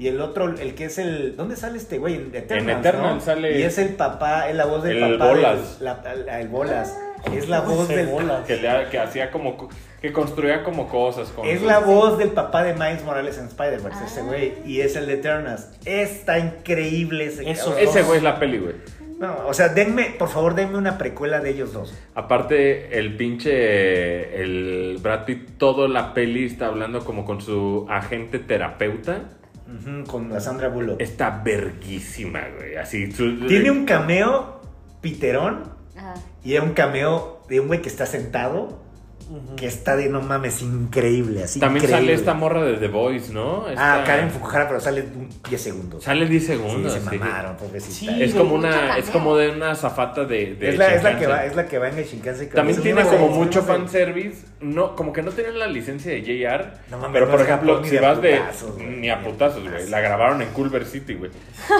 [SPEAKER 2] Y el otro, el que es el. ¿Dónde sale este güey? En Eternals.
[SPEAKER 4] Eternals
[SPEAKER 2] ¿no?
[SPEAKER 4] sale-
[SPEAKER 2] Y es el papá, es la voz del
[SPEAKER 4] El
[SPEAKER 2] papá. del-
[SPEAKER 4] Bolas.
[SPEAKER 2] la- la- el Bolas. Es la voz
[SPEAKER 1] Ese
[SPEAKER 2] del.
[SPEAKER 1] bolas.
[SPEAKER 4] que, le- que hacía como co- que construía como cosas con
[SPEAKER 2] Es la voz del papá de Miles Morales en Spider-Man,
[SPEAKER 3] Ah.
[SPEAKER 2] ese güey. Y es el de Eternals. Está increíble ese
[SPEAKER 1] Eso
[SPEAKER 2] cabrón.
[SPEAKER 4] ese güey es la peli güey
[SPEAKER 2] No, o sea, denme, por favor, denme una precuela de ellos dos.
[SPEAKER 4] aparte el pinche el Brad Pitt toda la peli está hablando como con su agente terapeuta
[SPEAKER 2] Ujú, con la Sandra Bullock.
[SPEAKER 4] está verguísima güey así su-
[SPEAKER 2] Tiene un cameo piterón
[SPEAKER 3] Ajá.
[SPEAKER 2] y es un cameo de un güey que está sentado,
[SPEAKER 1] Ujú.
[SPEAKER 2] que está de no mames, increíble, así
[SPEAKER 4] también sale
[SPEAKER 2] increíble.
[SPEAKER 4] esta morra de The Voice no
[SPEAKER 2] Ah,
[SPEAKER 4] Esta-
[SPEAKER 2] Karen Fujara, pero sale un 10 segundos.
[SPEAKER 4] sale 10
[SPEAKER 2] Sí,
[SPEAKER 4] segundos
[SPEAKER 2] se
[SPEAKER 4] sí.
[SPEAKER 2] mamaron, pobrecita.
[SPEAKER 1] Sí,
[SPEAKER 4] es como
[SPEAKER 3] Mucho
[SPEAKER 4] una
[SPEAKER 3] cameo.
[SPEAKER 4] es como de una zafata de, de
[SPEAKER 2] es, la, es, la que
[SPEAKER 4] Shinkansen.
[SPEAKER 2] va, es la que va en el Shinkansen.
[SPEAKER 4] También
[SPEAKER 2] Sí,
[SPEAKER 4] tiene
[SPEAKER 2] no sé,
[SPEAKER 4] como
[SPEAKER 2] sí,
[SPEAKER 4] mucho
[SPEAKER 2] no sé.
[SPEAKER 4] fanservice. No, como que no tienen la licencia de JR.
[SPEAKER 2] No mames,
[SPEAKER 4] pero
[SPEAKER 2] no
[SPEAKER 4] por
[SPEAKER 2] es
[SPEAKER 4] ejemplo,
[SPEAKER 2] Japón ni
[SPEAKER 4] si
[SPEAKER 2] de
[SPEAKER 4] vas de.
[SPEAKER 2] putazos, güey.
[SPEAKER 4] Ni a putazos, güey. La grabaron en Culver City,
[SPEAKER 2] *laughs*
[SPEAKER 4] güey.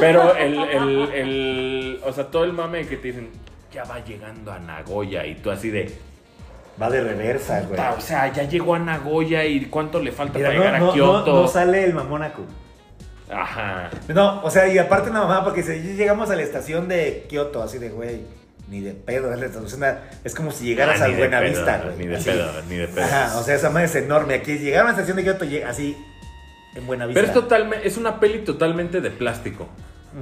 [SPEAKER 4] Pero el, el, el. O sea, todo el mame que te dicen. Ya va llegando a Nagoya. Y tú así de.
[SPEAKER 2] Va de reversa, güey.
[SPEAKER 4] "Ta, O sea, ya llegó a Nagoya. ¿Y cuánto le falta
[SPEAKER 2] Mira,
[SPEAKER 4] para llegar
[SPEAKER 2] no, no,
[SPEAKER 4] a
[SPEAKER 2] no,
[SPEAKER 4] Kioto?
[SPEAKER 2] no sale el mamónaco.
[SPEAKER 4] Ajá.
[SPEAKER 2] No, o sea, y aparte una mamá, porque si llegamos a la estación de Kioto, así de, güey, ni de pedo, es la estación, es como si llegaras
[SPEAKER 4] Ah,
[SPEAKER 2] a
[SPEAKER 4] ni de
[SPEAKER 2] Buenavista,
[SPEAKER 4] pedo,
[SPEAKER 2] güey.
[SPEAKER 4] Ni de
[SPEAKER 2] así.
[SPEAKER 4] pedo, ni de pedo.
[SPEAKER 2] Ajá, o sea, esa madre es enorme. Aquí llegar a la estación de Kioto, lleg- así, en Buenavista.
[SPEAKER 4] Pero es, totalme- es una peli totalmente de plástico.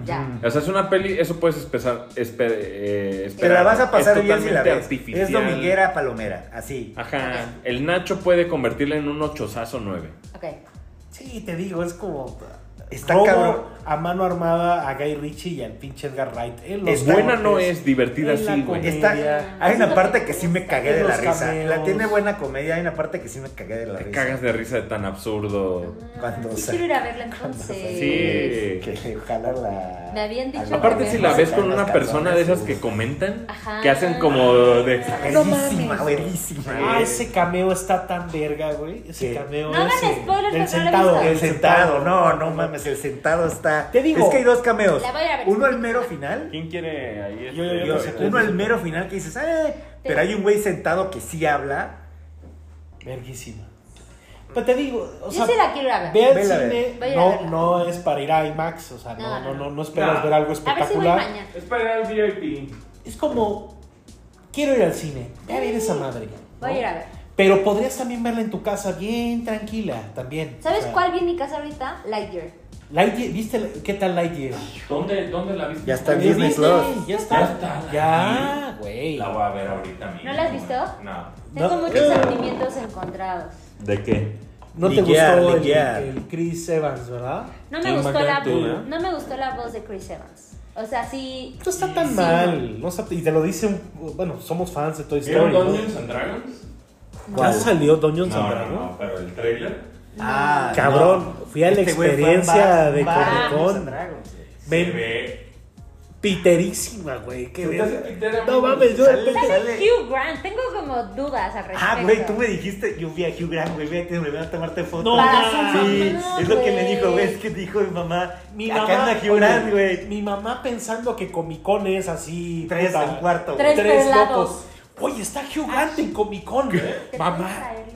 [SPEAKER 3] Ya.
[SPEAKER 4] O sea, es una peli, eso puedes espesar- espe- eh, esperar.
[SPEAKER 2] Te la vas a pasar
[SPEAKER 4] Es
[SPEAKER 2] bien si la
[SPEAKER 4] totalmente
[SPEAKER 2] ves.
[SPEAKER 4] artificial. Ah.
[SPEAKER 2] Es dominguera palomera, así.
[SPEAKER 4] Ajá. El Nacho puede convertirla en un ochozazo 9.
[SPEAKER 3] Ok.
[SPEAKER 1] Sí, te digo, es como.
[SPEAKER 2] Está
[SPEAKER 1] robo
[SPEAKER 2] cabrón.
[SPEAKER 1] A mano armada a Guy Ritchie y al pinche Edgar Wright. En los
[SPEAKER 2] Es
[SPEAKER 4] Buena
[SPEAKER 1] cortes,
[SPEAKER 4] no es, divertida
[SPEAKER 1] en la
[SPEAKER 4] sí, güey.
[SPEAKER 1] comedia.
[SPEAKER 2] Está, hay una parte que sí me cagué de la
[SPEAKER 1] Los
[SPEAKER 2] risa. La
[SPEAKER 1] cameos.
[SPEAKER 2] tiene buena comedia, hay una parte que sí me cagué de la
[SPEAKER 4] Te
[SPEAKER 2] risa.
[SPEAKER 4] cagas de risa de tan absurdo.
[SPEAKER 2] Cuando
[SPEAKER 3] sí,
[SPEAKER 2] sa-
[SPEAKER 3] quiero ir a verla
[SPEAKER 4] Sí.
[SPEAKER 3] entonces.
[SPEAKER 2] Que jala la.
[SPEAKER 3] Me habían dicho
[SPEAKER 4] Aparte, si la ves con una
[SPEAKER 2] Las
[SPEAKER 4] persona de esas
[SPEAKER 2] calzones,
[SPEAKER 4] que
[SPEAKER 2] uf.
[SPEAKER 4] comentan,
[SPEAKER 3] Ajá.
[SPEAKER 4] que hacen como de.
[SPEAKER 3] No
[SPEAKER 2] Buenísima,
[SPEAKER 3] mames.
[SPEAKER 2] buenísima.
[SPEAKER 1] Ah, ese cameo está tan verga, güey. Ese
[SPEAKER 2] ¿Qué?
[SPEAKER 1] cameo.
[SPEAKER 3] No hagan
[SPEAKER 1] ese,
[SPEAKER 3] spoilers,
[SPEAKER 1] del
[SPEAKER 3] porque no lo he
[SPEAKER 1] sentado,
[SPEAKER 2] El
[SPEAKER 3] visto.
[SPEAKER 1] del
[SPEAKER 2] sentado, no, no mames, el sentado está.
[SPEAKER 1] Te digo.
[SPEAKER 2] Es que hay dos cameos.
[SPEAKER 3] La voy a ver.
[SPEAKER 2] Uno al mero final.
[SPEAKER 4] ¿Quién quiere ahí?
[SPEAKER 1] Yo, yo, yo,
[SPEAKER 4] este,
[SPEAKER 2] y
[SPEAKER 1] yo,
[SPEAKER 2] o sea,
[SPEAKER 1] yo,
[SPEAKER 2] uno al mero final que dices, eh, pero hay un güey sentado que sí habla.
[SPEAKER 1] Verguísima. Pero te digo, o
[SPEAKER 3] Yo
[SPEAKER 1] sea,
[SPEAKER 3] sí la quiero ir a ver.
[SPEAKER 1] ve al
[SPEAKER 2] Vela a ver.
[SPEAKER 1] cine,
[SPEAKER 3] Voy a ir a
[SPEAKER 1] no,
[SPEAKER 3] verla.
[SPEAKER 1] no es para ir a IMAX, o sea, no,
[SPEAKER 3] No,
[SPEAKER 1] no,
[SPEAKER 3] no,
[SPEAKER 1] no, no esperas
[SPEAKER 4] No.
[SPEAKER 1] ver algo
[SPEAKER 3] A ver si voy
[SPEAKER 1] espectacular.
[SPEAKER 3] mañana.
[SPEAKER 4] Es para el VIP.
[SPEAKER 1] es como, quiero ir al cine, ve a ver esa madre.
[SPEAKER 3] Voy
[SPEAKER 1] ¿no?
[SPEAKER 3] a ir a ver.
[SPEAKER 1] Pero podrías también verla en tu casa bien tranquila, también.
[SPEAKER 3] ¿Sabes
[SPEAKER 1] o sea,
[SPEAKER 3] cuál vi en mi casa ahorita? Lightyear.
[SPEAKER 1] Lightyear, ¿viste la- qué tal Lightyear?
[SPEAKER 4] ¿Dónde, ¿Dónde la viste?
[SPEAKER 2] Ya está en
[SPEAKER 1] De
[SPEAKER 2] Disney Plus.
[SPEAKER 1] Ya
[SPEAKER 4] Ya
[SPEAKER 1] está.
[SPEAKER 4] está,
[SPEAKER 1] Ya, güey.
[SPEAKER 4] La voy a ver ahorita mismo.
[SPEAKER 3] ¿No la has visto?
[SPEAKER 4] No.
[SPEAKER 3] Tengo
[SPEAKER 1] No.
[SPEAKER 3] muchos sentimientos encontrados.
[SPEAKER 4] ¿De qué?
[SPEAKER 1] No te
[SPEAKER 2] Lightyear,
[SPEAKER 1] gustó el,
[SPEAKER 2] Lightyear.
[SPEAKER 1] el Chris Evans, ¿verdad?
[SPEAKER 3] No me
[SPEAKER 4] Tim
[SPEAKER 3] gustó la
[SPEAKER 4] McGraw, ¿eh?
[SPEAKER 3] no me gustó la voz de Chris Evans. O sea, sí.
[SPEAKER 1] No está tan
[SPEAKER 3] Sí.
[SPEAKER 1] mal. No está- y te lo dice un- Bueno, somos fans de Toy
[SPEAKER 4] ¿Vieron
[SPEAKER 1] Story. ¿no?
[SPEAKER 4] Dungeons and Dragons?
[SPEAKER 1] Ya salió Dungeons
[SPEAKER 4] No,
[SPEAKER 1] and
[SPEAKER 4] no,
[SPEAKER 1] Dragons.
[SPEAKER 4] no, pero el trailer.
[SPEAKER 2] Ah, Este
[SPEAKER 1] Cabrón, fui a la
[SPEAKER 2] güey fue a
[SPEAKER 1] experiencia
[SPEAKER 2] Bar-
[SPEAKER 1] de
[SPEAKER 2] Bar-
[SPEAKER 1] Comic-Con.
[SPEAKER 2] Dungeons and Dragons, güey.
[SPEAKER 1] Ven.
[SPEAKER 4] Se ve.
[SPEAKER 1] Piterísima, güey. Qué
[SPEAKER 4] Se te hace
[SPEAKER 1] verga.
[SPEAKER 4] pitera,
[SPEAKER 1] No
[SPEAKER 4] amigo.
[SPEAKER 1] mames, yo de
[SPEAKER 2] Sale-
[SPEAKER 1] repente-
[SPEAKER 2] sale-
[SPEAKER 3] Hugh Grant, tengo como dudas al respecto.
[SPEAKER 2] Ah, güey, tú me dijiste, yo vi a Hugh Grant, güey, vete, me van a tomarte fotos.
[SPEAKER 1] No,
[SPEAKER 3] Para su
[SPEAKER 1] mames.
[SPEAKER 2] Sí,
[SPEAKER 3] mamá,
[SPEAKER 2] es lo que me
[SPEAKER 3] güey.
[SPEAKER 2] dijo, güey, es que dijo mi mamá.
[SPEAKER 1] Mi
[SPEAKER 2] acá
[SPEAKER 1] mamá,
[SPEAKER 2] anda Hugh Grant,
[SPEAKER 1] oye,
[SPEAKER 2] güey.
[SPEAKER 1] Mi mamá pensando que Comic Con es así.
[SPEAKER 2] Tres
[SPEAKER 1] puta,
[SPEAKER 2] al cuarto. güey.
[SPEAKER 3] Tres
[SPEAKER 1] Tres
[SPEAKER 3] pelados.
[SPEAKER 1] locos. Oye, está Hugh Grant en Comic Con.
[SPEAKER 3] ¿Te puedes
[SPEAKER 1] Mamá,
[SPEAKER 3] traerlo?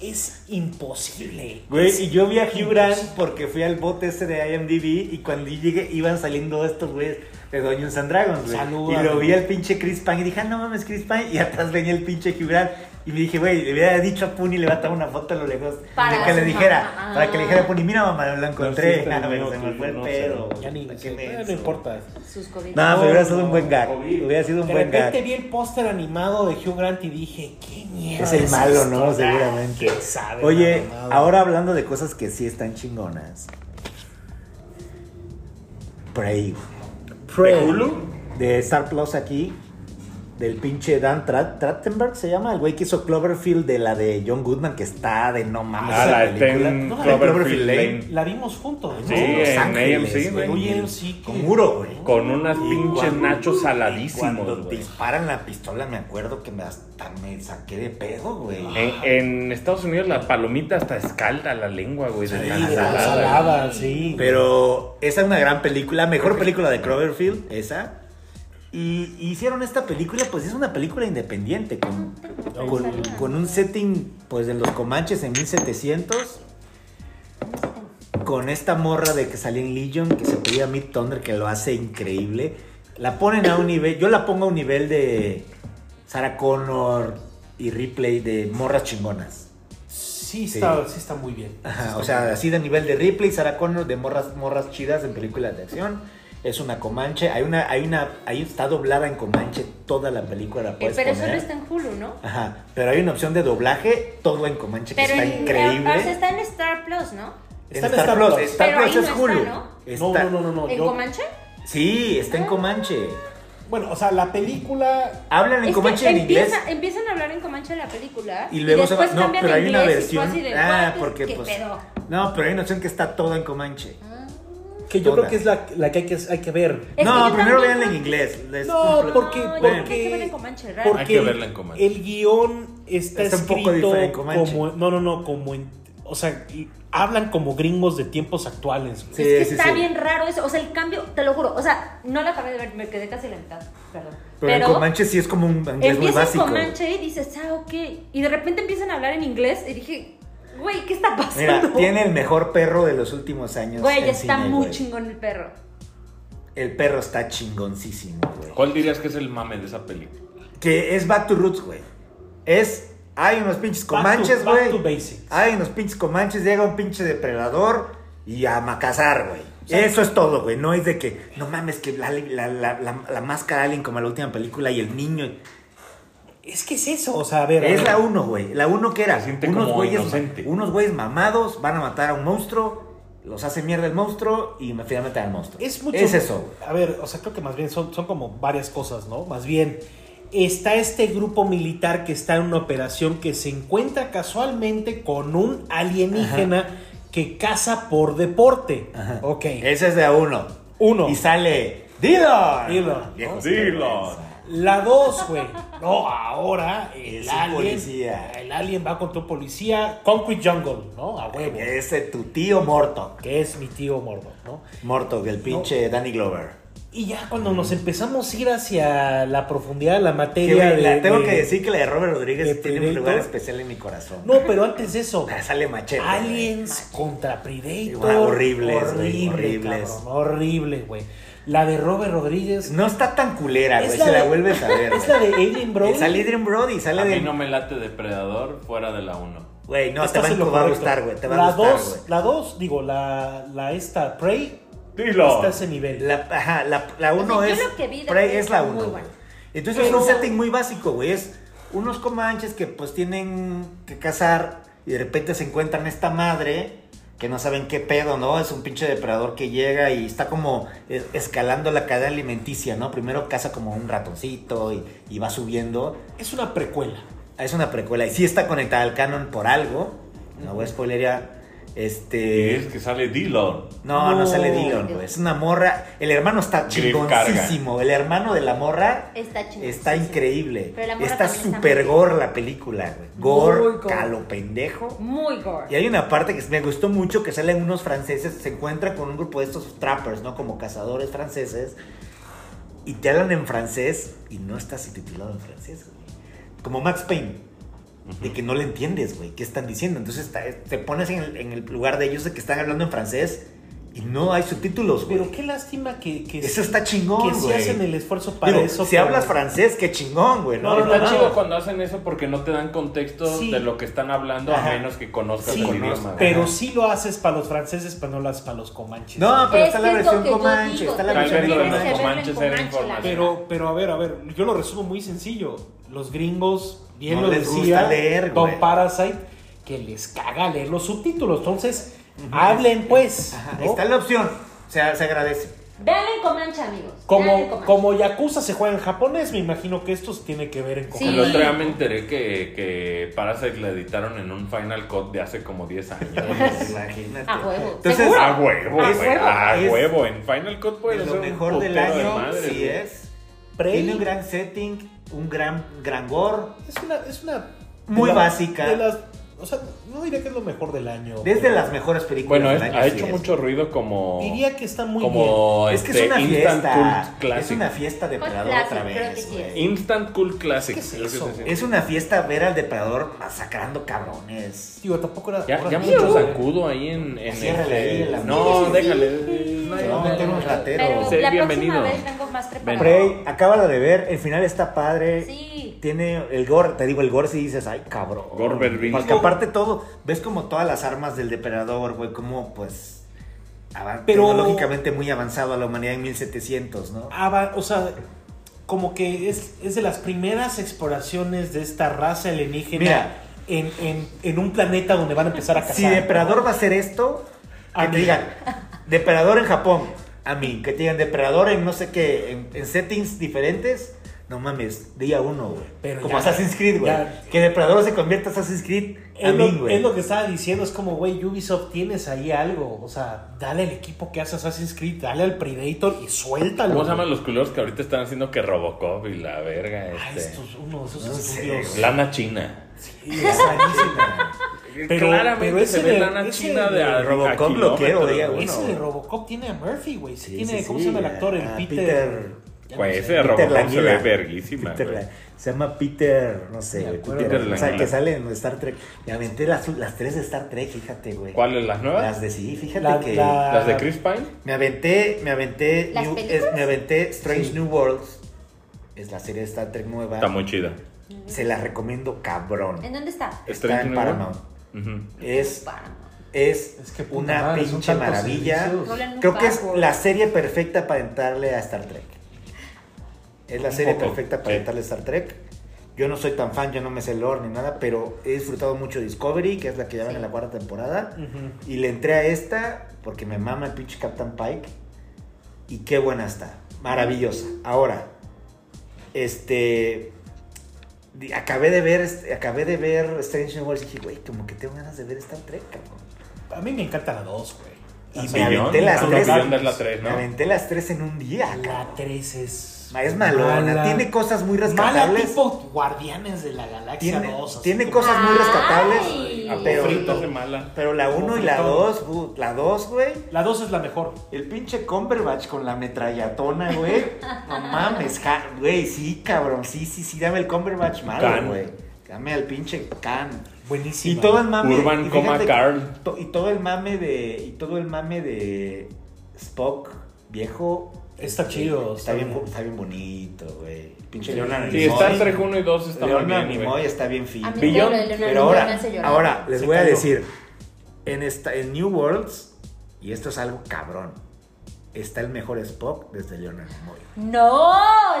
[SPEAKER 1] es imposible. Es
[SPEAKER 2] Güey, y yo vi a Hugh Grant porque fui al bote ese de IMDb y cuando yo llegué iban saliendo estos güeyes de Dungeons and Dragons, güey.
[SPEAKER 1] Saluda,
[SPEAKER 2] Y lo
[SPEAKER 1] güey.
[SPEAKER 2] vi al pinche Chris Pine y dije, ah, no mames, Chris Pine. Y atrás venía el pinche Hugh Grant. Y me dije, güey, le hubiera dicho a Puni, le va a tomar una foto a lo lejos.
[SPEAKER 3] Para
[SPEAKER 2] de que
[SPEAKER 3] su
[SPEAKER 2] le dijera,
[SPEAKER 3] mamá.
[SPEAKER 2] para que le dijera a Puni, mira mamá, lo encontré.
[SPEAKER 4] sí,
[SPEAKER 2] Ah,
[SPEAKER 4] pero
[SPEAKER 2] güey,
[SPEAKER 4] no,
[SPEAKER 2] se me
[SPEAKER 4] sí,
[SPEAKER 2] fue el
[SPEAKER 4] no,
[SPEAKER 2] pedo.
[SPEAKER 4] sí,
[SPEAKER 1] Ya ni
[SPEAKER 2] ¿Para qué
[SPEAKER 1] sé,
[SPEAKER 2] me
[SPEAKER 1] no
[SPEAKER 2] hizo?
[SPEAKER 1] importa.
[SPEAKER 3] Sus COVID.
[SPEAKER 2] No, pero hubiera sido
[SPEAKER 1] No,
[SPEAKER 2] un buen gag.
[SPEAKER 4] no.
[SPEAKER 2] Hubiera sido un
[SPEAKER 1] De
[SPEAKER 2] buen
[SPEAKER 1] repente
[SPEAKER 2] gag.
[SPEAKER 1] vi el póster animado de Hugh Grant y dije, qué mierda.
[SPEAKER 2] Es el malo,
[SPEAKER 1] esto?
[SPEAKER 2] ¿no?
[SPEAKER 1] Ah,
[SPEAKER 2] Seguramente.
[SPEAKER 1] ¿Quién sabe?
[SPEAKER 2] Oye,
[SPEAKER 1] la mamada?
[SPEAKER 2] ahora hablando de cosas que sí están chingonas. Prey.
[SPEAKER 1] Prey.
[SPEAKER 4] ¿De Hulu?
[SPEAKER 2] De Star Plus aquí. Del pinche Dan Tra- Trachtenberg se llama. El güey que hizo Cloverfield de la de John Goodman que está de no mames.
[SPEAKER 4] Ah,
[SPEAKER 2] esa
[SPEAKER 4] la está
[SPEAKER 2] película.
[SPEAKER 4] en
[SPEAKER 1] No, la de
[SPEAKER 4] Cloverfield Lane.
[SPEAKER 1] La vimos juntos. ¿no?
[SPEAKER 4] Sí,
[SPEAKER 2] Los
[SPEAKER 4] en
[SPEAKER 2] Ángeles,
[SPEAKER 4] AMC, güey.
[SPEAKER 1] Oye, él sí que-
[SPEAKER 2] Con muro, güey.
[SPEAKER 4] Con unas
[SPEAKER 2] Y
[SPEAKER 4] pinches
[SPEAKER 2] cuando-
[SPEAKER 4] nachos
[SPEAKER 2] y Cuando
[SPEAKER 4] saladísimos,
[SPEAKER 2] te
[SPEAKER 4] güey.
[SPEAKER 2] disparan la pistola, me acuerdo que me hasta me saqué de pedo, güey.
[SPEAKER 4] En, en Estados Unidos la palomita hasta escalda la lengua, güey. de
[SPEAKER 2] Sí,
[SPEAKER 4] tan
[SPEAKER 2] la
[SPEAKER 4] salada.
[SPEAKER 1] salada, sí.
[SPEAKER 2] Pero esa es una gran película, mejor película de Cloverfield, esa. Y y hicieron esta película, pues es una película independiente, con, con, con un setting pues de los Comanches en 1700, con esta morra de que salió en Legion, que se pedía Mid Thunder, que lo hace increíble. La ponen a un nivel, yo la pongo a un nivel de Sarah Connor y Ripley de morras chingonas.
[SPEAKER 1] Sí está, sí está muy bien.
[SPEAKER 2] Ajá, o sea, así de nivel de Ripley, Sarah Connor, de morras, morras chidas en películas de acción. Es una Comanche. Hay una, hay una, ahí está doblada en Comanche toda la película. La
[SPEAKER 3] Eh,
[SPEAKER 2] puedes
[SPEAKER 3] pero
[SPEAKER 2] poner.
[SPEAKER 3] solo está en Hulu, ¿no?
[SPEAKER 2] Ajá, pero hay una opción de doblaje todo en Comanche que
[SPEAKER 3] Pero
[SPEAKER 2] está
[SPEAKER 3] en-
[SPEAKER 2] increíble.
[SPEAKER 3] O sea, está en Star Plus, ¿no?
[SPEAKER 2] Está en Star Plus. Star
[SPEAKER 3] Pero
[SPEAKER 2] Plus
[SPEAKER 3] ahí
[SPEAKER 2] es
[SPEAKER 3] no
[SPEAKER 2] Hulu.
[SPEAKER 3] está, ¿no? Ah.
[SPEAKER 1] No,
[SPEAKER 2] Está-
[SPEAKER 1] no, no, no. no,
[SPEAKER 3] ¿En
[SPEAKER 1] yo-
[SPEAKER 3] Comanche?
[SPEAKER 2] Sí, está en Comanche.
[SPEAKER 1] Bueno, o sea, la película.
[SPEAKER 2] Hablan en
[SPEAKER 3] Es que
[SPEAKER 2] Comanche en inglés.
[SPEAKER 3] empieza- Empiezan a hablar en Comanche en la película.
[SPEAKER 2] Y luego se va-
[SPEAKER 3] después
[SPEAKER 2] No,
[SPEAKER 3] cambian
[SPEAKER 2] pero
[SPEAKER 3] a
[SPEAKER 2] hay una
[SPEAKER 3] inglés y tú
[SPEAKER 2] versión.
[SPEAKER 3] así de,
[SPEAKER 2] ah,
[SPEAKER 3] "What?
[SPEAKER 2] porque
[SPEAKER 3] ¿Qué
[SPEAKER 2] pues.
[SPEAKER 3] pedo?".
[SPEAKER 2] No, pero hay una opción que está toda en Comanche.
[SPEAKER 1] Que yo
[SPEAKER 2] Toda.
[SPEAKER 1] creo que es la, la que, hay que hay que ver.
[SPEAKER 3] Es que
[SPEAKER 2] no,
[SPEAKER 3] yo
[SPEAKER 2] primero
[SPEAKER 3] también
[SPEAKER 2] véanla en
[SPEAKER 3] no-
[SPEAKER 2] inglés. Les-
[SPEAKER 1] No, porque,
[SPEAKER 3] yo
[SPEAKER 1] porque,
[SPEAKER 3] creo que hay que verla en Comanche, raro.
[SPEAKER 1] porque
[SPEAKER 4] Hay que verla en Comanche.
[SPEAKER 1] el guión está,
[SPEAKER 2] Está un poco
[SPEAKER 1] escrito
[SPEAKER 2] diferente en Comanche.
[SPEAKER 1] como, no, no, no, como, en- o sea, y hablan como gringos de tiempos actuales. güey.
[SPEAKER 2] Sí,
[SPEAKER 3] es que
[SPEAKER 2] sí,
[SPEAKER 3] está
[SPEAKER 2] sí.
[SPEAKER 3] bien raro eso. O sea, el cambio, te lo juro. O sea, no la acabé de ver, me quedé casi la mitad. Perdón.
[SPEAKER 2] Pero, en Comanche sí es como un inglés muy
[SPEAKER 3] empieza en
[SPEAKER 2] básico.
[SPEAKER 3] Comanche y dices, ah, ok. Y de repente empiezan a hablar en inglés y dije, güey, ¿qué está pasando? *laughs*
[SPEAKER 2] Mira, tiene el mejor perro de los últimos años.
[SPEAKER 3] Güey,
[SPEAKER 2] en
[SPEAKER 3] está
[SPEAKER 2] cine,
[SPEAKER 3] muy
[SPEAKER 2] güey.
[SPEAKER 3] chingón el perro.
[SPEAKER 2] El perro está chingoncísimo, güey.
[SPEAKER 4] ¿Cuál dirías que es el mame de esa película?
[SPEAKER 2] Que es Back to Roots, güey. Es. Hay unos pinches
[SPEAKER 1] Back to-
[SPEAKER 2] comanches,
[SPEAKER 1] back
[SPEAKER 2] güey.
[SPEAKER 1] to basics.
[SPEAKER 2] Hay unos pinches comanches, llega un pinche depredador y a macazar, güey. Eso es todo, güey. No es de que, no mames, que la, la, la, la, la máscara alien como la última película y el niño.
[SPEAKER 1] Es que es eso, o sea, a ver. a
[SPEAKER 2] Es
[SPEAKER 1] ver.
[SPEAKER 2] la 1, güey. La 1 que era.
[SPEAKER 4] Se siente
[SPEAKER 2] unos
[SPEAKER 4] como
[SPEAKER 2] güeyes,
[SPEAKER 4] inocente.
[SPEAKER 2] unos güeyes mamados van a matar a un monstruo, los hace mierda el monstruo y finalmente al monstruo.
[SPEAKER 1] Es mucho.
[SPEAKER 2] Es eso, güey.
[SPEAKER 1] A ver, o sea, creo que más bien son, son como varias cosas, ¿no? Más bien, está este grupo militar que está en una operación que se encuentra casualmente con un alienígena que caza por deporte.
[SPEAKER 2] Ajá.
[SPEAKER 1] Ok.
[SPEAKER 2] Ese es de a uno.
[SPEAKER 1] Uno.
[SPEAKER 2] Y sale Dylan.
[SPEAKER 1] Dylan.
[SPEAKER 4] Oh,
[SPEAKER 2] Viejos
[SPEAKER 4] Dylan.
[SPEAKER 1] La dos, güey. No, ahora el
[SPEAKER 2] Es un
[SPEAKER 1] alien.
[SPEAKER 2] policía.
[SPEAKER 1] El alien va contra un policía. Concrete Jungle, ¿no? A huevo.
[SPEAKER 2] perversos. Ese tu tío Morto.
[SPEAKER 1] Que es mi tío Mordo, ¿no?
[SPEAKER 2] Morto, el pinche Danny Glover.
[SPEAKER 1] Y ya cuando nos empezamos a ir hacia la profundidad de la
[SPEAKER 2] Que,
[SPEAKER 1] materia.
[SPEAKER 2] güey,
[SPEAKER 1] de-
[SPEAKER 2] la tengo
[SPEAKER 1] de-
[SPEAKER 2] que decir que la de Robert
[SPEAKER 1] de
[SPEAKER 2] Rodríguez tiene un
[SPEAKER 1] Predator.
[SPEAKER 2] lugar especial en mi corazón.
[SPEAKER 1] No, pero antes de eso.
[SPEAKER 2] Ah, Sale machete. güey.
[SPEAKER 1] Aliens contra Predator.
[SPEAKER 2] Igual, horribles, güey,
[SPEAKER 1] horrible,
[SPEAKER 2] horribles.
[SPEAKER 1] cabrón, horrible, güey. La de Robert Rodríguez.
[SPEAKER 2] No está tan culera,
[SPEAKER 1] Es
[SPEAKER 2] güey.
[SPEAKER 1] la
[SPEAKER 2] Si la
[SPEAKER 1] de-
[SPEAKER 2] vuelves a ver.
[SPEAKER 1] Es la de Alien Bro.
[SPEAKER 2] Brody. Sale Adrian Brody, sale
[SPEAKER 4] A mí
[SPEAKER 2] de.
[SPEAKER 4] no me late depredador fuera de la 1.
[SPEAKER 2] Güey, no, te
[SPEAKER 1] Estás
[SPEAKER 2] va,
[SPEAKER 1] en lo
[SPEAKER 2] te va a
[SPEAKER 1] correcto.
[SPEAKER 2] gustar, güey. Te va
[SPEAKER 1] la
[SPEAKER 2] a gustar,
[SPEAKER 1] dos-
[SPEAKER 2] güey.
[SPEAKER 1] La 2, digo, la, la esta, Prey,
[SPEAKER 4] Dilo.
[SPEAKER 1] está a ese nivel.
[SPEAKER 2] La, ajá, la, la uno
[SPEAKER 3] O sea,
[SPEAKER 2] es.
[SPEAKER 3] Pues yo lo que vi de
[SPEAKER 2] Prey
[SPEAKER 3] Prey
[SPEAKER 2] es la
[SPEAKER 3] está muy
[SPEAKER 2] uno.
[SPEAKER 3] bueno.
[SPEAKER 2] Entonces
[SPEAKER 1] Pero-
[SPEAKER 2] es un setting muy básico, güey. Es unos comanches que pues tienen que cazar y de repente se encuentran esta madre que no saben qué pedo, ¿no? Es un pinche depredador que llega y está como es- escalando la cadena alimenticia, ¿no? Primero caza como un ratoncito y, y va subiendo.
[SPEAKER 1] Es una precuela.
[SPEAKER 2] Es una precuela y sí está conectada al canon por algo. No voy a spoilería.
[SPEAKER 4] Y
[SPEAKER 2] Este.
[SPEAKER 4] es que sale Dillon.
[SPEAKER 2] No, no,
[SPEAKER 1] No.
[SPEAKER 2] sale
[SPEAKER 3] Oh.
[SPEAKER 2] Dillon, güey. Es una morra. El hermano está
[SPEAKER 4] Griff Carga.
[SPEAKER 2] chingoncísimo. El hermano de la morra
[SPEAKER 3] Está chingón.
[SPEAKER 2] está increíble.
[SPEAKER 3] Pero la morra
[SPEAKER 2] Está
[SPEAKER 3] también está
[SPEAKER 2] super
[SPEAKER 3] muy-
[SPEAKER 2] gore la película, güey. Gore,
[SPEAKER 1] Muy gore.
[SPEAKER 2] calo pendejo.
[SPEAKER 3] Muy gore.
[SPEAKER 2] Y hay una parte que me gustó mucho que salen unos franceses, se encuentran con un grupo de estos trappers, ¿no? Como cazadores franceses. Y te hablan en francés y no está subtitulado en francés, güey. Como Max Payne. De que no le entiendes, güey. ¿Qué están diciendo? Entonces ta- te pones en el, en el lugar de ellos de que están hablando en francés y no hay subtítulos, güey.
[SPEAKER 1] Pero qué lástima que, que,
[SPEAKER 2] Eso
[SPEAKER 1] sí-
[SPEAKER 2] está chingón,
[SPEAKER 1] que sí
[SPEAKER 2] güey.
[SPEAKER 1] hacen el esfuerzo para
[SPEAKER 2] Digo,
[SPEAKER 1] eso.
[SPEAKER 2] Si
[SPEAKER 1] pero-
[SPEAKER 2] hablas francés, qué chingón, güey.
[SPEAKER 4] No,
[SPEAKER 2] No,
[SPEAKER 4] está
[SPEAKER 2] no,
[SPEAKER 4] chido
[SPEAKER 2] no.
[SPEAKER 4] cuando hacen eso porque no te dan contexto
[SPEAKER 1] Sí.
[SPEAKER 4] de lo que están hablando
[SPEAKER 2] Ajá.
[SPEAKER 4] a menos que conozcas
[SPEAKER 1] Sí,
[SPEAKER 4] el
[SPEAKER 2] conozco.
[SPEAKER 4] idioma.
[SPEAKER 1] pero
[SPEAKER 4] Ajá.
[SPEAKER 1] sí lo haces para los franceses, pero no lo haces para los comanches.
[SPEAKER 2] No, pero
[SPEAKER 3] Es
[SPEAKER 2] está
[SPEAKER 3] que
[SPEAKER 2] la
[SPEAKER 3] es lo
[SPEAKER 2] versión
[SPEAKER 3] que yo
[SPEAKER 2] Comanche.
[SPEAKER 3] digo,
[SPEAKER 2] Está la
[SPEAKER 4] Tal
[SPEAKER 2] versión
[SPEAKER 4] vez lo de
[SPEAKER 2] Comanche.
[SPEAKER 4] los
[SPEAKER 3] Comanche.
[SPEAKER 4] comanches era
[SPEAKER 3] Comanche, la
[SPEAKER 4] información.
[SPEAKER 1] Pero, pero a ver, a ver, yo lo resumo muy sencillo. Los gringos, bien
[SPEAKER 2] No
[SPEAKER 1] lo
[SPEAKER 2] les
[SPEAKER 1] decía
[SPEAKER 2] gusta leer,
[SPEAKER 1] Don
[SPEAKER 2] güey.
[SPEAKER 1] Parasite, que les caga leer los subtítulos. Entonces, hablen pues.
[SPEAKER 2] Ajá,
[SPEAKER 1] ¿no?
[SPEAKER 2] Está la opción. O sea, se agradece.
[SPEAKER 3] *laughs* Vean en Comanche, amigos. Vean en
[SPEAKER 1] Como,
[SPEAKER 3] Comanche.
[SPEAKER 1] como Yakuza se juega en japonés, me imagino que esto se tiene que ver en
[SPEAKER 3] Sí.
[SPEAKER 4] El
[SPEAKER 1] Comanche.
[SPEAKER 4] otro día me enteré que, que Parasite la editaron en un Final Cut de hace como 10
[SPEAKER 3] *laughs*
[SPEAKER 4] años.
[SPEAKER 2] Imagínate.
[SPEAKER 3] A huevo.
[SPEAKER 2] Entonces,
[SPEAKER 3] ¿Seguro?
[SPEAKER 4] A huevo,
[SPEAKER 3] A
[SPEAKER 4] güey.
[SPEAKER 3] huevo.
[SPEAKER 4] A
[SPEAKER 2] Es-
[SPEAKER 4] huevo. En Final Cut puede
[SPEAKER 2] de
[SPEAKER 4] ser
[SPEAKER 2] lo
[SPEAKER 4] Pues, un
[SPEAKER 2] mejor del
[SPEAKER 4] putero de
[SPEAKER 2] año,
[SPEAKER 4] madre,
[SPEAKER 2] sí
[SPEAKER 4] güey.
[SPEAKER 2] es.
[SPEAKER 1] Prey
[SPEAKER 2] Tiene un gran setting, un gran, gran gore.
[SPEAKER 1] es una, es una
[SPEAKER 2] Muy
[SPEAKER 1] de la-
[SPEAKER 2] básica.
[SPEAKER 1] de las- o sea, no diría que es lo mejor del año.
[SPEAKER 2] Desde
[SPEAKER 1] pero
[SPEAKER 2] las mejores películas
[SPEAKER 4] Bueno, es-
[SPEAKER 2] del año,
[SPEAKER 4] ha
[SPEAKER 2] sí
[SPEAKER 4] hecho
[SPEAKER 2] es.
[SPEAKER 4] mucho ruido como.
[SPEAKER 1] Diría que está muy bien.
[SPEAKER 4] como
[SPEAKER 2] Es
[SPEAKER 4] este,
[SPEAKER 2] que es una
[SPEAKER 4] Instant
[SPEAKER 2] fiesta.
[SPEAKER 4] Cult
[SPEAKER 2] Es
[SPEAKER 4] Classic.
[SPEAKER 2] una fiesta de
[SPEAKER 3] Cult
[SPEAKER 2] Predador
[SPEAKER 3] Classic,
[SPEAKER 2] otra
[SPEAKER 3] Pues, creo que
[SPEAKER 2] vez.
[SPEAKER 3] sí
[SPEAKER 2] güey.
[SPEAKER 3] es.
[SPEAKER 4] Instant Cult Classic.
[SPEAKER 1] ¿Qué es
[SPEAKER 4] es lo que
[SPEAKER 1] eso?
[SPEAKER 4] se-
[SPEAKER 2] Es una fiesta ver al depredador masacrando cabrones.
[SPEAKER 1] Tío, tampoco era.
[SPEAKER 4] Ya,
[SPEAKER 1] ahora
[SPEAKER 4] ya
[SPEAKER 1] sí,
[SPEAKER 4] mucho
[SPEAKER 1] ¿no?
[SPEAKER 4] zancudo ahí en. en
[SPEAKER 2] Ciérrale ahí la-
[SPEAKER 4] No,
[SPEAKER 3] Sí,
[SPEAKER 4] déjale. eh,
[SPEAKER 3] sí.
[SPEAKER 4] No,
[SPEAKER 2] Se va a meter un ratero.
[SPEAKER 3] Pero
[SPEAKER 4] Sí,
[SPEAKER 3] la
[SPEAKER 4] bienvenido.
[SPEAKER 3] próxima vez vengo más preparado.
[SPEAKER 2] Prey, acábala de ver, el final está padre.
[SPEAKER 3] Sí.
[SPEAKER 2] Tiene el gore, te digo, el gore si dices, ay, cabrón.
[SPEAKER 4] Gore verbingo.
[SPEAKER 2] Porque aparte todo, ves como todas las armas del depredador, güey, como pues avan-
[SPEAKER 1] Pero-
[SPEAKER 2] tecnológicamente muy avanzado a la humanidad en 1700, ¿no?
[SPEAKER 1] Ava- Ah, o sea, como que es, es de las primeras exploraciones de esta raza alienígena
[SPEAKER 2] Mira.
[SPEAKER 1] en, en- en un planeta donde van a empezar a cazar.
[SPEAKER 2] Si depredador va a hacer esto,
[SPEAKER 1] A
[SPEAKER 2] que te
[SPEAKER 1] mí.
[SPEAKER 2] digan, depredador en Japón, a mí, que te digan depredador en no sé qué, en, en settings diferentes. No mames, día uno, güey.
[SPEAKER 1] Pero
[SPEAKER 2] Como
[SPEAKER 1] ya-
[SPEAKER 2] Assassin's Creed, güey.
[SPEAKER 1] ya-
[SPEAKER 2] Que depredador se convierta a Assassin's Creed, a
[SPEAKER 1] Es
[SPEAKER 2] mí,
[SPEAKER 1] lo,
[SPEAKER 2] güey.
[SPEAKER 1] es lo que estaba diciendo, es como, güey, Ubisoft, tienes ahí algo. O sea, dale al equipo que hace Assassin's Creed, dale al Predator y suéltalo.
[SPEAKER 4] ¿Cómo se llaman los culeros que ahorita están haciendo que Robocop y la verga?
[SPEAKER 1] Ah,
[SPEAKER 4] Este?
[SPEAKER 1] estos, uno de esos
[SPEAKER 2] No sé,
[SPEAKER 1] estudios.
[SPEAKER 2] güey.
[SPEAKER 4] Lana china.
[SPEAKER 2] Es rarísima.
[SPEAKER 1] *laughs* Pero-
[SPEAKER 4] Claramente
[SPEAKER 1] pero ese
[SPEAKER 4] se ve
[SPEAKER 1] de-
[SPEAKER 4] lana
[SPEAKER 1] ese
[SPEAKER 4] china de,
[SPEAKER 1] de
[SPEAKER 4] a-
[SPEAKER 2] Robocop
[SPEAKER 4] a
[SPEAKER 2] lo quiero,
[SPEAKER 4] kilómetros,
[SPEAKER 2] diga,
[SPEAKER 4] güey.
[SPEAKER 2] uno.
[SPEAKER 1] Ese de Robocop tiene a Murphy, güey. Sí,
[SPEAKER 2] Sí,
[SPEAKER 1] tiene,
[SPEAKER 2] sí,
[SPEAKER 1] ¿cómo
[SPEAKER 2] sí,
[SPEAKER 1] se llama el actor? El
[SPEAKER 2] a
[SPEAKER 1] Peter.
[SPEAKER 2] Peter-
[SPEAKER 1] ya no
[SPEAKER 4] Güey,
[SPEAKER 1] sé.
[SPEAKER 4] ese de Robocop se
[SPEAKER 2] Languila.
[SPEAKER 4] ve verguísima,
[SPEAKER 2] Peter
[SPEAKER 4] güey.
[SPEAKER 2] La- se llama Peter, no sé,
[SPEAKER 1] Me
[SPEAKER 2] güey,
[SPEAKER 1] acuerdo
[SPEAKER 2] Peter,
[SPEAKER 4] de Peter
[SPEAKER 2] o sea,
[SPEAKER 4] Languila.
[SPEAKER 2] que sale en Star Trek. Me aventé las, las tres de Star Trek, fíjate, güey.
[SPEAKER 4] ¿Cuáles? ¿Las nuevas?
[SPEAKER 2] Las de sí, fíjate
[SPEAKER 1] La-
[SPEAKER 2] que
[SPEAKER 1] la-
[SPEAKER 4] ¿Las de Chris Pine?
[SPEAKER 2] me aventé, me aventé,
[SPEAKER 3] ¿Las
[SPEAKER 2] New-
[SPEAKER 3] películas?
[SPEAKER 2] es- me aventé Strange
[SPEAKER 1] Sí.
[SPEAKER 2] New Worlds. Es la serie de Star Trek nueva.
[SPEAKER 4] Está muy chida.
[SPEAKER 2] Se la recomiendo cabrón.
[SPEAKER 3] ¿En dónde está?
[SPEAKER 2] Está en
[SPEAKER 4] Strange New
[SPEAKER 2] Paramount.
[SPEAKER 4] Ujú.
[SPEAKER 2] Es
[SPEAKER 3] Para.
[SPEAKER 2] es,
[SPEAKER 1] Es que puta
[SPEAKER 2] una
[SPEAKER 1] madre, son
[SPEAKER 2] pinche
[SPEAKER 1] tantos
[SPEAKER 2] maravilla.
[SPEAKER 1] servicios.
[SPEAKER 3] Roland
[SPEAKER 2] Creo que es
[SPEAKER 3] Backward.
[SPEAKER 2] la serie perfecta para entrarle a Star Trek. Es la
[SPEAKER 4] Un
[SPEAKER 2] serie
[SPEAKER 4] poco,
[SPEAKER 2] perfecta para
[SPEAKER 4] sí.
[SPEAKER 2] entrarle a Star Trek. Yo no soy tan fan, yo no me sé el lore ni nada, pero he disfrutado mucho Discovery, que es la que llevan
[SPEAKER 3] Sí.
[SPEAKER 2] en la cuarta temporada.
[SPEAKER 1] Ujú.
[SPEAKER 2] Y le entré a esta porque me mama el pinche Captain Pike. Y qué buena está. Maravillosa. Ahora, este. di- Acabé de ver, este- acabé de ver Strange New Worlds y dije, güey, como que tengo ganas de ver Star Trek, cabrón.
[SPEAKER 1] A mí me encantan las dos, güey.
[SPEAKER 2] Y
[SPEAKER 1] Las
[SPEAKER 2] me
[SPEAKER 1] dos.
[SPEAKER 4] Beyond,
[SPEAKER 2] aventé las
[SPEAKER 4] ah,
[SPEAKER 2] tres.
[SPEAKER 4] Beyond es la tres, ¿no?
[SPEAKER 2] Me aventé las tres en un día, cabrón.
[SPEAKER 1] La 3 es.
[SPEAKER 2] Es malona. Tiene cosas muy
[SPEAKER 1] Mala
[SPEAKER 2] rescatables.
[SPEAKER 1] tipo Guardianes de la Galaxia
[SPEAKER 2] Tiene,
[SPEAKER 1] 2. así
[SPEAKER 2] tiene
[SPEAKER 1] como-
[SPEAKER 2] cosas muy rescatables. ah,
[SPEAKER 3] Ay. Sí.
[SPEAKER 4] ¿A poco
[SPEAKER 2] Pero-
[SPEAKER 4] se te hace mala?
[SPEAKER 2] Pero la 1 y la 2, la 2, güey.
[SPEAKER 1] La 2 es la mejor.
[SPEAKER 2] El pinche Cumberbatch con la metrallatona, güey. No mames, ja- güey, sí, cabrón. Sí, sí, sí, dame el Cumberbatch malo,
[SPEAKER 4] Can.
[SPEAKER 2] güey. Dame al pinche Can.
[SPEAKER 1] Buenísima.
[SPEAKER 2] Y todo el mame.
[SPEAKER 4] Urban
[SPEAKER 2] y fíjate
[SPEAKER 4] coma
[SPEAKER 2] que-
[SPEAKER 4] Carl.
[SPEAKER 2] to- y todo el mame de. Y todo el mame de Spock, viejo.
[SPEAKER 1] Está
[SPEAKER 2] este,
[SPEAKER 1] chido,
[SPEAKER 2] Está
[SPEAKER 1] está
[SPEAKER 2] bien,
[SPEAKER 1] bien.
[SPEAKER 2] bu- está bien bonito, güey. Pinche Leona
[SPEAKER 4] Sí, Star Trek 1 y 2 está muy
[SPEAKER 2] Leona
[SPEAKER 4] bien,
[SPEAKER 2] Nimoy
[SPEAKER 4] güey.
[SPEAKER 2] está bien fino.
[SPEAKER 3] A mí todo
[SPEAKER 4] Billón.
[SPEAKER 3] lo de Leonardo
[SPEAKER 2] Pero
[SPEAKER 3] Nimoy me
[SPEAKER 2] ahora,
[SPEAKER 3] hace llorar.
[SPEAKER 2] ahora les
[SPEAKER 1] Se
[SPEAKER 2] voy a
[SPEAKER 1] cayó.
[SPEAKER 2] decir, en, esta, en New Worlds, y esto es algo cabrón, está el mejor Spock desde Leonard Nimoy.
[SPEAKER 3] No,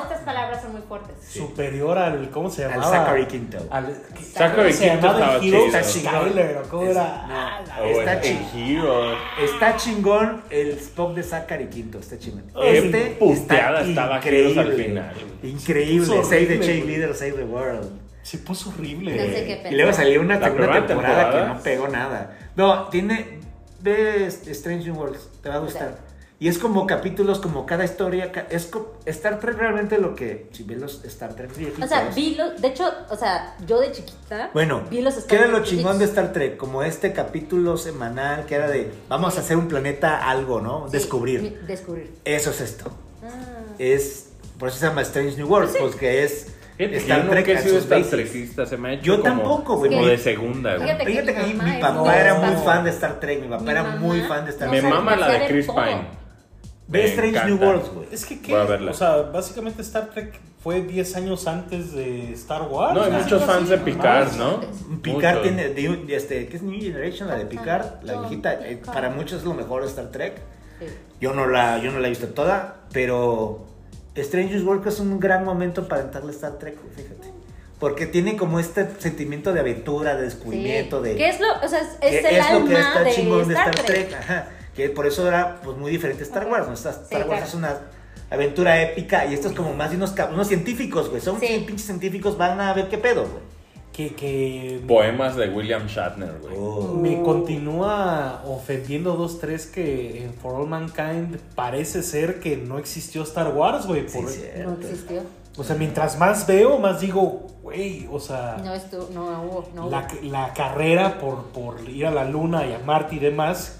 [SPEAKER 3] estas palabras son muy fuertes.
[SPEAKER 1] Superior al. ¿Cómo se
[SPEAKER 2] Al
[SPEAKER 4] Ah.
[SPEAKER 1] llamaba?
[SPEAKER 2] Zachary Quinto.
[SPEAKER 1] Al.
[SPEAKER 4] Zachary
[SPEAKER 1] se
[SPEAKER 4] Quinto
[SPEAKER 1] llamaba
[SPEAKER 4] estaba
[SPEAKER 1] el Hero?
[SPEAKER 4] chido.
[SPEAKER 1] Skyler, ¿o cómo
[SPEAKER 2] Es-
[SPEAKER 1] era?
[SPEAKER 2] no,
[SPEAKER 1] Ah, la-
[SPEAKER 4] Ah,
[SPEAKER 2] está
[SPEAKER 4] bueno,
[SPEAKER 2] chido.
[SPEAKER 4] el Hero.
[SPEAKER 2] Está chingón el Spock de Zachary Quinto, Este está chingón.
[SPEAKER 4] Eh, puteada estaba Heroes al final,
[SPEAKER 1] Es
[SPEAKER 2] Increíble,
[SPEAKER 1] horrible,
[SPEAKER 2] Save the
[SPEAKER 1] güey.
[SPEAKER 2] Cheerleader, Save the World.
[SPEAKER 1] Se puso horrible.
[SPEAKER 3] No sé qué pensar.
[SPEAKER 2] Eh, Y luego salió una
[SPEAKER 4] La
[SPEAKER 2] segunda
[SPEAKER 4] primera
[SPEAKER 2] temporada,
[SPEAKER 4] temporada.
[SPEAKER 2] que no pegó nada. No, tiene. Ve este, Strange New Worlds, te va a gustar. Y es como capítulos, como cada historia. ca- Es co- Star Trek realmente lo que. Si ves los Star Trek viejitos.
[SPEAKER 3] O sea, vi los. De hecho, o sea, yo de chiquita.
[SPEAKER 2] Bueno,
[SPEAKER 3] vi los
[SPEAKER 2] ¿qué
[SPEAKER 3] Star
[SPEAKER 2] era lo
[SPEAKER 3] Wars
[SPEAKER 2] chingón de
[SPEAKER 3] Kids.
[SPEAKER 2] Star Trek? Como este capítulo semanal que era de. Vamos a hacer un planeta algo, ¿no?
[SPEAKER 3] Sí, mi-
[SPEAKER 2] Descubrir.
[SPEAKER 3] Descubrir.
[SPEAKER 2] Eso es esto.
[SPEAKER 3] Ah.
[SPEAKER 2] Es. Por eso se llama Strange New Worlds, porque es.
[SPEAKER 4] Fíjate que yo nunca he
[SPEAKER 2] at
[SPEAKER 4] sido
[SPEAKER 2] sus
[SPEAKER 4] Star
[SPEAKER 2] bases.
[SPEAKER 4] Trekista, se me ha hecho
[SPEAKER 2] Yo
[SPEAKER 4] como-
[SPEAKER 2] tampoco, güey.
[SPEAKER 4] Como
[SPEAKER 3] Es que-
[SPEAKER 4] de segunda, güey.
[SPEAKER 3] Fíjate que
[SPEAKER 2] Fíjate que
[SPEAKER 3] mi
[SPEAKER 2] mi,
[SPEAKER 3] mamá es
[SPEAKER 2] papá
[SPEAKER 3] de
[SPEAKER 2] era
[SPEAKER 3] Star
[SPEAKER 2] muy
[SPEAKER 3] Trek.
[SPEAKER 2] fan de Star Trek, mi papá
[SPEAKER 3] Mi
[SPEAKER 2] era
[SPEAKER 3] mamá
[SPEAKER 2] muy fan de Star
[SPEAKER 4] Me
[SPEAKER 3] No,
[SPEAKER 2] Trek.
[SPEAKER 3] sabe-
[SPEAKER 4] mama la de
[SPEAKER 3] sabe
[SPEAKER 4] Chris
[SPEAKER 3] todo.
[SPEAKER 4] Pine.
[SPEAKER 2] Ve
[SPEAKER 4] me
[SPEAKER 2] Strange
[SPEAKER 4] encanta.
[SPEAKER 2] New Worlds, güey.
[SPEAKER 1] Es que,
[SPEAKER 4] Voy a
[SPEAKER 1] ¿qué?
[SPEAKER 4] verla.
[SPEAKER 1] O sea, básicamente Star Trek fue 10 años antes de Star Wars.
[SPEAKER 4] No, hay
[SPEAKER 1] Ah,
[SPEAKER 4] muchos
[SPEAKER 1] sí,
[SPEAKER 4] fans de
[SPEAKER 1] sí,
[SPEAKER 4] Picard,
[SPEAKER 1] más.
[SPEAKER 4] ¿no?
[SPEAKER 2] Picard
[SPEAKER 4] Muchos.
[SPEAKER 2] tiene, de, de- este, ¿qué es New Generation? La de Picard, la viejita, eh,
[SPEAKER 3] Picard.
[SPEAKER 2] para muchos es lo mejor de Star Trek.
[SPEAKER 3] Sí.
[SPEAKER 2] Yo no la, yo no la he visto toda, pero Strange New Worlds es un gran momento para entrarle a Star Trek, güey, fíjate. Porque tiene como este sentimiento de aventura, de descubrimiento,
[SPEAKER 3] Sí.
[SPEAKER 2] de...
[SPEAKER 3] ¿Qué es lo? O sea, es,
[SPEAKER 2] que
[SPEAKER 3] es el alma de, Star Trek.
[SPEAKER 2] Ajá. Que por eso era pues, muy diferente a Star
[SPEAKER 3] Ajá.
[SPEAKER 2] Wars. ¿no? Star,
[SPEAKER 3] Sí,
[SPEAKER 2] Star Wars
[SPEAKER 3] claro.
[SPEAKER 2] es una aventura épica y esto es como más de unos, cab- unos científicos, güey. Son
[SPEAKER 3] Sí.
[SPEAKER 2] pinches científicos, van a ver qué pedo, güey.
[SPEAKER 1] Que, que
[SPEAKER 4] Poemas de William Shatner, güey.
[SPEAKER 2] Oh,
[SPEAKER 1] me continúa ofendiendo dos, tres que en For All Mankind parece ser que no existió Star Wars, güey.
[SPEAKER 2] Sí,
[SPEAKER 1] por-
[SPEAKER 2] cierto.
[SPEAKER 3] No existió.
[SPEAKER 1] O sea, mientras más veo, más digo, güey, o
[SPEAKER 2] Ah.
[SPEAKER 1] sea,
[SPEAKER 3] No estuvo, no hubo, no hubo.
[SPEAKER 1] la, la carrera por, por ir a la luna y a Marte y demás,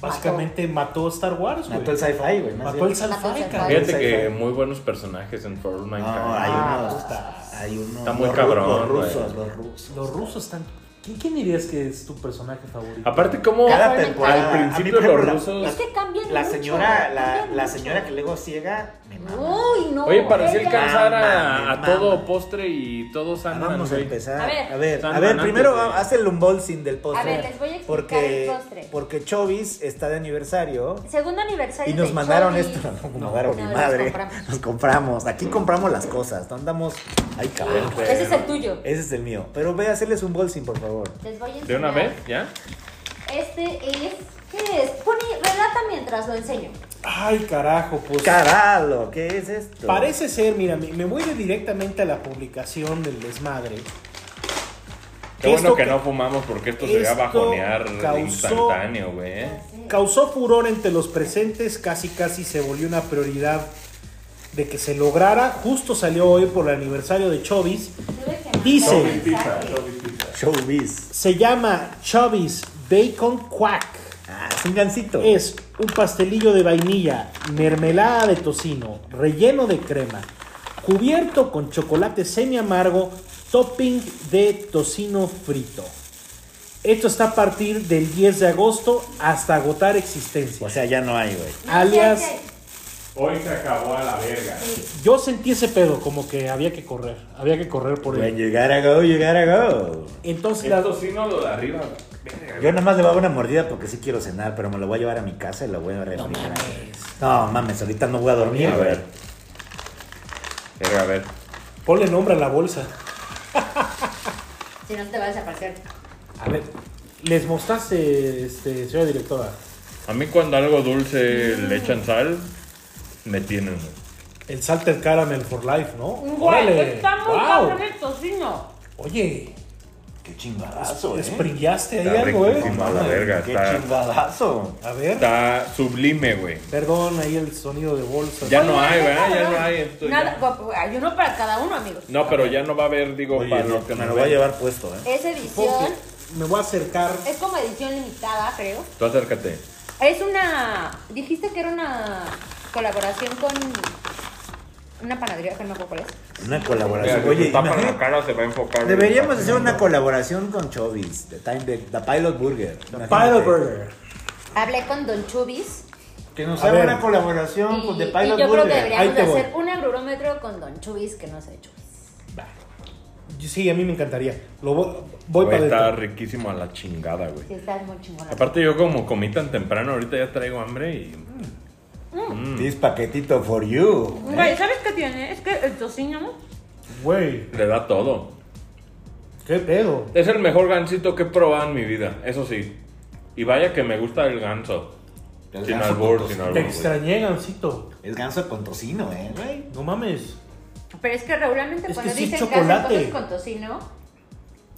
[SPEAKER 1] básicamente mató, a Star Wars, güey.
[SPEAKER 2] Mató el sci-fi, güey. más
[SPEAKER 1] Mató
[SPEAKER 2] bien.
[SPEAKER 1] el sci-fi,
[SPEAKER 3] Mató el sci-fi.
[SPEAKER 1] cabrón.
[SPEAKER 4] Fíjate
[SPEAKER 2] Sci-fi.
[SPEAKER 4] que muy buenos personajes en For All Mankind.
[SPEAKER 2] No, hay
[SPEAKER 1] Ah,
[SPEAKER 2] unos.
[SPEAKER 1] puta.
[SPEAKER 2] Hay unos.
[SPEAKER 4] Está muy
[SPEAKER 2] los ru-
[SPEAKER 4] cabrón,
[SPEAKER 2] Los
[SPEAKER 4] güey.
[SPEAKER 2] rusos, los rusos.
[SPEAKER 1] Los rusos están... ¿Quién, quién dirías que es tu personaje favorito?
[SPEAKER 4] Aparte, como
[SPEAKER 2] Cada
[SPEAKER 3] Al
[SPEAKER 2] temporada. a mí,
[SPEAKER 4] principio
[SPEAKER 2] por ejemplo,
[SPEAKER 4] los
[SPEAKER 2] la-
[SPEAKER 4] rusos-
[SPEAKER 3] Es que cambian
[SPEAKER 2] La
[SPEAKER 3] mucho,
[SPEAKER 2] señora, la,
[SPEAKER 3] cambian
[SPEAKER 2] la
[SPEAKER 3] mucho.
[SPEAKER 2] señora que luego ciega, me mama.
[SPEAKER 3] Uy, no.
[SPEAKER 4] Oye, parecía el
[SPEAKER 3] ella-
[SPEAKER 2] cáncer.
[SPEAKER 4] Kansar
[SPEAKER 2] Mama,
[SPEAKER 4] a, a
[SPEAKER 2] mama.
[SPEAKER 4] todo postre y todo sana.
[SPEAKER 2] Vamos a empezar.
[SPEAKER 3] A ver.
[SPEAKER 2] a ver,
[SPEAKER 4] San
[SPEAKER 2] a ver,
[SPEAKER 4] Juan
[SPEAKER 2] primero
[SPEAKER 4] antes de-
[SPEAKER 2] haz el unboxing del postre.
[SPEAKER 3] A ver, les voy a explicar
[SPEAKER 2] porque,
[SPEAKER 3] el postre.
[SPEAKER 2] Porque Chovis está de aniversario
[SPEAKER 3] Segundo aniversario
[SPEAKER 2] y nos
[SPEAKER 3] de
[SPEAKER 2] mandaron
[SPEAKER 3] Cholis.
[SPEAKER 2] esto. *laughs* No, nos mandaron mi
[SPEAKER 3] no, los
[SPEAKER 2] madre.
[SPEAKER 3] compramos.
[SPEAKER 2] Nos compramos. Aquí compramos las cosas. No andamos. Ay, cabrón.
[SPEAKER 3] Ese es el tuyo.
[SPEAKER 2] Ese es el mío. Pero ve a hacerles un bolsing, por favor.
[SPEAKER 3] Les voy a enseñar.
[SPEAKER 4] ¿De una vez? ¿Ya?
[SPEAKER 3] Este es. ¿Qué es? Pony, relata mientras lo enseño.
[SPEAKER 1] Ay, carajo, pues...
[SPEAKER 2] Caralo, ¿qué es esto?
[SPEAKER 1] Parece ser, mira, me, me voy de directamente a la publicación del desmadre.
[SPEAKER 4] Qué bueno
[SPEAKER 1] Esto
[SPEAKER 4] que
[SPEAKER 1] que-
[SPEAKER 4] no fumamos porque esto se va a
[SPEAKER 1] esto
[SPEAKER 4] bajonear
[SPEAKER 1] causó-
[SPEAKER 4] instantáneo, güey. ¿eh?
[SPEAKER 1] Causó furor entre los presentes, casi casi se volvió una prioridad de que se lograra. Justo salió hoy por el aniversario de Chovis.
[SPEAKER 3] Tuve que mandar
[SPEAKER 1] Dice.
[SPEAKER 3] un mensaje.
[SPEAKER 2] Showbiz.
[SPEAKER 1] Se llama Chovis Bacon Quack.
[SPEAKER 2] Ah, es un gancito.
[SPEAKER 1] Es un pastelillo de vainilla, mermelada de tocino, relleno de crema, cubierto con chocolate semi amargo, topping de tocino frito. Esto está a partir del 10 de agosto hasta agotar existencia.
[SPEAKER 2] O sea, ya no hay, güey.
[SPEAKER 3] No,
[SPEAKER 1] alias,
[SPEAKER 3] sí, sí.
[SPEAKER 4] Hoy se acabó a la verga.
[SPEAKER 1] yo sentí ese pedo como que había que correr, había que correr por
[SPEAKER 2] When
[SPEAKER 1] él.
[SPEAKER 2] you gotta go, you gotta go.
[SPEAKER 1] Entonces, la-
[SPEAKER 4] Esto sí no lo de arriba.
[SPEAKER 2] Yo nada más le voy a dar una mordida porque sí quiero cenar, pero me lo voy a llevar a mi casa y lo voy a refrigerar. No mames, ahorita no voy a dormir,
[SPEAKER 4] A
[SPEAKER 2] güey.
[SPEAKER 4] ver. Verga, a ver.
[SPEAKER 1] ponle nombre a la bolsa.
[SPEAKER 3] Si no te va a desaparecer.
[SPEAKER 1] A ver, les mostraste, este, señora directora,
[SPEAKER 4] A mí cuando algo dulce le echan sal, me tienen. güey.
[SPEAKER 1] el Salted Caramel for Life, ¿no?
[SPEAKER 3] Güey, está muy
[SPEAKER 1] ¡Guau!
[SPEAKER 3] cabrón el tocino.
[SPEAKER 1] Oye,
[SPEAKER 2] Qué chingadazo, eh.
[SPEAKER 1] esprillaste ahí
[SPEAKER 4] ¿eh? Está
[SPEAKER 1] algo, ¿eh?
[SPEAKER 4] riquísimo, a la verga.
[SPEAKER 2] Qué
[SPEAKER 4] Está,
[SPEAKER 2] chingadazo.
[SPEAKER 1] A ver,
[SPEAKER 4] está sublime, güey.
[SPEAKER 1] perdón, ahí el sonido de bolsa.
[SPEAKER 4] Ya no
[SPEAKER 3] Oye,
[SPEAKER 4] hay,
[SPEAKER 3] está
[SPEAKER 4] ¿verdad? Ya
[SPEAKER 3] cabrón.
[SPEAKER 4] no hay. esto ya-
[SPEAKER 3] Nada, gu- gu- hay uno para cada uno, amigos.
[SPEAKER 4] No, pero ya no va a haber, digo,
[SPEAKER 2] Oye,
[SPEAKER 4] para
[SPEAKER 2] no,
[SPEAKER 4] los que
[SPEAKER 2] me
[SPEAKER 4] nos
[SPEAKER 2] lo voy a
[SPEAKER 4] ven.
[SPEAKER 2] llevar puesto, ¿eh?
[SPEAKER 3] Es edición
[SPEAKER 1] me voy a acercar.
[SPEAKER 3] Es como edición limitada, creo.
[SPEAKER 4] Tú acércate.
[SPEAKER 3] Es una. Dijiste que era una colaboración con una panadería que no me acuerdo cuál es.
[SPEAKER 2] Una
[SPEAKER 4] Mira,
[SPEAKER 2] colaboración.
[SPEAKER 4] si
[SPEAKER 2] Oye,
[SPEAKER 4] te tapan la
[SPEAKER 2] imagínate,
[SPEAKER 4] cara se va a
[SPEAKER 2] *laughs*
[SPEAKER 4] enfocar.
[SPEAKER 2] deberíamos hacer una colaboración con Chobis, The Time de The Pilot Burger.
[SPEAKER 1] Pilot Burger.
[SPEAKER 3] Hablé con Don Chubis.
[SPEAKER 2] Que nos
[SPEAKER 1] A
[SPEAKER 2] haga
[SPEAKER 1] ver.
[SPEAKER 2] una colaboración
[SPEAKER 3] Y,
[SPEAKER 2] con The
[SPEAKER 3] y
[SPEAKER 2] Pilot
[SPEAKER 3] yo creo que
[SPEAKER 2] pues, Burger. Ahí
[SPEAKER 3] deberíamos
[SPEAKER 2] te voy.
[SPEAKER 3] hacer un agrurómetro con Don Chubis que no sea de Chubis.
[SPEAKER 1] Sí, a mí me encantaría. Lo vo- voy,
[SPEAKER 4] Voy a
[SPEAKER 1] para
[SPEAKER 4] estar
[SPEAKER 1] adentro.
[SPEAKER 4] riquísimo a la chingada, güey.
[SPEAKER 3] Sí, estás muy chingona.
[SPEAKER 4] Aparte yo como comí tan temprano, ahorita ya traigo hambre y...
[SPEAKER 2] Mm. This paquetito for you.
[SPEAKER 6] Güey, ¿sabes qué tiene? Es que el tocino
[SPEAKER 1] Güey,
[SPEAKER 4] Le da todo.
[SPEAKER 1] qué pedo.
[SPEAKER 4] Es el mejor gansito que he probado en mi vida, eso sí. Y vaya que me gusta el ganso.
[SPEAKER 2] El
[SPEAKER 4] sin
[SPEAKER 2] ganso
[SPEAKER 4] albur,
[SPEAKER 2] con
[SPEAKER 4] sin
[SPEAKER 2] tocino.
[SPEAKER 4] albur.
[SPEAKER 1] Te
[SPEAKER 4] güey.
[SPEAKER 1] extrañé, Gancito.
[SPEAKER 2] Es ganso con tocino, eh, güey.
[SPEAKER 1] No mames.
[SPEAKER 3] Pero es que regularmente
[SPEAKER 1] Es
[SPEAKER 3] cuando
[SPEAKER 1] que sí es
[SPEAKER 3] dicen que hacen
[SPEAKER 1] chocolate.
[SPEAKER 3] cosas con tocino,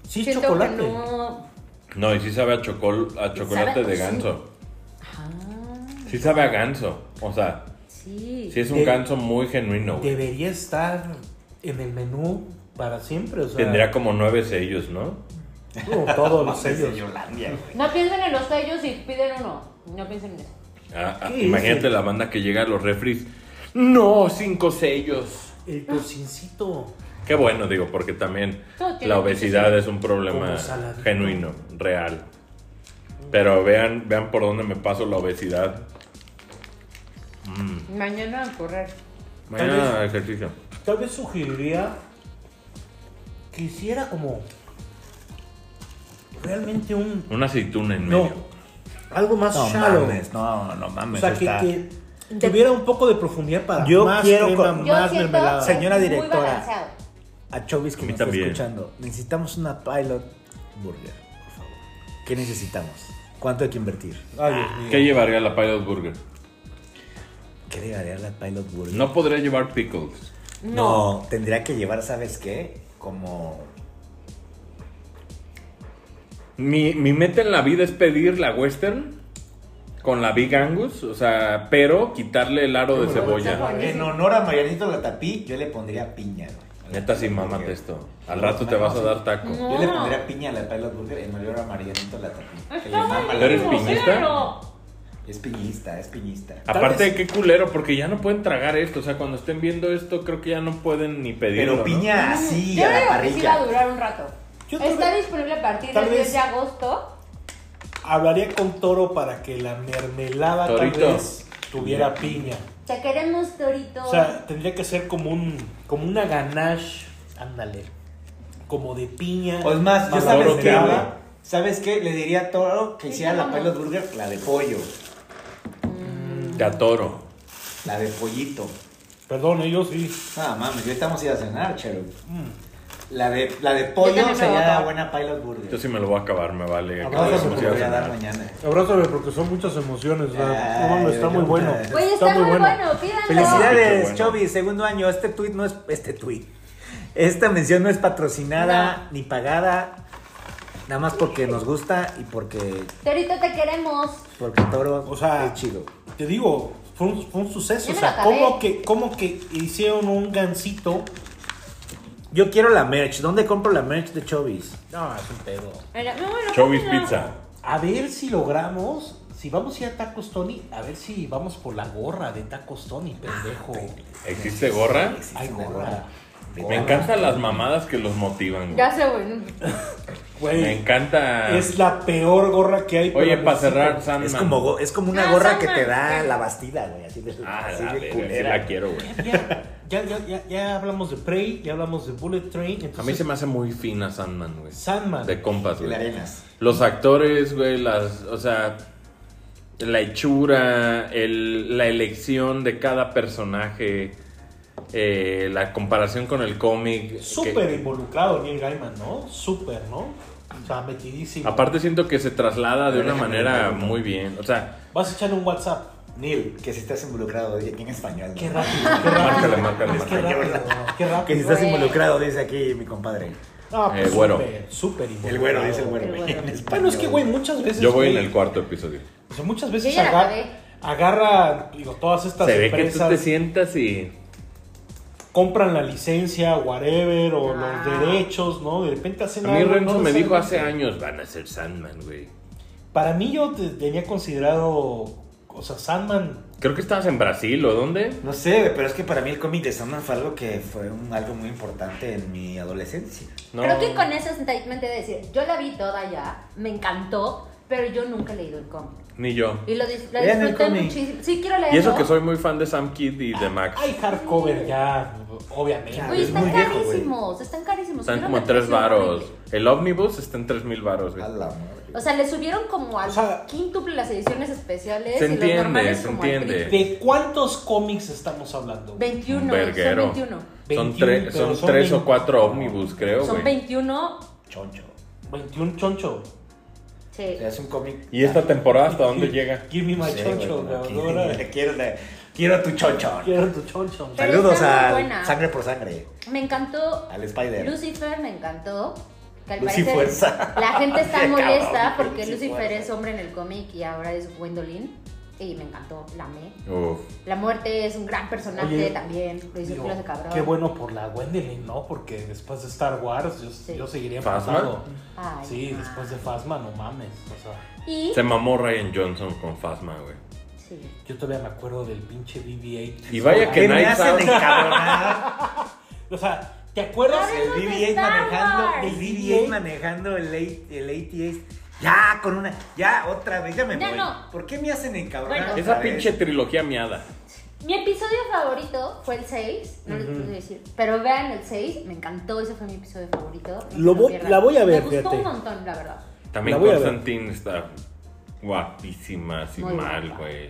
[SPEAKER 1] Sí,
[SPEAKER 3] siento
[SPEAKER 1] chocolate.
[SPEAKER 3] que no.
[SPEAKER 4] No, y sí sabe a, chocol a chocolate
[SPEAKER 3] Sabe-
[SPEAKER 4] de
[SPEAKER 3] sí.
[SPEAKER 4] ganso.
[SPEAKER 3] Ah,
[SPEAKER 4] Sí sabe a ganso. O sea,
[SPEAKER 3] sí.
[SPEAKER 4] sí es un
[SPEAKER 1] De-
[SPEAKER 4] ganso muy genuino, güey.
[SPEAKER 1] Debería estar en el menú para siempre. O sea,
[SPEAKER 4] Tendría como nueve sellos, ¿no?
[SPEAKER 1] como todos
[SPEAKER 4] *laughs*
[SPEAKER 1] los sellos.
[SPEAKER 2] Yolandia, güey.
[SPEAKER 3] No piensen en los sellos y piden uno. No piensen en eso.
[SPEAKER 4] Ah, ah,
[SPEAKER 1] ¿Qué
[SPEAKER 4] imagínate
[SPEAKER 1] dice?
[SPEAKER 4] la banda que llega a los refris. No, cinco sellos.
[SPEAKER 1] El tocincito.
[SPEAKER 4] Qué bueno, digo, porque también
[SPEAKER 3] Todo tiene
[SPEAKER 4] la
[SPEAKER 3] mucho
[SPEAKER 4] obesidad
[SPEAKER 3] sentido.
[SPEAKER 4] es un problema
[SPEAKER 1] Como saladito.
[SPEAKER 4] genuino, real. Pero vean, vean por dónde me paso la obesidad. Mm.
[SPEAKER 3] Mañana a correr.
[SPEAKER 4] Mañana ejercicio.
[SPEAKER 1] Tal vez sugeriría que hiciera como realmente un.
[SPEAKER 4] Una aceituna en
[SPEAKER 1] No,
[SPEAKER 4] medio.
[SPEAKER 1] algo más
[SPEAKER 2] No
[SPEAKER 1] shallow.
[SPEAKER 2] mames, no, no
[SPEAKER 1] o
[SPEAKER 2] mames.
[SPEAKER 1] sea, que,
[SPEAKER 2] está-
[SPEAKER 1] que tuviera un poco de profundidad para
[SPEAKER 2] Yo
[SPEAKER 1] más
[SPEAKER 2] quiero
[SPEAKER 1] crema,
[SPEAKER 2] con-
[SPEAKER 3] Yo
[SPEAKER 1] más
[SPEAKER 3] siento
[SPEAKER 1] mermelada.
[SPEAKER 3] que
[SPEAKER 2] Señora
[SPEAKER 3] es
[SPEAKER 2] directora.
[SPEAKER 3] Muy balanceado.
[SPEAKER 2] A Chobis que
[SPEAKER 4] A mí
[SPEAKER 2] me está
[SPEAKER 4] también.
[SPEAKER 2] escuchando. Necesitamos una Pilot Burger, por favor. ¿Qué necesitamos? ¿Cuánto hay que invertir?
[SPEAKER 4] Ah.
[SPEAKER 1] Ay, Dios mío.
[SPEAKER 4] ¿Qué llevaría la Pilot Burger?
[SPEAKER 2] ¿Qué llevaría la Pilot Burger?
[SPEAKER 4] No podría llevar pickles.
[SPEAKER 2] No, tendría que llevar, ¿sabes qué? Como.
[SPEAKER 4] Mi, mi meta en la vida es pedir la Western con la Big Angus, o sea, pero quitarle el aro de cebolla.
[SPEAKER 2] En honor a Marianito Latapí, yo le pondría piña, güey.
[SPEAKER 4] Neta sí, mámate esto. Al rato te vas a dar taco.
[SPEAKER 2] Yo le pondría piña a la Pilot Burger en honor a Marianito Latapí. Que le
[SPEAKER 6] está
[SPEAKER 2] mama
[SPEAKER 4] ¿Tú
[SPEAKER 2] la
[SPEAKER 4] eres
[SPEAKER 6] buenísimo,
[SPEAKER 2] piña.
[SPEAKER 4] piñista?
[SPEAKER 6] cébralo.
[SPEAKER 2] Es piñista, es piñista.
[SPEAKER 4] Aparte de qué culero, porque ya no pueden tragar esto. O sea, cuando estén viendo esto, creo que ya no pueden ni pedirlo.
[SPEAKER 2] Pero
[SPEAKER 4] ¿no?
[SPEAKER 2] piña así,
[SPEAKER 3] Yo
[SPEAKER 2] a la
[SPEAKER 3] creo que sí va a
[SPEAKER 2] parrilla.
[SPEAKER 3] durar un rato.
[SPEAKER 1] Yo tal
[SPEAKER 3] Está
[SPEAKER 1] vez-
[SPEAKER 3] disponible a partir
[SPEAKER 1] tal
[SPEAKER 3] del 10
[SPEAKER 1] vez-
[SPEAKER 3] de agosto.
[SPEAKER 1] Hablaría con Toro para que la mermelada
[SPEAKER 4] Torito.
[SPEAKER 1] tal vez tuviera piña.
[SPEAKER 3] Ya queremos torito.
[SPEAKER 1] O sea, tendría que ser como un como una ganache, ándale. Como de piña.
[SPEAKER 2] O es más, yo
[SPEAKER 1] más
[SPEAKER 2] sabes qué,
[SPEAKER 1] malteada.
[SPEAKER 2] güey? ¿Sabes qué? Le diría a Toro que
[SPEAKER 3] Sí,
[SPEAKER 2] hiciera la
[SPEAKER 3] vamos.
[SPEAKER 2] Pilot Burger la de pollo,
[SPEAKER 4] Te atoro.
[SPEAKER 2] la de pollito.
[SPEAKER 1] Perdón, ellos sí. Mm.
[SPEAKER 2] Ah, mames, yo estamos ir a cenar, chero. La de, la de pollo
[SPEAKER 3] también me voy a
[SPEAKER 2] sería
[SPEAKER 3] acabar.
[SPEAKER 2] buena Pilot Burger.
[SPEAKER 4] Yo sí me lo voy a acabar, me vale.
[SPEAKER 1] Abrazo,
[SPEAKER 4] Acabo de
[SPEAKER 2] Ahora se me
[SPEAKER 1] Vamos
[SPEAKER 4] renunciar a
[SPEAKER 2] voy Ah, a
[SPEAKER 4] cenar.
[SPEAKER 2] dar mañana.
[SPEAKER 1] Abrázame porque son muchas emociones. o sea, no, no,
[SPEAKER 2] Ay,
[SPEAKER 1] está
[SPEAKER 2] yo-
[SPEAKER 1] muy
[SPEAKER 2] yo-
[SPEAKER 1] bueno.
[SPEAKER 2] Oye,
[SPEAKER 3] Oye, está, muy bueno, pídanlo.
[SPEAKER 2] Felicidades,
[SPEAKER 4] Qué bueno.
[SPEAKER 2] Chobi, segundo año. Este tweet no es. Este tweet. Esta mención no es patrocinada ni pagada. Nada más porque nos gusta y porque,
[SPEAKER 3] Torito, te queremos.
[SPEAKER 2] porque Toro
[SPEAKER 1] O sea,
[SPEAKER 2] es chido.
[SPEAKER 1] Te digo, fue un, fue un suceso.
[SPEAKER 3] Ya
[SPEAKER 1] O
[SPEAKER 3] me
[SPEAKER 1] sea,
[SPEAKER 3] lo acabé.
[SPEAKER 1] ¿cómo que, cómo que hicieron un gancito?
[SPEAKER 2] Yo quiero la merch. ¿Dónde compro la merch de Chobis?
[SPEAKER 1] No, es un pedo.
[SPEAKER 6] Mira, no, bueno,
[SPEAKER 4] Chobis
[SPEAKER 6] cómela.
[SPEAKER 4] Pizza.
[SPEAKER 1] A ver si logramos. Si vamos a ir a Tacos Tony, a ver si vamos por la gorra de Tacos Tony,
[SPEAKER 4] Ah,
[SPEAKER 1] pendejo.
[SPEAKER 4] ¿Existe gorra?
[SPEAKER 1] Ay, gorra.
[SPEAKER 4] Me encantan las mamadas que los motivan. güey.
[SPEAKER 3] Ya se bueno.
[SPEAKER 4] Me
[SPEAKER 1] Güey,
[SPEAKER 4] encanta.
[SPEAKER 1] es la peor gorra que hay.
[SPEAKER 4] Oye,
[SPEAKER 1] pero
[SPEAKER 4] para
[SPEAKER 1] necesito-
[SPEAKER 4] cerrar, Sandman.
[SPEAKER 2] Es como, go- es como una
[SPEAKER 6] Ah,
[SPEAKER 2] gorra
[SPEAKER 6] son
[SPEAKER 2] que te da
[SPEAKER 6] mantequilla.
[SPEAKER 2] la bastida, güey. Así de,
[SPEAKER 4] Ah,
[SPEAKER 2] así
[SPEAKER 4] la
[SPEAKER 2] de
[SPEAKER 4] verga, sí
[SPEAKER 2] culera.
[SPEAKER 4] la quiero, güey.
[SPEAKER 1] Ya, ya, ya, ya, ya hablamos de Prey, ya hablamos de Bullet Train. Entonces,
[SPEAKER 4] A mí se me hace muy fina Sandman, güey.
[SPEAKER 1] Sandman.
[SPEAKER 4] De compas,
[SPEAKER 2] Y
[SPEAKER 4] güey.
[SPEAKER 2] la arenas.
[SPEAKER 4] Los actores, güey, las. O sea. La hechura, el- la elección de cada personaje, eh, la comparación con el cómic. que-
[SPEAKER 1] Súper involucrado Neil Gaiman, ¿no? Súper, ¿no? O sea, metidísimo.
[SPEAKER 4] Aparte, siento que se traslada de una manera muy bien. O sea,
[SPEAKER 1] Vas a echarle un WhatsApp.
[SPEAKER 2] Neil, que si estás involucrado, oye, aquí en español.
[SPEAKER 1] Qué
[SPEAKER 2] *laughs* ¿no?
[SPEAKER 1] rápido, qué rápido.
[SPEAKER 4] Márcale, márcale,
[SPEAKER 1] Es que
[SPEAKER 4] márcale.
[SPEAKER 1] rápido, ¿no? qué
[SPEAKER 2] Que si
[SPEAKER 1] rápido.
[SPEAKER 2] estás
[SPEAKER 3] Güey.
[SPEAKER 2] involucrado, dice aquí mi compadre.
[SPEAKER 1] Ah, pues
[SPEAKER 4] Eh, güero.
[SPEAKER 1] súper, súper involucrado.
[SPEAKER 2] El güero, dice el güero,
[SPEAKER 3] El
[SPEAKER 2] güey.
[SPEAKER 3] güero.
[SPEAKER 2] en español.
[SPEAKER 1] Bueno, es que, güey, muchas veces.
[SPEAKER 4] yo voy en
[SPEAKER 1] güey,
[SPEAKER 4] el cuarto episodio.
[SPEAKER 1] O sea, muchas veces
[SPEAKER 3] Yo ya la
[SPEAKER 1] agar-
[SPEAKER 3] acabé.
[SPEAKER 1] agarra, digo, todas estas
[SPEAKER 4] Se ve que tú
[SPEAKER 1] empresas.
[SPEAKER 4] te sientas y.
[SPEAKER 1] compran la licencia, whatever, o
[SPEAKER 3] Ah.
[SPEAKER 1] los derechos, ¿no? De repente hacen
[SPEAKER 4] A mí
[SPEAKER 1] algo,
[SPEAKER 4] Renzo
[SPEAKER 1] no
[SPEAKER 4] me
[SPEAKER 1] saben.
[SPEAKER 4] dijo hace años, van a ser Sandman, güey.
[SPEAKER 1] Para mí yo te- tenía considerado, o sea, Sandman,
[SPEAKER 4] Creo que estabas en Brasil o dónde.
[SPEAKER 2] No sé, güey, pero es que para mí el cómic de Sandman fue algo que fue un- algo muy importante en mi adolescencia.
[SPEAKER 4] No.
[SPEAKER 3] Creo que con ese statement de decir, yo la vi toda ya, me encantó, pero yo nunca he leído el cómic.
[SPEAKER 4] Ni yo.
[SPEAKER 3] Y lo dis- la
[SPEAKER 2] Lean el
[SPEAKER 3] disfruté
[SPEAKER 2] cómic.
[SPEAKER 3] muchísimo. Sí, quiero leerlo.
[SPEAKER 4] Y eso que soy muy fan de Sam Kidd y de Max.
[SPEAKER 1] hay hardcover ya, obviamente.
[SPEAKER 2] Claro,
[SPEAKER 3] Oye,
[SPEAKER 2] es
[SPEAKER 3] están
[SPEAKER 2] muy viejo, güey.
[SPEAKER 3] carísimos, están carísimos.
[SPEAKER 4] Están
[SPEAKER 3] Quiero
[SPEAKER 4] como en
[SPEAKER 3] la
[SPEAKER 4] tres
[SPEAKER 3] versión
[SPEAKER 4] varos.
[SPEAKER 3] horrible.
[SPEAKER 4] El Omnibus está en tres mil varos, güey.
[SPEAKER 2] A la madre.
[SPEAKER 3] O sea, le subieron como al
[SPEAKER 1] O sea,
[SPEAKER 3] quíntuple las ediciones especiales.
[SPEAKER 4] se
[SPEAKER 3] y los
[SPEAKER 4] entiende,
[SPEAKER 3] normales
[SPEAKER 4] se
[SPEAKER 3] como al
[SPEAKER 4] entiende.
[SPEAKER 3] triple.
[SPEAKER 1] ¿De cuántos cómics estamos hablando?
[SPEAKER 3] 21, son
[SPEAKER 4] Verguero.
[SPEAKER 3] 21.
[SPEAKER 4] Son,
[SPEAKER 1] 21,
[SPEAKER 4] tres,
[SPEAKER 1] pero
[SPEAKER 4] son,
[SPEAKER 1] son
[SPEAKER 4] tres o
[SPEAKER 1] 20.
[SPEAKER 4] cuatro Omnibus, creo,
[SPEAKER 3] Son
[SPEAKER 4] güey.
[SPEAKER 3] 21.
[SPEAKER 2] Choncho.
[SPEAKER 1] 21 choncho.
[SPEAKER 3] Sí.
[SPEAKER 2] O sea, es un cómic.
[SPEAKER 4] ¿Y esta temporada hasta dónde llega?
[SPEAKER 1] Give me
[SPEAKER 2] No
[SPEAKER 1] my
[SPEAKER 2] sé, güey,
[SPEAKER 1] choncho,
[SPEAKER 2] como
[SPEAKER 1] güey,
[SPEAKER 2] que-
[SPEAKER 1] no, ahora
[SPEAKER 2] quiero, la- quiero tu choncho.
[SPEAKER 1] Quiero tu choncho.
[SPEAKER 3] Pero
[SPEAKER 2] Saludos
[SPEAKER 3] está muy
[SPEAKER 2] a
[SPEAKER 3] buena.
[SPEAKER 2] Sangre por Sangre,
[SPEAKER 3] Me encantó.
[SPEAKER 2] al Spider.
[SPEAKER 3] Lucifer me encantó. Que al
[SPEAKER 2] Lucy
[SPEAKER 3] parecer
[SPEAKER 2] Pues
[SPEAKER 3] *laughs*
[SPEAKER 2] Fuerza.
[SPEAKER 3] La gente está
[SPEAKER 2] Cabrón,
[SPEAKER 3] molesta
[SPEAKER 2] güey,
[SPEAKER 3] porque
[SPEAKER 2] Lucy
[SPEAKER 3] Lucifer
[SPEAKER 2] Fuerza.
[SPEAKER 3] es hombre en el cómic y ahora es Gwendolyn. Y me encantó, la amé.
[SPEAKER 4] Uf.
[SPEAKER 3] La muerte es un gran personaje
[SPEAKER 1] Oye,
[SPEAKER 3] también. Lo hizo
[SPEAKER 1] Digo,
[SPEAKER 3] culo de cabrón.
[SPEAKER 1] qué bueno por la Wendelin, ¿no? Porque después de Star Wars yo,
[SPEAKER 3] Sí.
[SPEAKER 1] yo seguiría
[SPEAKER 4] ¿Phasma?
[SPEAKER 1] pasando.
[SPEAKER 3] Ay,
[SPEAKER 1] Sí,
[SPEAKER 3] ma.
[SPEAKER 1] después de Fasma, no mames. O sea,
[SPEAKER 3] Y.
[SPEAKER 4] Se mamó Ryan Johnson con Fasma, güey.
[SPEAKER 3] Sí.
[SPEAKER 1] yo todavía me acuerdo del pinche BB-8.
[SPEAKER 4] Y vaya que
[SPEAKER 2] ¿Qué me
[SPEAKER 4] Night
[SPEAKER 2] hacen de
[SPEAKER 4] Owl.
[SPEAKER 2] encabronar?
[SPEAKER 1] O sea, ¿te acuerdas?
[SPEAKER 3] Ahora
[SPEAKER 2] El
[SPEAKER 3] los
[SPEAKER 2] BB-8
[SPEAKER 3] Star
[SPEAKER 2] manejando,
[SPEAKER 3] Wars.
[SPEAKER 2] el BB-8 manejando el, A- el ATS. Ya, con una, ya, otra vez, ya me
[SPEAKER 3] Ya
[SPEAKER 2] voy.
[SPEAKER 3] no.
[SPEAKER 2] ¿Por qué me hacen encabronar?
[SPEAKER 3] Bueno.
[SPEAKER 4] Esa
[SPEAKER 2] otra vez?
[SPEAKER 4] pinche trilogía miada.
[SPEAKER 3] Mi episodio favorito fue el 6. No les puedo decir. Pero vean el 6. Me encantó. Ese fue mi episodio favorito. No se
[SPEAKER 1] Lo vo-
[SPEAKER 3] pierdan.
[SPEAKER 1] la voy a ver,
[SPEAKER 3] Me gustó
[SPEAKER 1] fíjate.
[SPEAKER 3] un montón, la verdad.
[SPEAKER 4] También
[SPEAKER 1] La voy a ver.
[SPEAKER 4] Constantine está guapísima, así
[SPEAKER 3] Muy
[SPEAKER 4] mal,
[SPEAKER 3] guapa.
[SPEAKER 4] güey.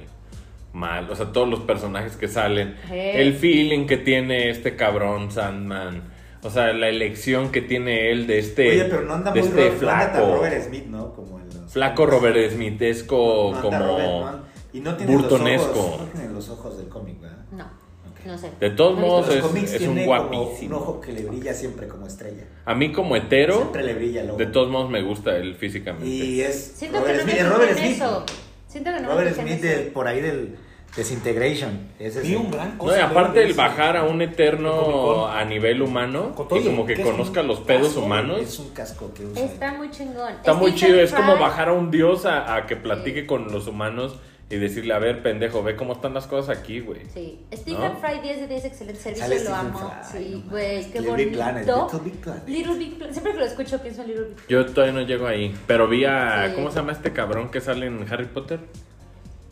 [SPEAKER 4] Mal. O sea, todos los personajes que salen.
[SPEAKER 3] Hey.
[SPEAKER 4] El feeling que tiene este cabrón Sandman. O sea, la elección que tiene él de este.
[SPEAKER 2] Oye, pero no anda
[SPEAKER 4] de
[SPEAKER 2] muy
[SPEAKER 4] este
[SPEAKER 2] Robert, no anda tan
[SPEAKER 4] flaco.
[SPEAKER 2] Robert Smith, ¿no? Como en los-
[SPEAKER 4] Flaco Robert Smithesco,
[SPEAKER 2] No anda
[SPEAKER 4] como.
[SPEAKER 2] Robert, no. Y no tiene
[SPEAKER 4] burtonesco.
[SPEAKER 2] los ojos, no tiene los ojos del cómic, ¿verdad?
[SPEAKER 3] No.
[SPEAKER 2] Ok.
[SPEAKER 3] No sé.
[SPEAKER 4] De todos
[SPEAKER 3] No he
[SPEAKER 4] modos,
[SPEAKER 3] visto
[SPEAKER 4] es,
[SPEAKER 2] los cómics
[SPEAKER 4] es un
[SPEAKER 2] tiene
[SPEAKER 4] guapísimo.
[SPEAKER 2] Como un ojo que le brilla siempre como estrella.
[SPEAKER 4] A mí, como hetero,
[SPEAKER 2] siempre le brilla el ojo.
[SPEAKER 4] de todos modos me gusta él físicamente.
[SPEAKER 2] Y
[SPEAKER 4] eh,
[SPEAKER 2] es
[SPEAKER 3] Siento
[SPEAKER 2] Robert
[SPEAKER 3] que no
[SPEAKER 2] Smith,
[SPEAKER 3] me
[SPEAKER 2] es
[SPEAKER 3] fijo
[SPEAKER 2] Robert
[SPEAKER 3] en
[SPEAKER 2] Smith.
[SPEAKER 3] eso. Siento que no
[SPEAKER 2] Robert
[SPEAKER 3] me fijo en
[SPEAKER 2] Smith eh,
[SPEAKER 3] eso.
[SPEAKER 2] de- por ahí del Desintegration. Ese
[SPEAKER 1] Vi
[SPEAKER 2] es
[SPEAKER 1] un
[SPEAKER 2] el-
[SPEAKER 1] gran
[SPEAKER 4] No, y
[SPEAKER 1] cosa.
[SPEAKER 4] aparte
[SPEAKER 1] de-
[SPEAKER 4] el bajar a un eterno
[SPEAKER 1] Comic-Con.
[SPEAKER 4] a nivel humano
[SPEAKER 1] Con todo
[SPEAKER 4] y como
[SPEAKER 1] y
[SPEAKER 4] que
[SPEAKER 1] que es un
[SPEAKER 4] conozca los pedos
[SPEAKER 1] casco,
[SPEAKER 4] humanos.
[SPEAKER 2] Es un casco que usa.
[SPEAKER 3] Está muy chingón.
[SPEAKER 4] Está muy
[SPEAKER 3] Stephen
[SPEAKER 4] chido, es como
[SPEAKER 3] Fry-
[SPEAKER 4] bajar a un dios a, a que platique con los humanos y decirle, a ver, pendejo, ve cómo están las cosas aquí, güey.
[SPEAKER 3] Sí, Stephen
[SPEAKER 4] ¿No?
[SPEAKER 3] Fry 10 de 10, excelente servicio,
[SPEAKER 2] Sale
[SPEAKER 3] lo
[SPEAKER 2] Stephen
[SPEAKER 3] amo.
[SPEAKER 2] Fry, no
[SPEAKER 3] sí,
[SPEAKER 2] mames.
[SPEAKER 3] güey, qué
[SPEAKER 2] Little
[SPEAKER 3] bonito.
[SPEAKER 2] Big Planet, Little Big Planet.
[SPEAKER 3] Little Big Planet. Siempre que lo escucho pienso en Little Big Planet.
[SPEAKER 4] Yo todavía no llego ahí, pero vi a,
[SPEAKER 3] Sí.
[SPEAKER 4] ¿cómo se llama este cabrón que sale en Harry Potter?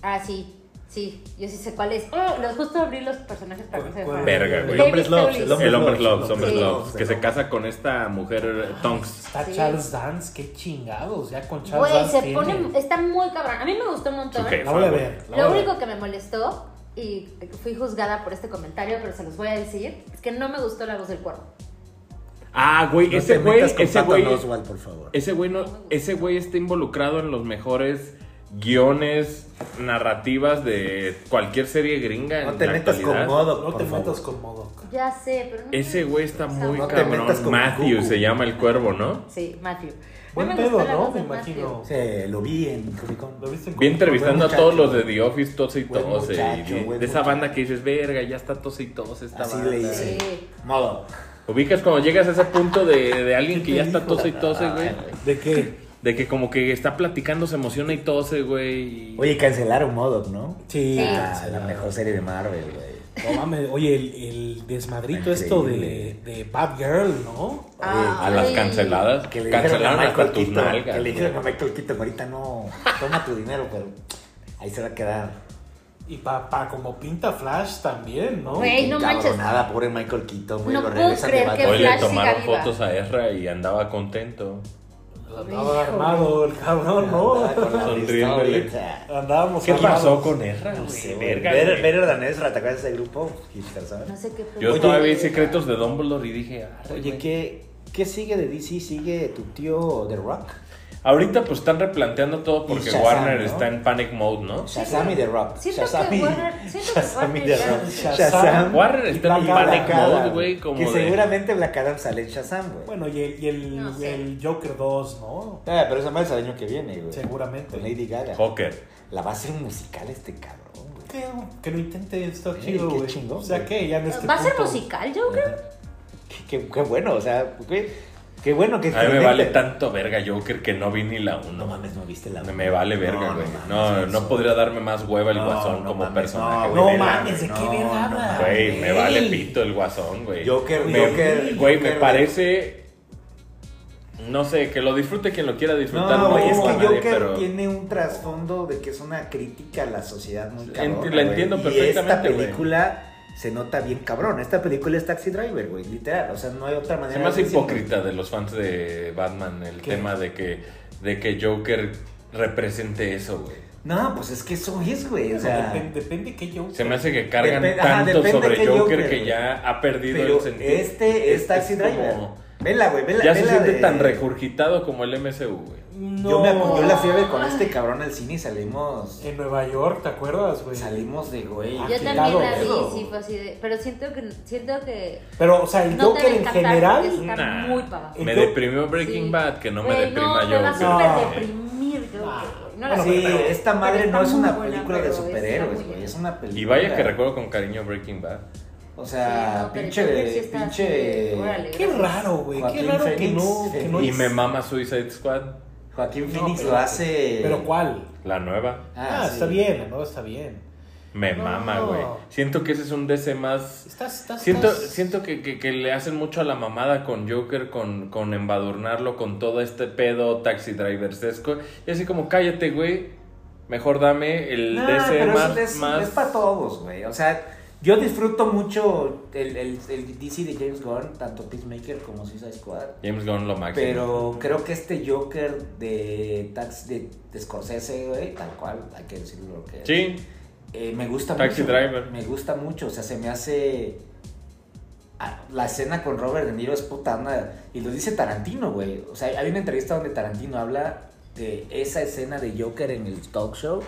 [SPEAKER 3] Ah, sí, sí, yo sí sé cuál es. Oh, los justo abrí los personajes para que se vean.
[SPEAKER 4] Verga,
[SPEAKER 2] El
[SPEAKER 4] güey.
[SPEAKER 2] hombre es Love.
[SPEAKER 3] El
[SPEAKER 4] El hombre es
[SPEAKER 2] Loves,
[SPEAKER 4] Love,
[SPEAKER 2] el
[SPEAKER 4] hombre es
[SPEAKER 3] Sí.
[SPEAKER 4] Love, que se
[SPEAKER 2] Loves.
[SPEAKER 4] casa con esta mujer eh, Tonks.
[SPEAKER 1] Está
[SPEAKER 3] Sí.
[SPEAKER 1] Charles Dance, qué chingados. Ya con Charles
[SPEAKER 3] Güey,
[SPEAKER 1] Dance.
[SPEAKER 3] se
[SPEAKER 1] tiene.
[SPEAKER 3] pone, está muy cabrón. A mí me gustó un montón.
[SPEAKER 4] Ok.
[SPEAKER 1] La voy a ver. la
[SPEAKER 3] Lo
[SPEAKER 1] voy a ver.
[SPEAKER 3] único que me molestó, y fui juzgada por este comentario, pero se los voy a decir, es que no me gustó la voz del cuervo.
[SPEAKER 4] Ah, güey,
[SPEAKER 2] No
[SPEAKER 4] ese
[SPEAKER 2] te
[SPEAKER 4] güey,
[SPEAKER 2] metas con
[SPEAKER 4] ese
[SPEAKER 2] Patton
[SPEAKER 4] güey,
[SPEAKER 2] Oswalt, por favor.
[SPEAKER 4] ese güey, no, ese güey está involucrado en los mejores guiones narrativas de cualquier serie gringa.
[SPEAKER 2] No
[SPEAKER 4] en
[SPEAKER 2] te
[SPEAKER 4] la
[SPEAKER 2] metas con
[SPEAKER 4] actualidad.
[SPEAKER 2] Modoc,
[SPEAKER 1] No
[SPEAKER 2] por
[SPEAKER 1] te
[SPEAKER 2] favor.
[SPEAKER 1] metas con Modoc.
[SPEAKER 3] Ya sé, pero no.
[SPEAKER 4] Ese güey está muy
[SPEAKER 3] No
[SPEAKER 2] te
[SPEAKER 4] cabrón.
[SPEAKER 2] metas con
[SPEAKER 4] Matthew
[SPEAKER 2] Goku.
[SPEAKER 4] se llama el cuervo, ¿no?
[SPEAKER 3] Sí, Matthew. No
[SPEAKER 1] Buen
[SPEAKER 3] me
[SPEAKER 1] pedo,
[SPEAKER 3] gustó la
[SPEAKER 1] ¿no?
[SPEAKER 3] voz
[SPEAKER 1] Me
[SPEAKER 3] de Matthew.
[SPEAKER 1] imagino.
[SPEAKER 2] Sí, lo vi en Comic Con.
[SPEAKER 1] ¿Lo viste en
[SPEAKER 4] Bien
[SPEAKER 1] Comic-Con?
[SPEAKER 4] entrevistando a
[SPEAKER 2] muchacho.
[SPEAKER 4] todos los de The Office, Tose y
[SPEAKER 2] Buen
[SPEAKER 4] Tose.
[SPEAKER 2] muchacho,
[SPEAKER 4] y
[SPEAKER 2] buen
[SPEAKER 4] de esa
[SPEAKER 2] muchacho.
[SPEAKER 4] banda que dices, verga, ya está Tose y Tose esta
[SPEAKER 2] Así
[SPEAKER 4] banda".
[SPEAKER 2] le hice.
[SPEAKER 3] Sí.
[SPEAKER 2] Modo.
[SPEAKER 4] Ubicas cuando llegas a ese punto de, de alguien
[SPEAKER 1] ¿Qué
[SPEAKER 4] que
[SPEAKER 1] te
[SPEAKER 4] ya está
[SPEAKER 1] dijo?
[SPEAKER 4] Tose y Tose, güey.
[SPEAKER 1] ¿De qué?
[SPEAKER 4] De que como que está platicando, se emociona y tose, güey. y-
[SPEAKER 2] Oye, cancelaron Modoc, ¿no?
[SPEAKER 1] Sí.
[SPEAKER 3] Sí.
[SPEAKER 2] Ah, la mejor serie de Marvel, güey.
[SPEAKER 1] No mames, oye, el, el desmadrito esto de,
[SPEAKER 2] Increíble.
[SPEAKER 1] de Bad Girl, ¿no?
[SPEAKER 3] Ah,
[SPEAKER 4] A las
[SPEAKER 3] sí.
[SPEAKER 4] canceladas.
[SPEAKER 2] Que le dijeron a
[SPEAKER 4] Cancelaron
[SPEAKER 2] Michael
[SPEAKER 4] hasta tus
[SPEAKER 2] Keaton,
[SPEAKER 4] nalgas.
[SPEAKER 2] que le
[SPEAKER 4] güey.
[SPEAKER 2] dijeron a Michael Keaton, ahorita no, toma tu dinero, pero ahí se va a quedar.
[SPEAKER 1] Y para pa, como pinta Flash también, ¿no?
[SPEAKER 3] Güey, no manches.
[SPEAKER 2] Nada, pobre Michael Keaton, güey,
[SPEAKER 3] No
[SPEAKER 2] lo
[SPEAKER 3] puedo
[SPEAKER 2] regresan de
[SPEAKER 3] creer que
[SPEAKER 2] Batman.
[SPEAKER 4] Hoy le
[SPEAKER 3] Flash siga
[SPEAKER 4] tomaron
[SPEAKER 3] viva.
[SPEAKER 4] fotos a Ezra y andaba contento.
[SPEAKER 1] Andaba
[SPEAKER 3] Hijo.
[SPEAKER 1] armado el cabrón,
[SPEAKER 2] Nada,
[SPEAKER 1] ¿no?
[SPEAKER 2] con la
[SPEAKER 4] Sonriéndole.
[SPEAKER 2] pistola.
[SPEAKER 1] Andábamos
[SPEAKER 4] ¿Qué
[SPEAKER 1] armados.
[SPEAKER 4] pasó con Ezra,
[SPEAKER 2] No
[SPEAKER 4] güey?
[SPEAKER 2] sé, güey.
[SPEAKER 4] Verga,
[SPEAKER 2] Ver,
[SPEAKER 4] güey.
[SPEAKER 2] ver Dan Ezra, ¿te acuerdas del grupo? Hipster, ¿sabes?
[SPEAKER 3] No sé qué fue.
[SPEAKER 4] Yo
[SPEAKER 2] Oye,
[SPEAKER 4] todavía vi secretos de Dumbledore y dije, "Arre,
[SPEAKER 2] Oye,
[SPEAKER 4] güey".
[SPEAKER 2] ¿qué, ¿qué sigue de DC? ¿Sigue tu tío The Rock?
[SPEAKER 4] Ahorita pues están replanteando todo porque
[SPEAKER 2] Shazam,
[SPEAKER 4] Warner
[SPEAKER 2] ¿no?
[SPEAKER 4] está en panic mode, ¿no?
[SPEAKER 2] Shazam y The Rock.
[SPEAKER 3] Siento que
[SPEAKER 2] Shazam y-
[SPEAKER 3] Warner- siento que
[SPEAKER 2] Shazam y The
[SPEAKER 3] Warner ya-
[SPEAKER 2] Rock.
[SPEAKER 1] Shazam.
[SPEAKER 2] Shazam.
[SPEAKER 4] Warner está en
[SPEAKER 2] y
[SPEAKER 4] panic
[SPEAKER 2] Black Adam,
[SPEAKER 4] mode, güey, como
[SPEAKER 2] Que
[SPEAKER 4] de-
[SPEAKER 2] seguramente Black Adam sale en Shazam, güey.
[SPEAKER 1] Bueno, y el, y el,
[SPEAKER 3] No sé.
[SPEAKER 1] el Joker 2, ¿no?
[SPEAKER 2] Ah, pero esa madre es el año que viene, güey.
[SPEAKER 1] Seguramente.
[SPEAKER 2] Con Lady Gaga.
[SPEAKER 4] Joker.
[SPEAKER 2] La va a hacer un musical este cabrón, güey.
[SPEAKER 1] que, que lo intente, está
[SPEAKER 2] Sí,
[SPEAKER 1] chido,
[SPEAKER 2] qué
[SPEAKER 1] güey.
[SPEAKER 2] chingón,
[SPEAKER 1] o sea,
[SPEAKER 2] güey.
[SPEAKER 1] que ya este no
[SPEAKER 3] ¿Va a ser musical, Joker?
[SPEAKER 2] Qué, qué bueno, o sea, qué, qué bueno que...
[SPEAKER 4] A mí me
[SPEAKER 2] *laughs* que-
[SPEAKER 4] vale tanto verga Joker que no vi ni la 1.
[SPEAKER 2] No mames, no viste la...
[SPEAKER 4] Me vale verga,
[SPEAKER 2] No,
[SPEAKER 4] güey.
[SPEAKER 2] no
[SPEAKER 4] No, no,
[SPEAKER 2] mames, eso.
[SPEAKER 4] podría darme más hueva el
[SPEAKER 2] No,
[SPEAKER 4] guasón
[SPEAKER 2] no
[SPEAKER 4] como
[SPEAKER 2] mames,
[SPEAKER 4] personaje.
[SPEAKER 2] no,
[SPEAKER 4] güey.
[SPEAKER 2] güey,
[SPEAKER 7] mames, ¿de
[SPEAKER 2] no,
[SPEAKER 7] qué verga
[SPEAKER 2] no,
[SPEAKER 7] hablas?
[SPEAKER 4] Güey, me
[SPEAKER 7] güey.
[SPEAKER 4] vale pito el guasón, güey.
[SPEAKER 2] Joker,
[SPEAKER 4] me,
[SPEAKER 2] Joker,
[SPEAKER 4] Güey, me
[SPEAKER 2] Joker,
[SPEAKER 4] parece. No sé, que lo disfrute quien lo quiera disfrutar.
[SPEAKER 2] No, güey, es
[SPEAKER 4] culpo
[SPEAKER 2] que
[SPEAKER 4] a nadie,
[SPEAKER 2] Joker
[SPEAKER 4] pero-
[SPEAKER 2] tiene un trasfondo de que es una crítica a la sociedad muy
[SPEAKER 4] Ent-
[SPEAKER 2] cabrón.
[SPEAKER 4] la
[SPEAKER 2] güey.
[SPEAKER 4] entiendo
[SPEAKER 2] Y esta
[SPEAKER 4] perfectamente, güey.
[SPEAKER 2] película se nota bien cabrón. Esta película es Taxi Driver, güey, literal. O sea, no hay otra manera.
[SPEAKER 4] Se me hace
[SPEAKER 2] de decirlo.
[SPEAKER 4] hipócrita de los fans de Batman el
[SPEAKER 2] ¿Qué?
[SPEAKER 4] tema de que, de que Joker represente eso, güey.
[SPEAKER 2] No, pues es que eso es, güey. O sea,
[SPEAKER 7] Depende, depende que yo.
[SPEAKER 4] Se me hace que cargan
[SPEAKER 2] Depende- ajá,
[SPEAKER 4] tanto
[SPEAKER 2] depende
[SPEAKER 4] sobre
[SPEAKER 2] qué
[SPEAKER 4] Joker,
[SPEAKER 2] Joker,
[SPEAKER 4] que
[SPEAKER 2] güey.
[SPEAKER 4] ya ha perdido
[SPEAKER 2] pero
[SPEAKER 4] el sentido.
[SPEAKER 2] este es
[SPEAKER 4] Es-
[SPEAKER 2] Taxi
[SPEAKER 4] es
[SPEAKER 2] Driver.
[SPEAKER 4] como-
[SPEAKER 2] Vela, güey, vela.
[SPEAKER 4] ya se
[SPEAKER 2] vela
[SPEAKER 4] siente
[SPEAKER 2] de-
[SPEAKER 4] tan regurgitado como el MCU, güey.
[SPEAKER 2] Yo, me acu- yo la fui a ver con este cabrón al cine y salimos.
[SPEAKER 1] Eh,
[SPEAKER 7] En Nueva York, ¿te acuerdas, güey?
[SPEAKER 2] Salimos de güey.
[SPEAKER 7] Ah,
[SPEAKER 3] Yo
[SPEAKER 7] qué
[SPEAKER 3] también
[SPEAKER 7] cagado,
[SPEAKER 3] la vi,
[SPEAKER 7] güey.
[SPEAKER 3] sí, fue así de. Pero siento que. Siento que
[SPEAKER 7] Pero, o sea, el
[SPEAKER 3] no te
[SPEAKER 7] Joker
[SPEAKER 3] va a
[SPEAKER 7] en
[SPEAKER 3] encantar
[SPEAKER 7] general.
[SPEAKER 3] porque está
[SPEAKER 4] Nah.
[SPEAKER 3] muy para abajo.
[SPEAKER 4] Me
[SPEAKER 7] Yo-
[SPEAKER 4] deprimió Breaking
[SPEAKER 3] Sí.
[SPEAKER 4] Bad, que no me
[SPEAKER 3] Güey,
[SPEAKER 4] deprima
[SPEAKER 3] Eh, No, me va a
[SPEAKER 4] Joker.
[SPEAKER 3] súper deprimir, Joker, güey. No la
[SPEAKER 2] sí,
[SPEAKER 3] soporto.
[SPEAKER 2] Ah, esta madre
[SPEAKER 3] Pero
[SPEAKER 2] no
[SPEAKER 3] está
[SPEAKER 2] es una
[SPEAKER 3] muy buena,
[SPEAKER 2] película de
[SPEAKER 3] pero está
[SPEAKER 2] superhéroes,
[SPEAKER 3] muy
[SPEAKER 2] güey.
[SPEAKER 3] buena.
[SPEAKER 2] Es una película.
[SPEAKER 4] Y vaya que recuerdo con cariño Breaking Bad.
[SPEAKER 2] O sea,
[SPEAKER 3] Sí, no, pero
[SPEAKER 2] pinche.
[SPEAKER 3] el Joker sí está así
[SPEAKER 2] pinche.
[SPEAKER 3] de, órale.
[SPEAKER 7] Qué raro, güey. Qué
[SPEAKER 2] Joaquín
[SPEAKER 7] raro que
[SPEAKER 2] Phoenix,
[SPEAKER 7] no. Que no
[SPEAKER 2] Pues-
[SPEAKER 4] y me mama Suicide Squad,
[SPEAKER 2] Joaquín
[SPEAKER 7] No,
[SPEAKER 2] Phoenix
[SPEAKER 7] pero-
[SPEAKER 2] lo hace.
[SPEAKER 7] ¿Pero cuál?
[SPEAKER 4] la nueva.
[SPEAKER 7] Ah,
[SPEAKER 2] sí.
[SPEAKER 7] está bien, no, está bien.
[SPEAKER 4] Me
[SPEAKER 7] No.
[SPEAKER 4] mama, güey. Siento que ese es un DC más
[SPEAKER 7] Estás, estás.
[SPEAKER 4] Siento,
[SPEAKER 2] Pues-
[SPEAKER 7] estás-
[SPEAKER 4] siento que, que- que le hacen mucho a la mamada con Joker, con, con embadurnarlo con todo este pedo taxi driver sesco. Y así como, cállate, güey. Mejor dame el
[SPEAKER 2] No,
[SPEAKER 4] DC
[SPEAKER 2] pero
[SPEAKER 4] más.
[SPEAKER 2] eso es,
[SPEAKER 4] más-
[SPEAKER 2] para todos, güey. O sea, yo disfruto mucho el, el, el DC de James Gunn, tanto Peacemaker como Suicide Squad.
[SPEAKER 4] James Gunn lo máximo.
[SPEAKER 2] Pero creo que este Joker de Tax de, de Scorsese, güey, tal cual, hay que decirlo lo que es.
[SPEAKER 4] Sí,
[SPEAKER 2] Eh, me gusta
[SPEAKER 4] Taxi
[SPEAKER 2] mucho.
[SPEAKER 4] Driver.
[SPEAKER 2] Me gusta mucho. O sea, se me hace. Ah, La escena con Robert De Niro es puta onda. Y lo dice Tarantino, güey. O sea, hay una entrevista donde Tarantino habla de esa escena de Joker en el talk show.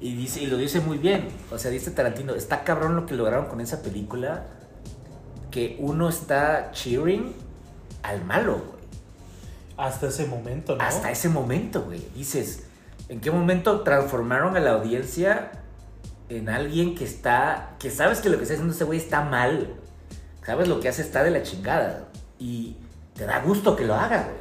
[SPEAKER 2] Y, dice, y lo dice muy bien. O sea, dice Tarantino, está cabrón lo que lograron con esa película. Que uno está cheering al malo, güey
[SPEAKER 7] Hasta ese momento, ¿no?
[SPEAKER 2] hasta ese momento, güey. Dices, ¿en qué momento transformaron a la audiencia en alguien que está, que sabes que lo que está haciendo ese güey está mal? Sabes lo que hace está de la chingada. Y te da gusto que lo haga, güey.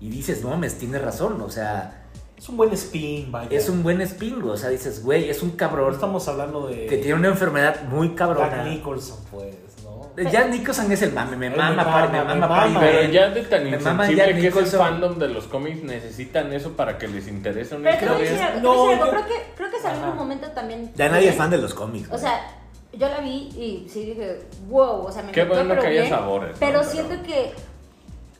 [SPEAKER 2] Y dices, no, mames, tienes razón. O sea,
[SPEAKER 7] Es un buen spin, vaya.
[SPEAKER 2] es un buen spin, güey. O sea, dices, güey, es un
[SPEAKER 7] No
[SPEAKER 2] cabrón
[SPEAKER 7] estamos hablando de.
[SPEAKER 2] que tiene una enfermedad muy
[SPEAKER 7] Jack
[SPEAKER 2] cabrona.
[SPEAKER 7] Nicholson, pues, ¿no?
[SPEAKER 2] Ya Nicholson es el mame, me
[SPEAKER 7] Ay,
[SPEAKER 2] mama, par- me mama, par-
[SPEAKER 7] mama.
[SPEAKER 4] pero ya de tan
[SPEAKER 2] eh, Me mama
[SPEAKER 4] insensible
[SPEAKER 2] Jack
[SPEAKER 4] que es el
[SPEAKER 2] Nicholson.
[SPEAKER 4] fandom de los cómics, necesitan eso para que les interese una
[SPEAKER 3] Pero te voy a decir
[SPEAKER 4] historia.
[SPEAKER 3] algo, te
[SPEAKER 7] No,
[SPEAKER 3] voy a decir algo,
[SPEAKER 7] yo-
[SPEAKER 3] creo que, creo que es
[SPEAKER 7] Ajá.
[SPEAKER 3] algún momento también.
[SPEAKER 2] Ya nadie es fan de los cómics.
[SPEAKER 3] O
[SPEAKER 2] güey.
[SPEAKER 3] sea, yo la vi y sí dije, wow, o sea, me
[SPEAKER 4] Qué
[SPEAKER 3] encantó,
[SPEAKER 4] bueno
[SPEAKER 3] pero
[SPEAKER 4] que haya
[SPEAKER 3] bien.
[SPEAKER 4] sabores, ¿no?
[SPEAKER 3] Pero
[SPEAKER 4] Pero-
[SPEAKER 3] siento que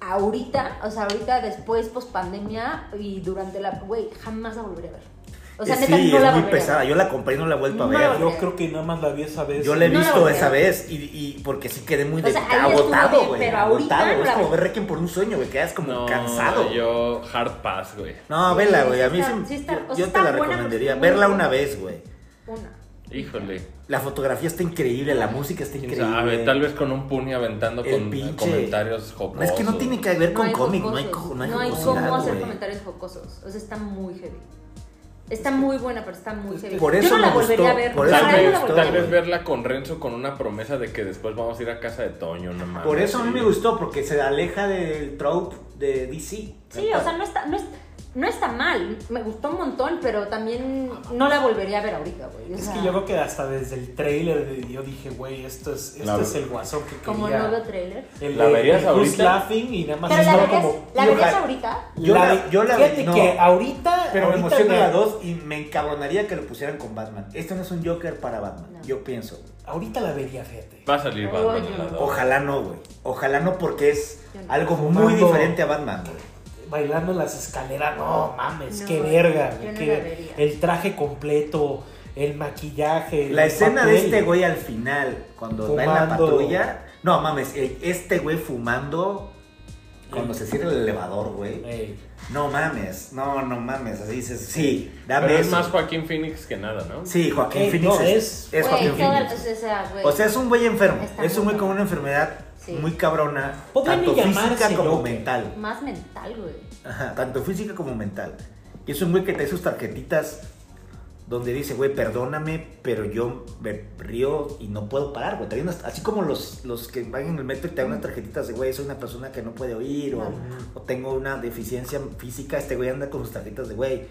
[SPEAKER 3] ahorita, o sea, ahorita después, post pandemia y durante la. Güey, jamás la volveré a ver. O sea,
[SPEAKER 2] Eh,
[SPEAKER 3] neta,
[SPEAKER 2] sí,
[SPEAKER 3] no la
[SPEAKER 2] es muy
[SPEAKER 3] volveré a
[SPEAKER 2] pesada.
[SPEAKER 3] ver.
[SPEAKER 2] Yo la compré y no la he vuelto a
[SPEAKER 3] No
[SPEAKER 2] ver.
[SPEAKER 3] la
[SPEAKER 7] Yo creo que nada más la vi esa vez.
[SPEAKER 2] Yo la he
[SPEAKER 3] No la
[SPEAKER 2] visto
[SPEAKER 3] volví a
[SPEAKER 2] esa
[SPEAKER 3] ver.
[SPEAKER 2] vez y, y porque sí quedé muy
[SPEAKER 3] O
[SPEAKER 2] de-
[SPEAKER 3] sea, ahí estuvo
[SPEAKER 2] agotado,
[SPEAKER 3] bien,
[SPEAKER 2] güey.
[SPEAKER 3] pero ahorita
[SPEAKER 2] agotado,
[SPEAKER 3] no
[SPEAKER 2] es
[SPEAKER 3] la
[SPEAKER 2] como
[SPEAKER 3] veo.
[SPEAKER 2] ver Requiem por un sueño, güey. Quedas como
[SPEAKER 4] No,
[SPEAKER 2] cansado.
[SPEAKER 4] yo hard pass, güey.
[SPEAKER 2] No,
[SPEAKER 3] Sí,
[SPEAKER 2] vela, güey. A
[SPEAKER 3] sí
[SPEAKER 2] mí
[SPEAKER 3] está-
[SPEAKER 2] sí-
[SPEAKER 3] sí está-
[SPEAKER 2] yo- yo
[SPEAKER 3] o sea,
[SPEAKER 2] te
[SPEAKER 3] está
[SPEAKER 2] la
[SPEAKER 3] buena, pero
[SPEAKER 2] recomendaría.
[SPEAKER 3] está muy
[SPEAKER 2] Verla
[SPEAKER 3] buena.
[SPEAKER 2] una vez, güey.
[SPEAKER 3] Una.
[SPEAKER 4] Híjole.
[SPEAKER 2] La fotografía está increíble, la música está
[SPEAKER 4] Quién
[SPEAKER 2] increíble.
[SPEAKER 4] sabe, tal vez con un puño aventando
[SPEAKER 2] El
[SPEAKER 4] con eh,
[SPEAKER 2] pinche-
[SPEAKER 4] comentarios
[SPEAKER 2] No, es que no
[SPEAKER 4] jocosos.
[SPEAKER 2] tiene que ver
[SPEAKER 3] No
[SPEAKER 2] con
[SPEAKER 3] hay
[SPEAKER 2] cómic, no hay,
[SPEAKER 3] jocosos,
[SPEAKER 2] co- no hay
[SPEAKER 3] no hay
[SPEAKER 2] jocosidad,
[SPEAKER 3] cómo hacer
[SPEAKER 2] güey.
[SPEAKER 3] comentarios jocosos. O sea, está muy heavy. Está muy buena, pero está muy heavy.
[SPEAKER 2] por
[SPEAKER 3] yo
[SPEAKER 2] eso
[SPEAKER 3] no la
[SPEAKER 2] me gustó,
[SPEAKER 3] volvería a ver.
[SPEAKER 2] por
[SPEAKER 3] la
[SPEAKER 2] eso
[SPEAKER 4] Tal
[SPEAKER 2] me
[SPEAKER 3] verdad, no
[SPEAKER 4] vez,
[SPEAKER 3] la
[SPEAKER 2] gustó,
[SPEAKER 3] volvería a
[SPEAKER 4] tal
[SPEAKER 3] ver.
[SPEAKER 4] vez verla con Renzo con una promesa de que después vamos a ir a casa de Toño, no mames.
[SPEAKER 2] Por eso a mí me
[SPEAKER 4] Ah, Sí.
[SPEAKER 2] gustó, porque se aleja del trope de DC.
[SPEAKER 3] Sí, o sea, no está, no, es- no está mal. Me gustó un montón, pero también no la volvería a ver ahorita, güey. O
[SPEAKER 7] Es
[SPEAKER 3] sea,
[SPEAKER 7] que yo creo que hasta desde el trailer de- yo dije, güey, esto es, este
[SPEAKER 4] La-
[SPEAKER 7] es el guasón que
[SPEAKER 3] como
[SPEAKER 7] quería.
[SPEAKER 3] no veo trailer.
[SPEAKER 7] el
[SPEAKER 4] ¿La
[SPEAKER 7] de-
[SPEAKER 4] verías
[SPEAKER 7] el Who's
[SPEAKER 4] ahorita?
[SPEAKER 7] Laughing y nada más
[SPEAKER 3] Pero la
[SPEAKER 7] estaba
[SPEAKER 3] verías,
[SPEAKER 7] como...
[SPEAKER 3] la
[SPEAKER 2] yo
[SPEAKER 3] verías
[SPEAKER 2] ja-
[SPEAKER 3] ahorita.
[SPEAKER 2] Yo
[SPEAKER 7] La-
[SPEAKER 2] la- yo la-
[SPEAKER 7] Fíjate
[SPEAKER 2] no.
[SPEAKER 7] que ahorita...
[SPEAKER 2] Pero me
[SPEAKER 7] ahorita
[SPEAKER 2] emociona
[SPEAKER 7] me-
[SPEAKER 2] la 2 y me encabronaría que lo pusieran con Batman. Esto no es un Joker para Batman,
[SPEAKER 3] No.
[SPEAKER 2] yo pienso.
[SPEAKER 7] Ahorita la vería, fíjate.
[SPEAKER 4] Va a salir Batman en la
[SPEAKER 3] Oye.
[SPEAKER 4] dos.
[SPEAKER 2] Ojalá no, güey. Ojalá no porque es
[SPEAKER 3] Yo no.
[SPEAKER 2] algo muy
[SPEAKER 7] Fumando.
[SPEAKER 2] diferente a Batman, güey.
[SPEAKER 7] Bailando en las escaleras, no mames,
[SPEAKER 3] No,
[SPEAKER 7] qué verga.
[SPEAKER 3] yo
[SPEAKER 7] güey,
[SPEAKER 3] no
[SPEAKER 7] qué-
[SPEAKER 3] la vería.
[SPEAKER 7] el traje completo, el maquillaje.
[SPEAKER 2] La
[SPEAKER 7] el
[SPEAKER 2] escena de
[SPEAKER 7] papel.
[SPEAKER 2] este güey al final, cuando va en la
[SPEAKER 7] Fumando.
[SPEAKER 2] patrulla. No, mames, el- este güey fumando cuando se cierra el elevador, güey.
[SPEAKER 7] Ey,
[SPEAKER 2] No mames, no, no mames. Así dices, sí, dame
[SPEAKER 4] Pero es
[SPEAKER 2] eso.
[SPEAKER 4] más Joaquín Phoenix que nada, ¿no?
[SPEAKER 2] Sí, Joaquín
[SPEAKER 7] Ey, Eh,
[SPEAKER 2] Phoenix
[SPEAKER 7] no,
[SPEAKER 2] es,
[SPEAKER 7] es-
[SPEAKER 2] es
[SPEAKER 3] Güey,
[SPEAKER 2] Joaquín
[SPEAKER 3] toda-
[SPEAKER 2] Phoenix.
[SPEAKER 3] o sea, güey.
[SPEAKER 2] O sea, es un güey enfermo.
[SPEAKER 3] Está
[SPEAKER 2] es un
[SPEAKER 3] muy
[SPEAKER 2] güey con
[SPEAKER 3] mal.
[SPEAKER 2] una enfermedad
[SPEAKER 3] Sí.
[SPEAKER 2] muy cabrona,
[SPEAKER 7] Podría ni
[SPEAKER 2] tanto física
[SPEAKER 7] llamarse
[SPEAKER 2] como
[SPEAKER 7] Joker.
[SPEAKER 2] mental.
[SPEAKER 3] más mental, güey.
[SPEAKER 2] Ajá, tanto física como mental. Y es un güey que trae sus tarjetitas donde dice, güey, perdóname, pero yo me río y no puedo parar, güey. Trae unas- así como los, los que van en el metro y te dan unas tarjetitas de, güey, soy una persona que no puede oír o, o tengo una deficiencia física, este güey anda con sus tarjetas de, güey,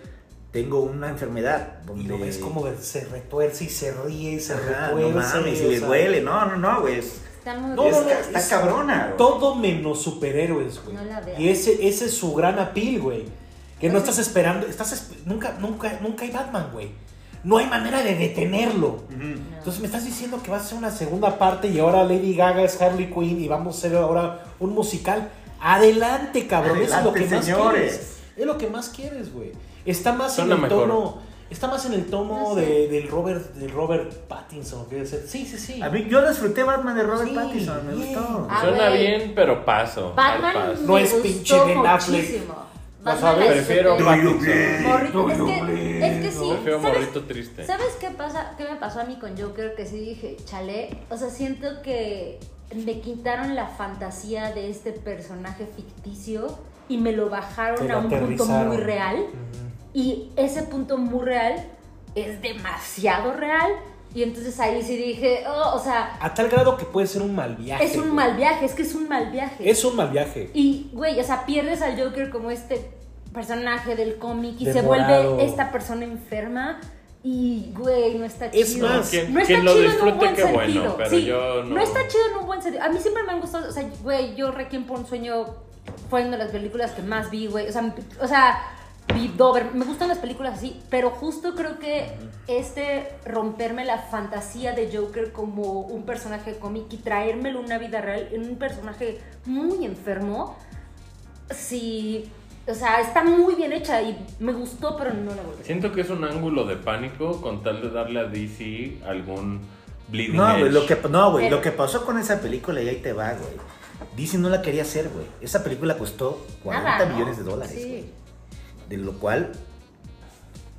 [SPEAKER 2] tengo una enfermedad. Donde...
[SPEAKER 1] Y lo ves como se retuerce y se ríe y se
[SPEAKER 2] Ajá, no
[SPEAKER 1] retuerce.
[SPEAKER 2] mames, y
[SPEAKER 1] o
[SPEAKER 2] le
[SPEAKER 1] sea,
[SPEAKER 2] duele. No, no, no, güey. es-
[SPEAKER 3] Está muy
[SPEAKER 1] No,
[SPEAKER 2] es-
[SPEAKER 1] no, no,
[SPEAKER 2] está
[SPEAKER 1] es-
[SPEAKER 2] cabrona, güey.
[SPEAKER 1] Todo menos superhéroes, güey.
[SPEAKER 3] No la Pues veas.
[SPEAKER 1] y ese, ese es su gran apil, güey. Que no estás esperando, estás esp- nunca, nunca, nunca hay Batman, güey. No hay manera de detenerlo.
[SPEAKER 2] Ujú.
[SPEAKER 1] Entonces me estás diciendo que va a ser una segunda parte y ahora Lady Gaga es Harley Quinn y vamos a hacer ahora un musical. Adelante, cabrón. eso es lo que
[SPEAKER 2] Adelante,
[SPEAKER 1] más
[SPEAKER 2] señores.
[SPEAKER 1] quieres. Es lo que más quieres, güey. Está más
[SPEAKER 4] Suena
[SPEAKER 1] en el
[SPEAKER 4] mejor.
[SPEAKER 1] tono. Está más en el tono
[SPEAKER 3] No sé.
[SPEAKER 1] de- del Robert, del Robert Pattinson, que es el- Sí, sí, sí.
[SPEAKER 2] A mí, yo disfruté Batman de Robert
[SPEAKER 1] Sí,
[SPEAKER 2] Pattinson, me
[SPEAKER 1] bien.
[SPEAKER 2] gustó.
[SPEAKER 3] Ah,
[SPEAKER 4] Suena
[SPEAKER 3] güey.
[SPEAKER 4] bien, pero paso. al
[SPEAKER 3] Batman
[SPEAKER 4] paso.
[SPEAKER 1] No
[SPEAKER 3] me
[SPEAKER 1] es
[SPEAKER 3] gustó
[SPEAKER 1] pinche Ben Affleck.
[SPEAKER 3] muchísimo.
[SPEAKER 4] No
[SPEAKER 3] Batman
[SPEAKER 4] sabes,
[SPEAKER 3] es
[SPEAKER 4] prefiero
[SPEAKER 3] súper-
[SPEAKER 4] Batman.
[SPEAKER 3] Morrito, es que, es que sí,
[SPEAKER 4] Prefiero
[SPEAKER 3] ¿sabes,
[SPEAKER 4] morrito triste.
[SPEAKER 3] sabes qué pasa? ¿Qué me pasó a mí con Joker? Que sí dije, chale, o sea, siento que me quitaron la fantasía de este personaje ficticio y me lo bajaron
[SPEAKER 1] Te
[SPEAKER 3] a
[SPEAKER 1] lo
[SPEAKER 3] un punto
[SPEAKER 1] aterrizaron.
[SPEAKER 3] muy real.
[SPEAKER 1] Ujú.
[SPEAKER 3] Y ese punto muy real es demasiado real. Y entonces ahí sí dije, oh, o sea,
[SPEAKER 1] A tal grado que puede ser un mal viaje.
[SPEAKER 3] es un
[SPEAKER 1] güey.
[SPEAKER 3] mal viaje, es que es un mal viaje.
[SPEAKER 1] Es un mal viaje.
[SPEAKER 3] Y, güey, o sea, pierdes al Joker como este personaje del cómic y se
[SPEAKER 1] Demorado.
[SPEAKER 3] vuelve esta persona enferma. Y, güey, no está
[SPEAKER 1] Es
[SPEAKER 3] chido.
[SPEAKER 1] más,
[SPEAKER 4] quien-
[SPEAKER 3] no está
[SPEAKER 4] quien lo
[SPEAKER 3] chido en
[SPEAKER 4] disfrute,
[SPEAKER 3] un buen
[SPEAKER 4] qué
[SPEAKER 3] sentido.
[SPEAKER 4] bueno, pero
[SPEAKER 3] Sí,
[SPEAKER 4] yo no.
[SPEAKER 3] está chido en un buen sentido. A mí siempre me han gustado, o sea, güey, yo Requiem por un sueño fue una de las películas que más vi, güey. O sea, m- o sea, vi Dover. Me gustan las películas así, pero justo creo que este romperme la fantasía de Joker como un personaje cómic y traérmelo a una vida real en un personaje muy enfermo, sí. O sea, está muy bien hecha y me gustó, pero no la volví. a ver.
[SPEAKER 4] Siento que es un ángulo de pánico con tal de darle a DC algún bleeding
[SPEAKER 2] No,
[SPEAKER 4] edge.
[SPEAKER 2] güey, lo que, no, güey,
[SPEAKER 3] Pero-
[SPEAKER 2] lo que pasó con esa película, y ahí te va, güey. Disney no la quería hacer, güey. Esa película costó 40
[SPEAKER 3] Nada, ¿no?
[SPEAKER 2] millones de dólares,
[SPEAKER 3] Sí.
[SPEAKER 2] güey. De lo cual,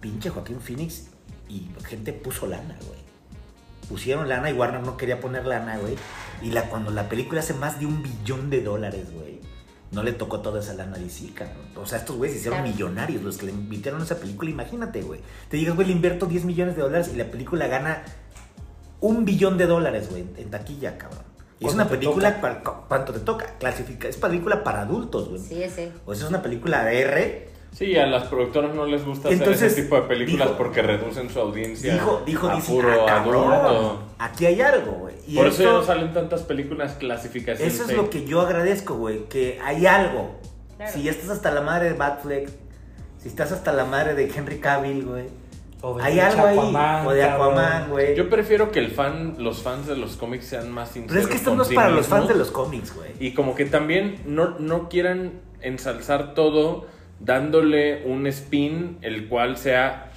[SPEAKER 2] pinche Joaquín Phoenix y gente puso lana, güey. Pusieron lana y Warner no quería poner lana, güey. Y la, cuando la película hace más de un billón de dólares, güey, no le tocó toda esa lana a DC, cabrón. O sea, estos güeyes se hicieron
[SPEAKER 3] Claro.
[SPEAKER 2] millonarios los que le invitaron a esa película. Imagínate, güey. Te digas, güey, le invierto 10 millones de dólares y la película gana un billón de dólares, güey, en taquilla, cabrón. Y es
[SPEAKER 1] ¿Cuánto
[SPEAKER 2] una
[SPEAKER 1] te
[SPEAKER 2] película, para, cu- ¿cuánto te toca? Clasifica, es película para adultos, güey.
[SPEAKER 3] Sí, ese.
[SPEAKER 2] O sea, es una película de R.
[SPEAKER 4] Sí, a las productoras no les gusta hacer
[SPEAKER 2] Entonces,
[SPEAKER 4] ese tipo de películas
[SPEAKER 2] dijo-
[SPEAKER 4] porque reducen su audiencia
[SPEAKER 2] Dijo, dijo,
[SPEAKER 4] a
[SPEAKER 2] dice,
[SPEAKER 4] puro
[SPEAKER 2] "Ah, cabrón,
[SPEAKER 4] adulto.
[SPEAKER 2] Aquí hay algo, güey. Y
[SPEAKER 4] Por
[SPEAKER 2] esto-
[SPEAKER 4] eso ya no salen tantas películas clasificación
[SPEAKER 2] Eso es
[SPEAKER 4] C.
[SPEAKER 2] lo que yo agradezco, güey, que hay algo.
[SPEAKER 3] Claro.
[SPEAKER 2] Si ya estás hasta la madre de Batfleck, si estás hasta la madre de Henry Cavill, güey.
[SPEAKER 1] O de
[SPEAKER 2] Hay algo ahí.
[SPEAKER 1] Aquaman,
[SPEAKER 2] o de Aquaman,
[SPEAKER 1] cabrón.
[SPEAKER 2] güey.
[SPEAKER 4] Yo prefiero que el fan, los fans de los cómics sean más sinceros.
[SPEAKER 2] Pero es que esto
[SPEAKER 4] con
[SPEAKER 2] no es
[SPEAKER 4] sí
[SPEAKER 2] para los fans de
[SPEAKER 4] mismos.
[SPEAKER 2] los cómics, güey.
[SPEAKER 4] Y como que también no, no quieran ensalzar todo dándole un spin el cual sea,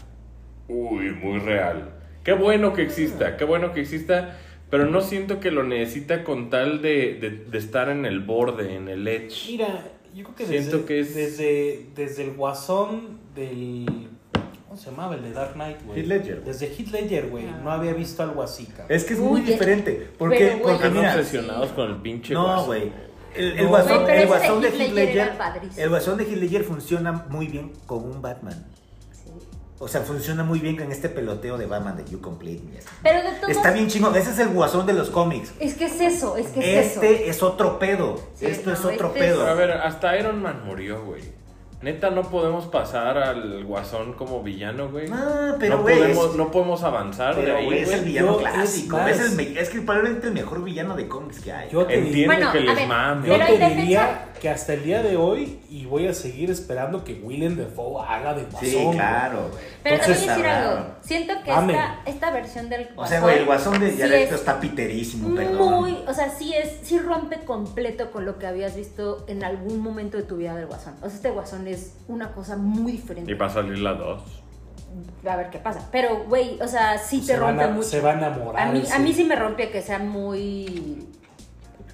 [SPEAKER 4] uy, muy real. Qué bueno que exista, qué bueno que exista, pero no siento que lo necesita con tal de, de, de estar en el borde, en el edge.
[SPEAKER 1] Mira, yo creo que,
[SPEAKER 4] Siento
[SPEAKER 1] desde,
[SPEAKER 4] que es-
[SPEAKER 1] desde, desde el guasón del... ¿Cómo se llamaba? El de Dark Knight, güey.
[SPEAKER 2] Heath Ledger.
[SPEAKER 1] Desde Heath Ledger, güey.
[SPEAKER 3] Ah.
[SPEAKER 1] No había visto algo así, cabrón.
[SPEAKER 2] Es que es
[SPEAKER 3] Uy,
[SPEAKER 2] muy
[SPEAKER 3] ya-
[SPEAKER 2] diferente. Porque,
[SPEAKER 3] pero, güey,
[SPEAKER 2] porque
[SPEAKER 4] Están
[SPEAKER 2] mira,
[SPEAKER 4] obsesionados con el pinche
[SPEAKER 2] No,
[SPEAKER 4] guaso.
[SPEAKER 2] güey. El, el
[SPEAKER 1] No.
[SPEAKER 2] guasón,
[SPEAKER 3] Güey, pero
[SPEAKER 2] el
[SPEAKER 3] ese de
[SPEAKER 2] guasón de
[SPEAKER 3] Heath
[SPEAKER 2] Heath
[SPEAKER 3] Ledger era
[SPEAKER 2] Ledger-
[SPEAKER 3] padrísimo.
[SPEAKER 2] el guasón de Heath Ledger funciona muy bien con un Batman.
[SPEAKER 3] Sí.
[SPEAKER 2] O sea, funciona muy bien en este peloteo de Batman de You Complete Me.
[SPEAKER 3] Pero de todos
[SPEAKER 2] Está bien chingón. Ese es el guasón de los cómics.
[SPEAKER 3] Es que es eso, es que es eso.
[SPEAKER 2] Este es otro pedo.
[SPEAKER 3] Sí,
[SPEAKER 2] Esto
[SPEAKER 3] no,
[SPEAKER 2] es otro
[SPEAKER 3] este
[SPEAKER 2] pedo.
[SPEAKER 4] Pero a ver, hasta Iron Man murió, güey. Neta, no podemos pasar al guasón como villano, güey.
[SPEAKER 2] Ah, pero,
[SPEAKER 4] no,
[SPEAKER 2] güey,
[SPEAKER 4] podemos,
[SPEAKER 2] es-
[SPEAKER 4] no podemos avanzar de
[SPEAKER 2] Pero,
[SPEAKER 4] ahí,
[SPEAKER 2] güey, es el
[SPEAKER 4] güey.
[SPEAKER 2] villano
[SPEAKER 1] yo- es
[SPEAKER 2] clásico.
[SPEAKER 1] más.
[SPEAKER 2] Es, el me- es que probablemente el mejor villano de cómics que hay.
[SPEAKER 1] Yo te
[SPEAKER 4] Entiendo
[SPEAKER 1] diría-
[SPEAKER 3] Bueno,
[SPEAKER 4] que
[SPEAKER 3] a
[SPEAKER 4] les
[SPEAKER 3] ver,
[SPEAKER 4] mame.
[SPEAKER 1] Yo
[SPEAKER 3] Pero
[SPEAKER 1] te
[SPEAKER 3] hay defensa.
[SPEAKER 1] diría que hasta el día de hoy, y voy a seguir esperando que Willem Dafoe haga de guasón.
[SPEAKER 2] sí,
[SPEAKER 1] güey.
[SPEAKER 2] claro, güey.
[SPEAKER 3] Pero
[SPEAKER 1] Entonces,
[SPEAKER 3] te voy a decir
[SPEAKER 2] está
[SPEAKER 3] algo.
[SPEAKER 2] raro.
[SPEAKER 3] Siento que
[SPEAKER 1] Amén.
[SPEAKER 3] esta, esta versión del guasón.
[SPEAKER 2] O sea, güey, el guasón de
[SPEAKER 3] sí
[SPEAKER 2] Jared
[SPEAKER 3] es
[SPEAKER 2] está piterísimo, perdón.
[SPEAKER 3] Muy, o sea, sí es, sí rompe completo con lo que habías visto en algún momento de tu vida del guasón. O sea, este guasón es una cosa muy diferente.
[SPEAKER 4] Y va a salir la 2.
[SPEAKER 3] A ver qué pasa. Pero, güey, o sea, sí te
[SPEAKER 1] Se, van
[SPEAKER 3] rompe
[SPEAKER 1] a,
[SPEAKER 3] mucho.
[SPEAKER 1] se va a enamorar.
[SPEAKER 3] A mí,
[SPEAKER 1] ese.
[SPEAKER 3] a mí sí me rompe que sea muy.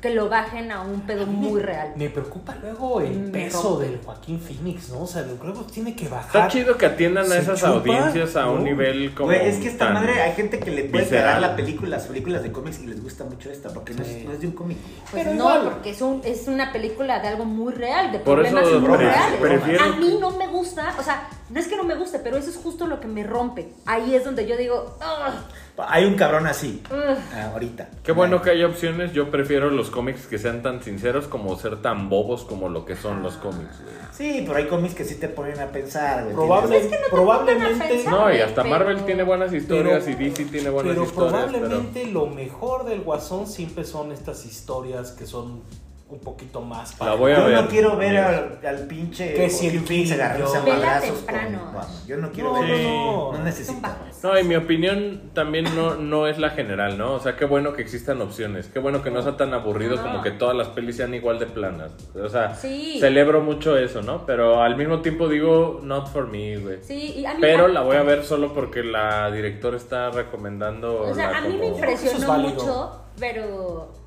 [SPEAKER 3] que lo bajen a un pedo muy real.
[SPEAKER 1] Me preocupa luego el
[SPEAKER 3] Mm, Me
[SPEAKER 1] peso
[SPEAKER 3] rompe.
[SPEAKER 1] del Joaquín Phoenix, ¿no? O sea, luego tiene que bajar.
[SPEAKER 4] Está chido que atiendan a
[SPEAKER 1] Ah, ¿Se
[SPEAKER 4] esas
[SPEAKER 1] chupa?
[SPEAKER 4] audiencias a un
[SPEAKER 1] No.
[SPEAKER 4] nivel como.
[SPEAKER 2] Güey, es que esta
[SPEAKER 4] tan-
[SPEAKER 2] madre, hay gente que le puede
[SPEAKER 4] visceral.
[SPEAKER 2] cagar la película, las películas de cómics y les gusta mucho esta, porque no, es,
[SPEAKER 1] Sí.
[SPEAKER 2] no es de un cómic.
[SPEAKER 3] Pues
[SPEAKER 1] Pero
[SPEAKER 3] no,
[SPEAKER 1] igual.
[SPEAKER 3] porque es, un- es una película de algo muy real, de
[SPEAKER 4] Por eso
[SPEAKER 3] problemas muy
[SPEAKER 2] pre-
[SPEAKER 3] reales.
[SPEAKER 2] prefiero-
[SPEAKER 3] A mí no me gusta, o sea, no es que no me guste, pero eso es justo lo que me rompe. Ahí es donde yo digo, "Ugh,
[SPEAKER 2] Hay un cabrón
[SPEAKER 3] *laughs*
[SPEAKER 2] así.
[SPEAKER 3] ugh".
[SPEAKER 2] ah, Ahorita.
[SPEAKER 4] Qué bueno que haya opciones. Yo prefiero los cómics que sean tan sinceros como ser tan bobos como lo que son los cómics. güey.
[SPEAKER 2] Sí, pero hay cómics que sí te ponen a pensar. güey.
[SPEAKER 1] Probable-
[SPEAKER 2] Tienes-
[SPEAKER 1] probablemente,
[SPEAKER 3] ofensa.
[SPEAKER 4] No, y hasta
[SPEAKER 3] Pero-
[SPEAKER 4] Marvel tiene buenas historias y DC tiene buenas
[SPEAKER 1] pero
[SPEAKER 4] historias.
[SPEAKER 1] probablemente lo mejor del Guasón siempre son estas historias que son un poquito más...
[SPEAKER 4] La voy a
[SPEAKER 2] Yo
[SPEAKER 4] ver.
[SPEAKER 2] no quiero ver al, al pinche.
[SPEAKER 1] Que si el
[SPEAKER 2] Joaquin Phoenix
[SPEAKER 1] King,
[SPEAKER 2] agarrándose a
[SPEAKER 1] yo-
[SPEAKER 3] Vela
[SPEAKER 2] madrazos con-
[SPEAKER 3] temprano.
[SPEAKER 2] Batman. Yo no quiero
[SPEAKER 1] No,
[SPEAKER 2] ver.
[SPEAKER 1] no, no.
[SPEAKER 2] No
[SPEAKER 3] son
[SPEAKER 2] necesito.
[SPEAKER 3] bajos.
[SPEAKER 4] No, y mi opinión también no, no es la general, ¿no? O sea, qué bueno que existan opciones. Qué bueno que no sea tan aburrido
[SPEAKER 3] No.
[SPEAKER 4] como que todas las pelis sean igual de planas. O sea,
[SPEAKER 3] Sí.
[SPEAKER 4] celebro mucho eso, ¿no? Pero al mismo tiempo digo, not for me, güey.
[SPEAKER 3] Sí, y a mí
[SPEAKER 4] Pero
[SPEAKER 3] me-
[SPEAKER 4] la voy a ver solo porque la directora está recomendando.
[SPEAKER 3] O sea,
[SPEAKER 4] la
[SPEAKER 3] a mí me
[SPEAKER 4] como-
[SPEAKER 1] Eso es
[SPEAKER 3] impresionó
[SPEAKER 1] válido.
[SPEAKER 3] mucho, pero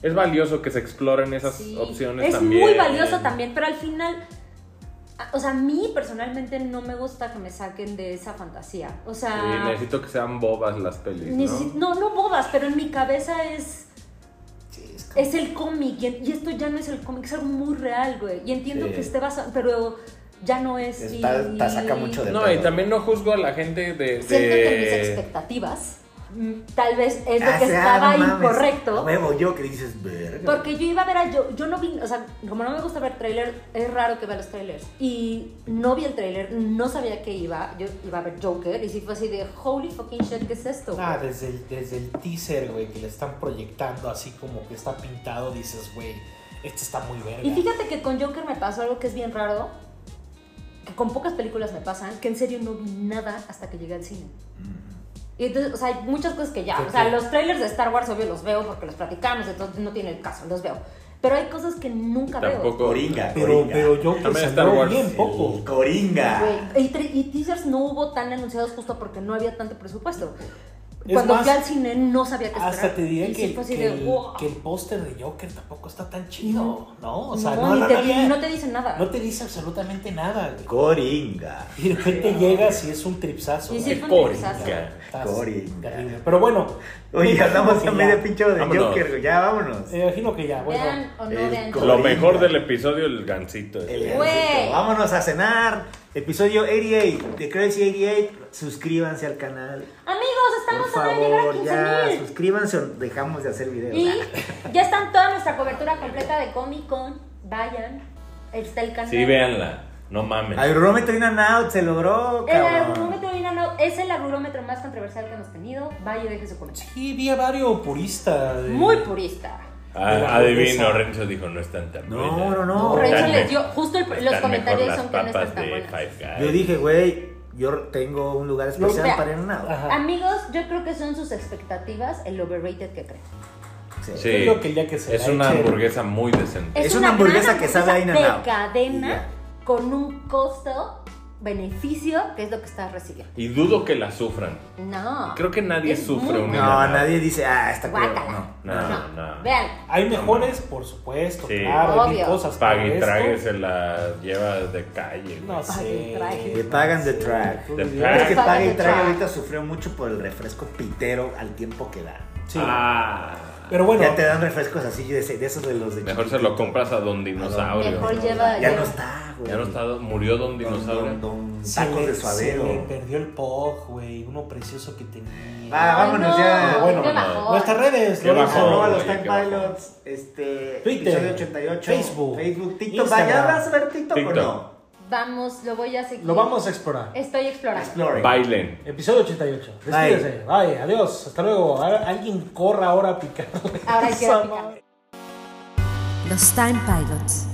[SPEAKER 4] Es valioso que se exploren esas
[SPEAKER 3] sí.
[SPEAKER 4] opciones
[SPEAKER 3] es
[SPEAKER 4] también.
[SPEAKER 3] muy valioso también, pero al final, a- o sea, a mí personalmente no me gusta que me saquen de esa fantasía. O sea,
[SPEAKER 4] Sí, necesito que sean bobas las pelis, ¿no?
[SPEAKER 3] necesi- ¿no? no, bodas, pero en mi cabeza es es el cómic y, y esto ya no es el cómic, es algo muy real, güey. Y entiendo
[SPEAKER 2] Sí.
[SPEAKER 3] que esté basado, pero ya no es. y-
[SPEAKER 2] Está- Te saca mucho de
[SPEAKER 4] No,
[SPEAKER 2] pedo.
[SPEAKER 4] y también no juzgo a la gente de...
[SPEAKER 3] Siento que mis
[SPEAKER 4] de...
[SPEAKER 3] expectativas mm, tal vez es lo
[SPEAKER 2] Ah,
[SPEAKER 3] que
[SPEAKER 2] sí, ah,
[SPEAKER 3] estaba
[SPEAKER 2] no mames.
[SPEAKER 3] incorrecto.
[SPEAKER 2] Huevo, yo que dices, verga.
[SPEAKER 3] Porque yo iba a ver a yo, yo no vi, o sea, como no me gusta ver tráiler, es raro que vea los trailers. Y no vi el tráiler, no sabía que iba, yo iba a ver Joker y sí fue así de holy fucking shit, ¿qué es esto?
[SPEAKER 1] Ah, desde el, desde el teaser, güey, que le están proyectando así como que está pintado, dices, güey, este está muy verga.
[SPEAKER 3] y fíjate que con Joker me pasó algo que es bien raro, que con pocas películas me pasan, que en serio no vi nada hasta que llegué al cine. Y entonces, o sea, hay muchas cosas que ya,
[SPEAKER 1] Mm. Sí,
[SPEAKER 3] o sea,
[SPEAKER 1] sí.
[SPEAKER 3] los trailers de Star Wars obvio los veo porque los platicamos, entonces no tiene el caso, los veo. Pero hay cosas que nunca veo.
[SPEAKER 4] Tampoco...
[SPEAKER 2] Coringa,
[SPEAKER 1] pero,
[SPEAKER 2] Coringa.
[SPEAKER 1] pero yo que
[SPEAKER 4] También Star
[SPEAKER 1] salió
[SPEAKER 4] Wars.
[SPEAKER 1] bien poco.
[SPEAKER 2] Coringa.
[SPEAKER 3] Güey, Y, tre- y teasers no hubo tan anunciados justo porque no había tanto presupuesto.
[SPEAKER 1] Es
[SPEAKER 3] Cuando
[SPEAKER 1] más,
[SPEAKER 3] fui al cine no sabía qué esperar.
[SPEAKER 1] Hasta te diré
[SPEAKER 3] Y
[SPEAKER 1] que,
[SPEAKER 3] sí fue así
[SPEAKER 1] que
[SPEAKER 3] de,
[SPEAKER 1] el,
[SPEAKER 3] wow.
[SPEAKER 1] que el póster de Joker tampoco está tan chido, ¿no? O sea,
[SPEAKER 3] No,
[SPEAKER 1] no,
[SPEAKER 3] ni
[SPEAKER 1] no,
[SPEAKER 3] te,
[SPEAKER 1] había-
[SPEAKER 3] no te dicen nada.
[SPEAKER 1] no te dice absolutamente nada, güey.
[SPEAKER 2] Coringa.
[SPEAKER 1] Y de repente llegas y es un tripsazo.
[SPEAKER 3] Y sí
[SPEAKER 1] güey.
[SPEAKER 3] fue un
[SPEAKER 4] Coringa.
[SPEAKER 3] desastre.
[SPEAKER 1] Estás
[SPEAKER 2] Coringa.
[SPEAKER 1] terrible. Pero bueno. me
[SPEAKER 2] Oye,
[SPEAKER 1] imagino
[SPEAKER 2] hablamos
[SPEAKER 1] que
[SPEAKER 2] a medio
[SPEAKER 1] ya-
[SPEAKER 2] pinche de
[SPEAKER 4] Vámonos.
[SPEAKER 2] Joker, güey. Ya vámonos.
[SPEAKER 1] Me imagino que ya, bueno.
[SPEAKER 3] Vean o no
[SPEAKER 2] el
[SPEAKER 3] vean.
[SPEAKER 2] co-
[SPEAKER 4] Lo mejor del episodio, el gancito.
[SPEAKER 2] El
[SPEAKER 3] Güey.
[SPEAKER 2] gancito. Vámonos a cenar. Episodio 88 de Crazy 88. Suscríbanse al canal.
[SPEAKER 3] Amigos,
[SPEAKER 2] Por
[SPEAKER 3] estamos a nada de llegar a
[SPEAKER 2] favor,
[SPEAKER 3] 15
[SPEAKER 2] ya. Suscríbanse o dejamos de hacer videos.
[SPEAKER 3] Y ya está toda nuestra cobertura completa de Comic Con. Vayan. Ahí Está el canal.
[SPEAKER 4] Sí, véanla. No mames.
[SPEAKER 2] Agronómetro in and out se logró,
[SPEAKER 3] El
[SPEAKER 2] cabrón.
[SPEAKER 3] agrurómetro mira, no, es el agrurómetro más controversial que hemos tenido. Vaya y deje su comentario.
[SPEAKER 1] Sí, vi a varios puristas. de-
[SPEAKER 3] Muy purista.
[SPEAKER 4] Ah, adivino, Renzo dijo, no están tan
[SPEAKER 2] No,
[SPEAKER 4] buenas.
[SPEAKER 2] no, no.
[SPEAKER 3] Por eso
[SPEAKER 4] Están
[SPEAKER 3] les
[SPEAKER 4] me-
[SPEAKER 3] dio. Justo el- los
[SPEAKER 4] están
[SPEAKER 3] comentarios
[SPEAKER 4] mejor
[SPEAKER 3] son que
[SPEAKER 4] las
[SPEAKER 3] no
[SPEAKER 4] papas
[SPEAKER 3] están tan
[SPEAKER 4] de
[SPEAKER 3] buenas.
[SPEAKER 4] Five Guys.
[SPEAKER 2] Yo dije, güey, yo tengo un lugar especial
[SPEAKER 3] Mira.
[SPEAKER 2] para in and
[SPEAKER 3] Ah.
[SPEAKER 2] out.
[SPEAKER 1] Ajá.
[SPEAKER 3] Amigos, yo creo que son sus expectativas el overrated que creen.
[SPEAKER 2] Sí.
[SPEAKER 4] Sí.
[SPEAKER 1] Yo creo que el día que se
[SPEAKER 4] es
[SPEAKER 1] la
[SPEAKER 4] una
[SPEAKER 1] echen-
[SPEAKER 4] hamburguesa muy decente.
[SPEAKER 2] Es una hamburguesa que sabe a In-N-Out.
[SPEAKER 3] De cadena
[SPEAKER 2] Ya.
[SPEAKER 3] con un costo beneficio que es lo que estás recibiendo.
[SPEAKER 4] Y dudo que la sufran.
[SPEAKER 3] No.
[SPEAKER 4] Creo que nadie
[SPEAKER 3] Es
[SPEAKER 4] sufre
[SPEAKER 3] muy
[SPEAKER 4] un
[SPEAKER 3] buena.
[SPEAKER 2] No, nadie dice, ah, está culero.
[SPEAKER 3] Guácala.
[SPEAKER 2] No.
[SPEAKER 4] No, no,
[SPEAKER 3] No.
[SPEAKER 4] no.
[SPEAKER 3] Vean.
[SPEAKER 1] Hay mejores, por supuesto,
[SPEAKER 4] Sí.
[SPEAKER 1] claro, hay mil
[SPEAKER 3] Obvio.
[SPEAKER 1] cosas.
[SPEAKER 4] Paga
[SPEAKER 1] pero
[SPEAKER 4] y
[SPEAKER 1] esto,
[SPEAKER 4] trague se la lleva de calle.
[SPEAKER 1] No
[SPEAKER 4] güey.
[SPEAKER 3] Pague y
[SPEAKER 1] sé.
[SPEAKER 3] trague.
[SPEAKER 2] Te pagan de track.
[SPEAKER 1] Tú
[SPEAKER 4] Te
[SPEAKER 1] dirías-
[SPEAKER 4] pagan.
[SPEAKER 2] Es que
[SPEAKER 3] Paga
[SPEAKER 2] Paga y
[SPEAKER 3] de
[SPEAKER 2] Trae
[SPEAKER 3] track.
[SPEAKER 2] ahorita sufrió mucho por el refresco pitero al tiempo que da.
[SPEAKER 1] Sí.
[SPEAKER 4] Ah.
[SPEAKER 1] Pero bueno,
[SPEAKER 2] ya te dan refrescos así de, ese- de esos de los de
[SPEAKER 4] Mejor
[SPEAKER 2] chiquito.
[SPEAKER 4] se lo compras a Don Dinosaurio.
[SPEAKER 3] Mejor lleva.
[SPEAKER 2] Ya
[SPEAKER 3] lleva-
[SPEAKER 2] no está, güey.
[SPEAKER 4] Ya no está, murió Don
[SPEAKER 2] Don-
[SPEAKER 4] Dinosaurio.
[SPEAKER 2] don- don-
[SPEAKER 1] se
[SPEAKER 2] tacos
[SPEAKER 1] le- Se
[SPEAKER 2] de
[SPEAKER 1] le
[SPEAKER 2] suadero.
[SPEAKER 1] perdió el POG, güey, uno precioso que tenía.
[SPEAKER 2] Va,
[SPEAKER 3] Ay,
[SPEAKER 2] vámonos
[SPEAKER 3] no,
[SPEAKER 2] ya.
[SPEAKER 3] qué
[SPEAKER 1] Bueno,
[SPEAKER 3] bajón.
[SPEAKER 1] Nuestras redes,
[SPEAKER 4] Qué
[SPEAKER 1] Lorenzo.
[SPEAKER 4] bajón,
[SPEAKER 2] Arroba
[SPEAKER 4] güey,
[SPEAKER 2] los Tank
[SPEAKER 4] qué bajón.
[SPEAKER 2] Pilots, este,
[SPEAKER 1] Twitter,
[SPEAKER 2] episodio 88,
[SPEAKER 1] Facebook,
[SPEAKER 2] Facebook, TikTok.
[SPEAKER 1] Instagram.
[SPEAKER 2] ¿Mañana vas a ver TikTok,
[SPEAKER 4] TikTok.
[SPEAKER 2] o no?
[SPEAKER 3] Vamos, lo voy a seguir.
[SPEAKER 1] Lo vamos a explorar.
[SPEAKER 3] Estoy explorando.
[SPEAKER 2] Explore.
[SPEAKER 4] Bailen.
[SPEAKER 1] Episodio 88.
[SPEAKER 2] Bye.
[SPEAKER 1] Despídese. Bye, adiós. Hasta luego. Ahora Alguien corra ahora a picar.
[SPEAKER 3] Ahora hay que
[SPEAKER 1] Esa
[SPEAKER 3] picar.
[SPEAKER 8] Los Time Pilots.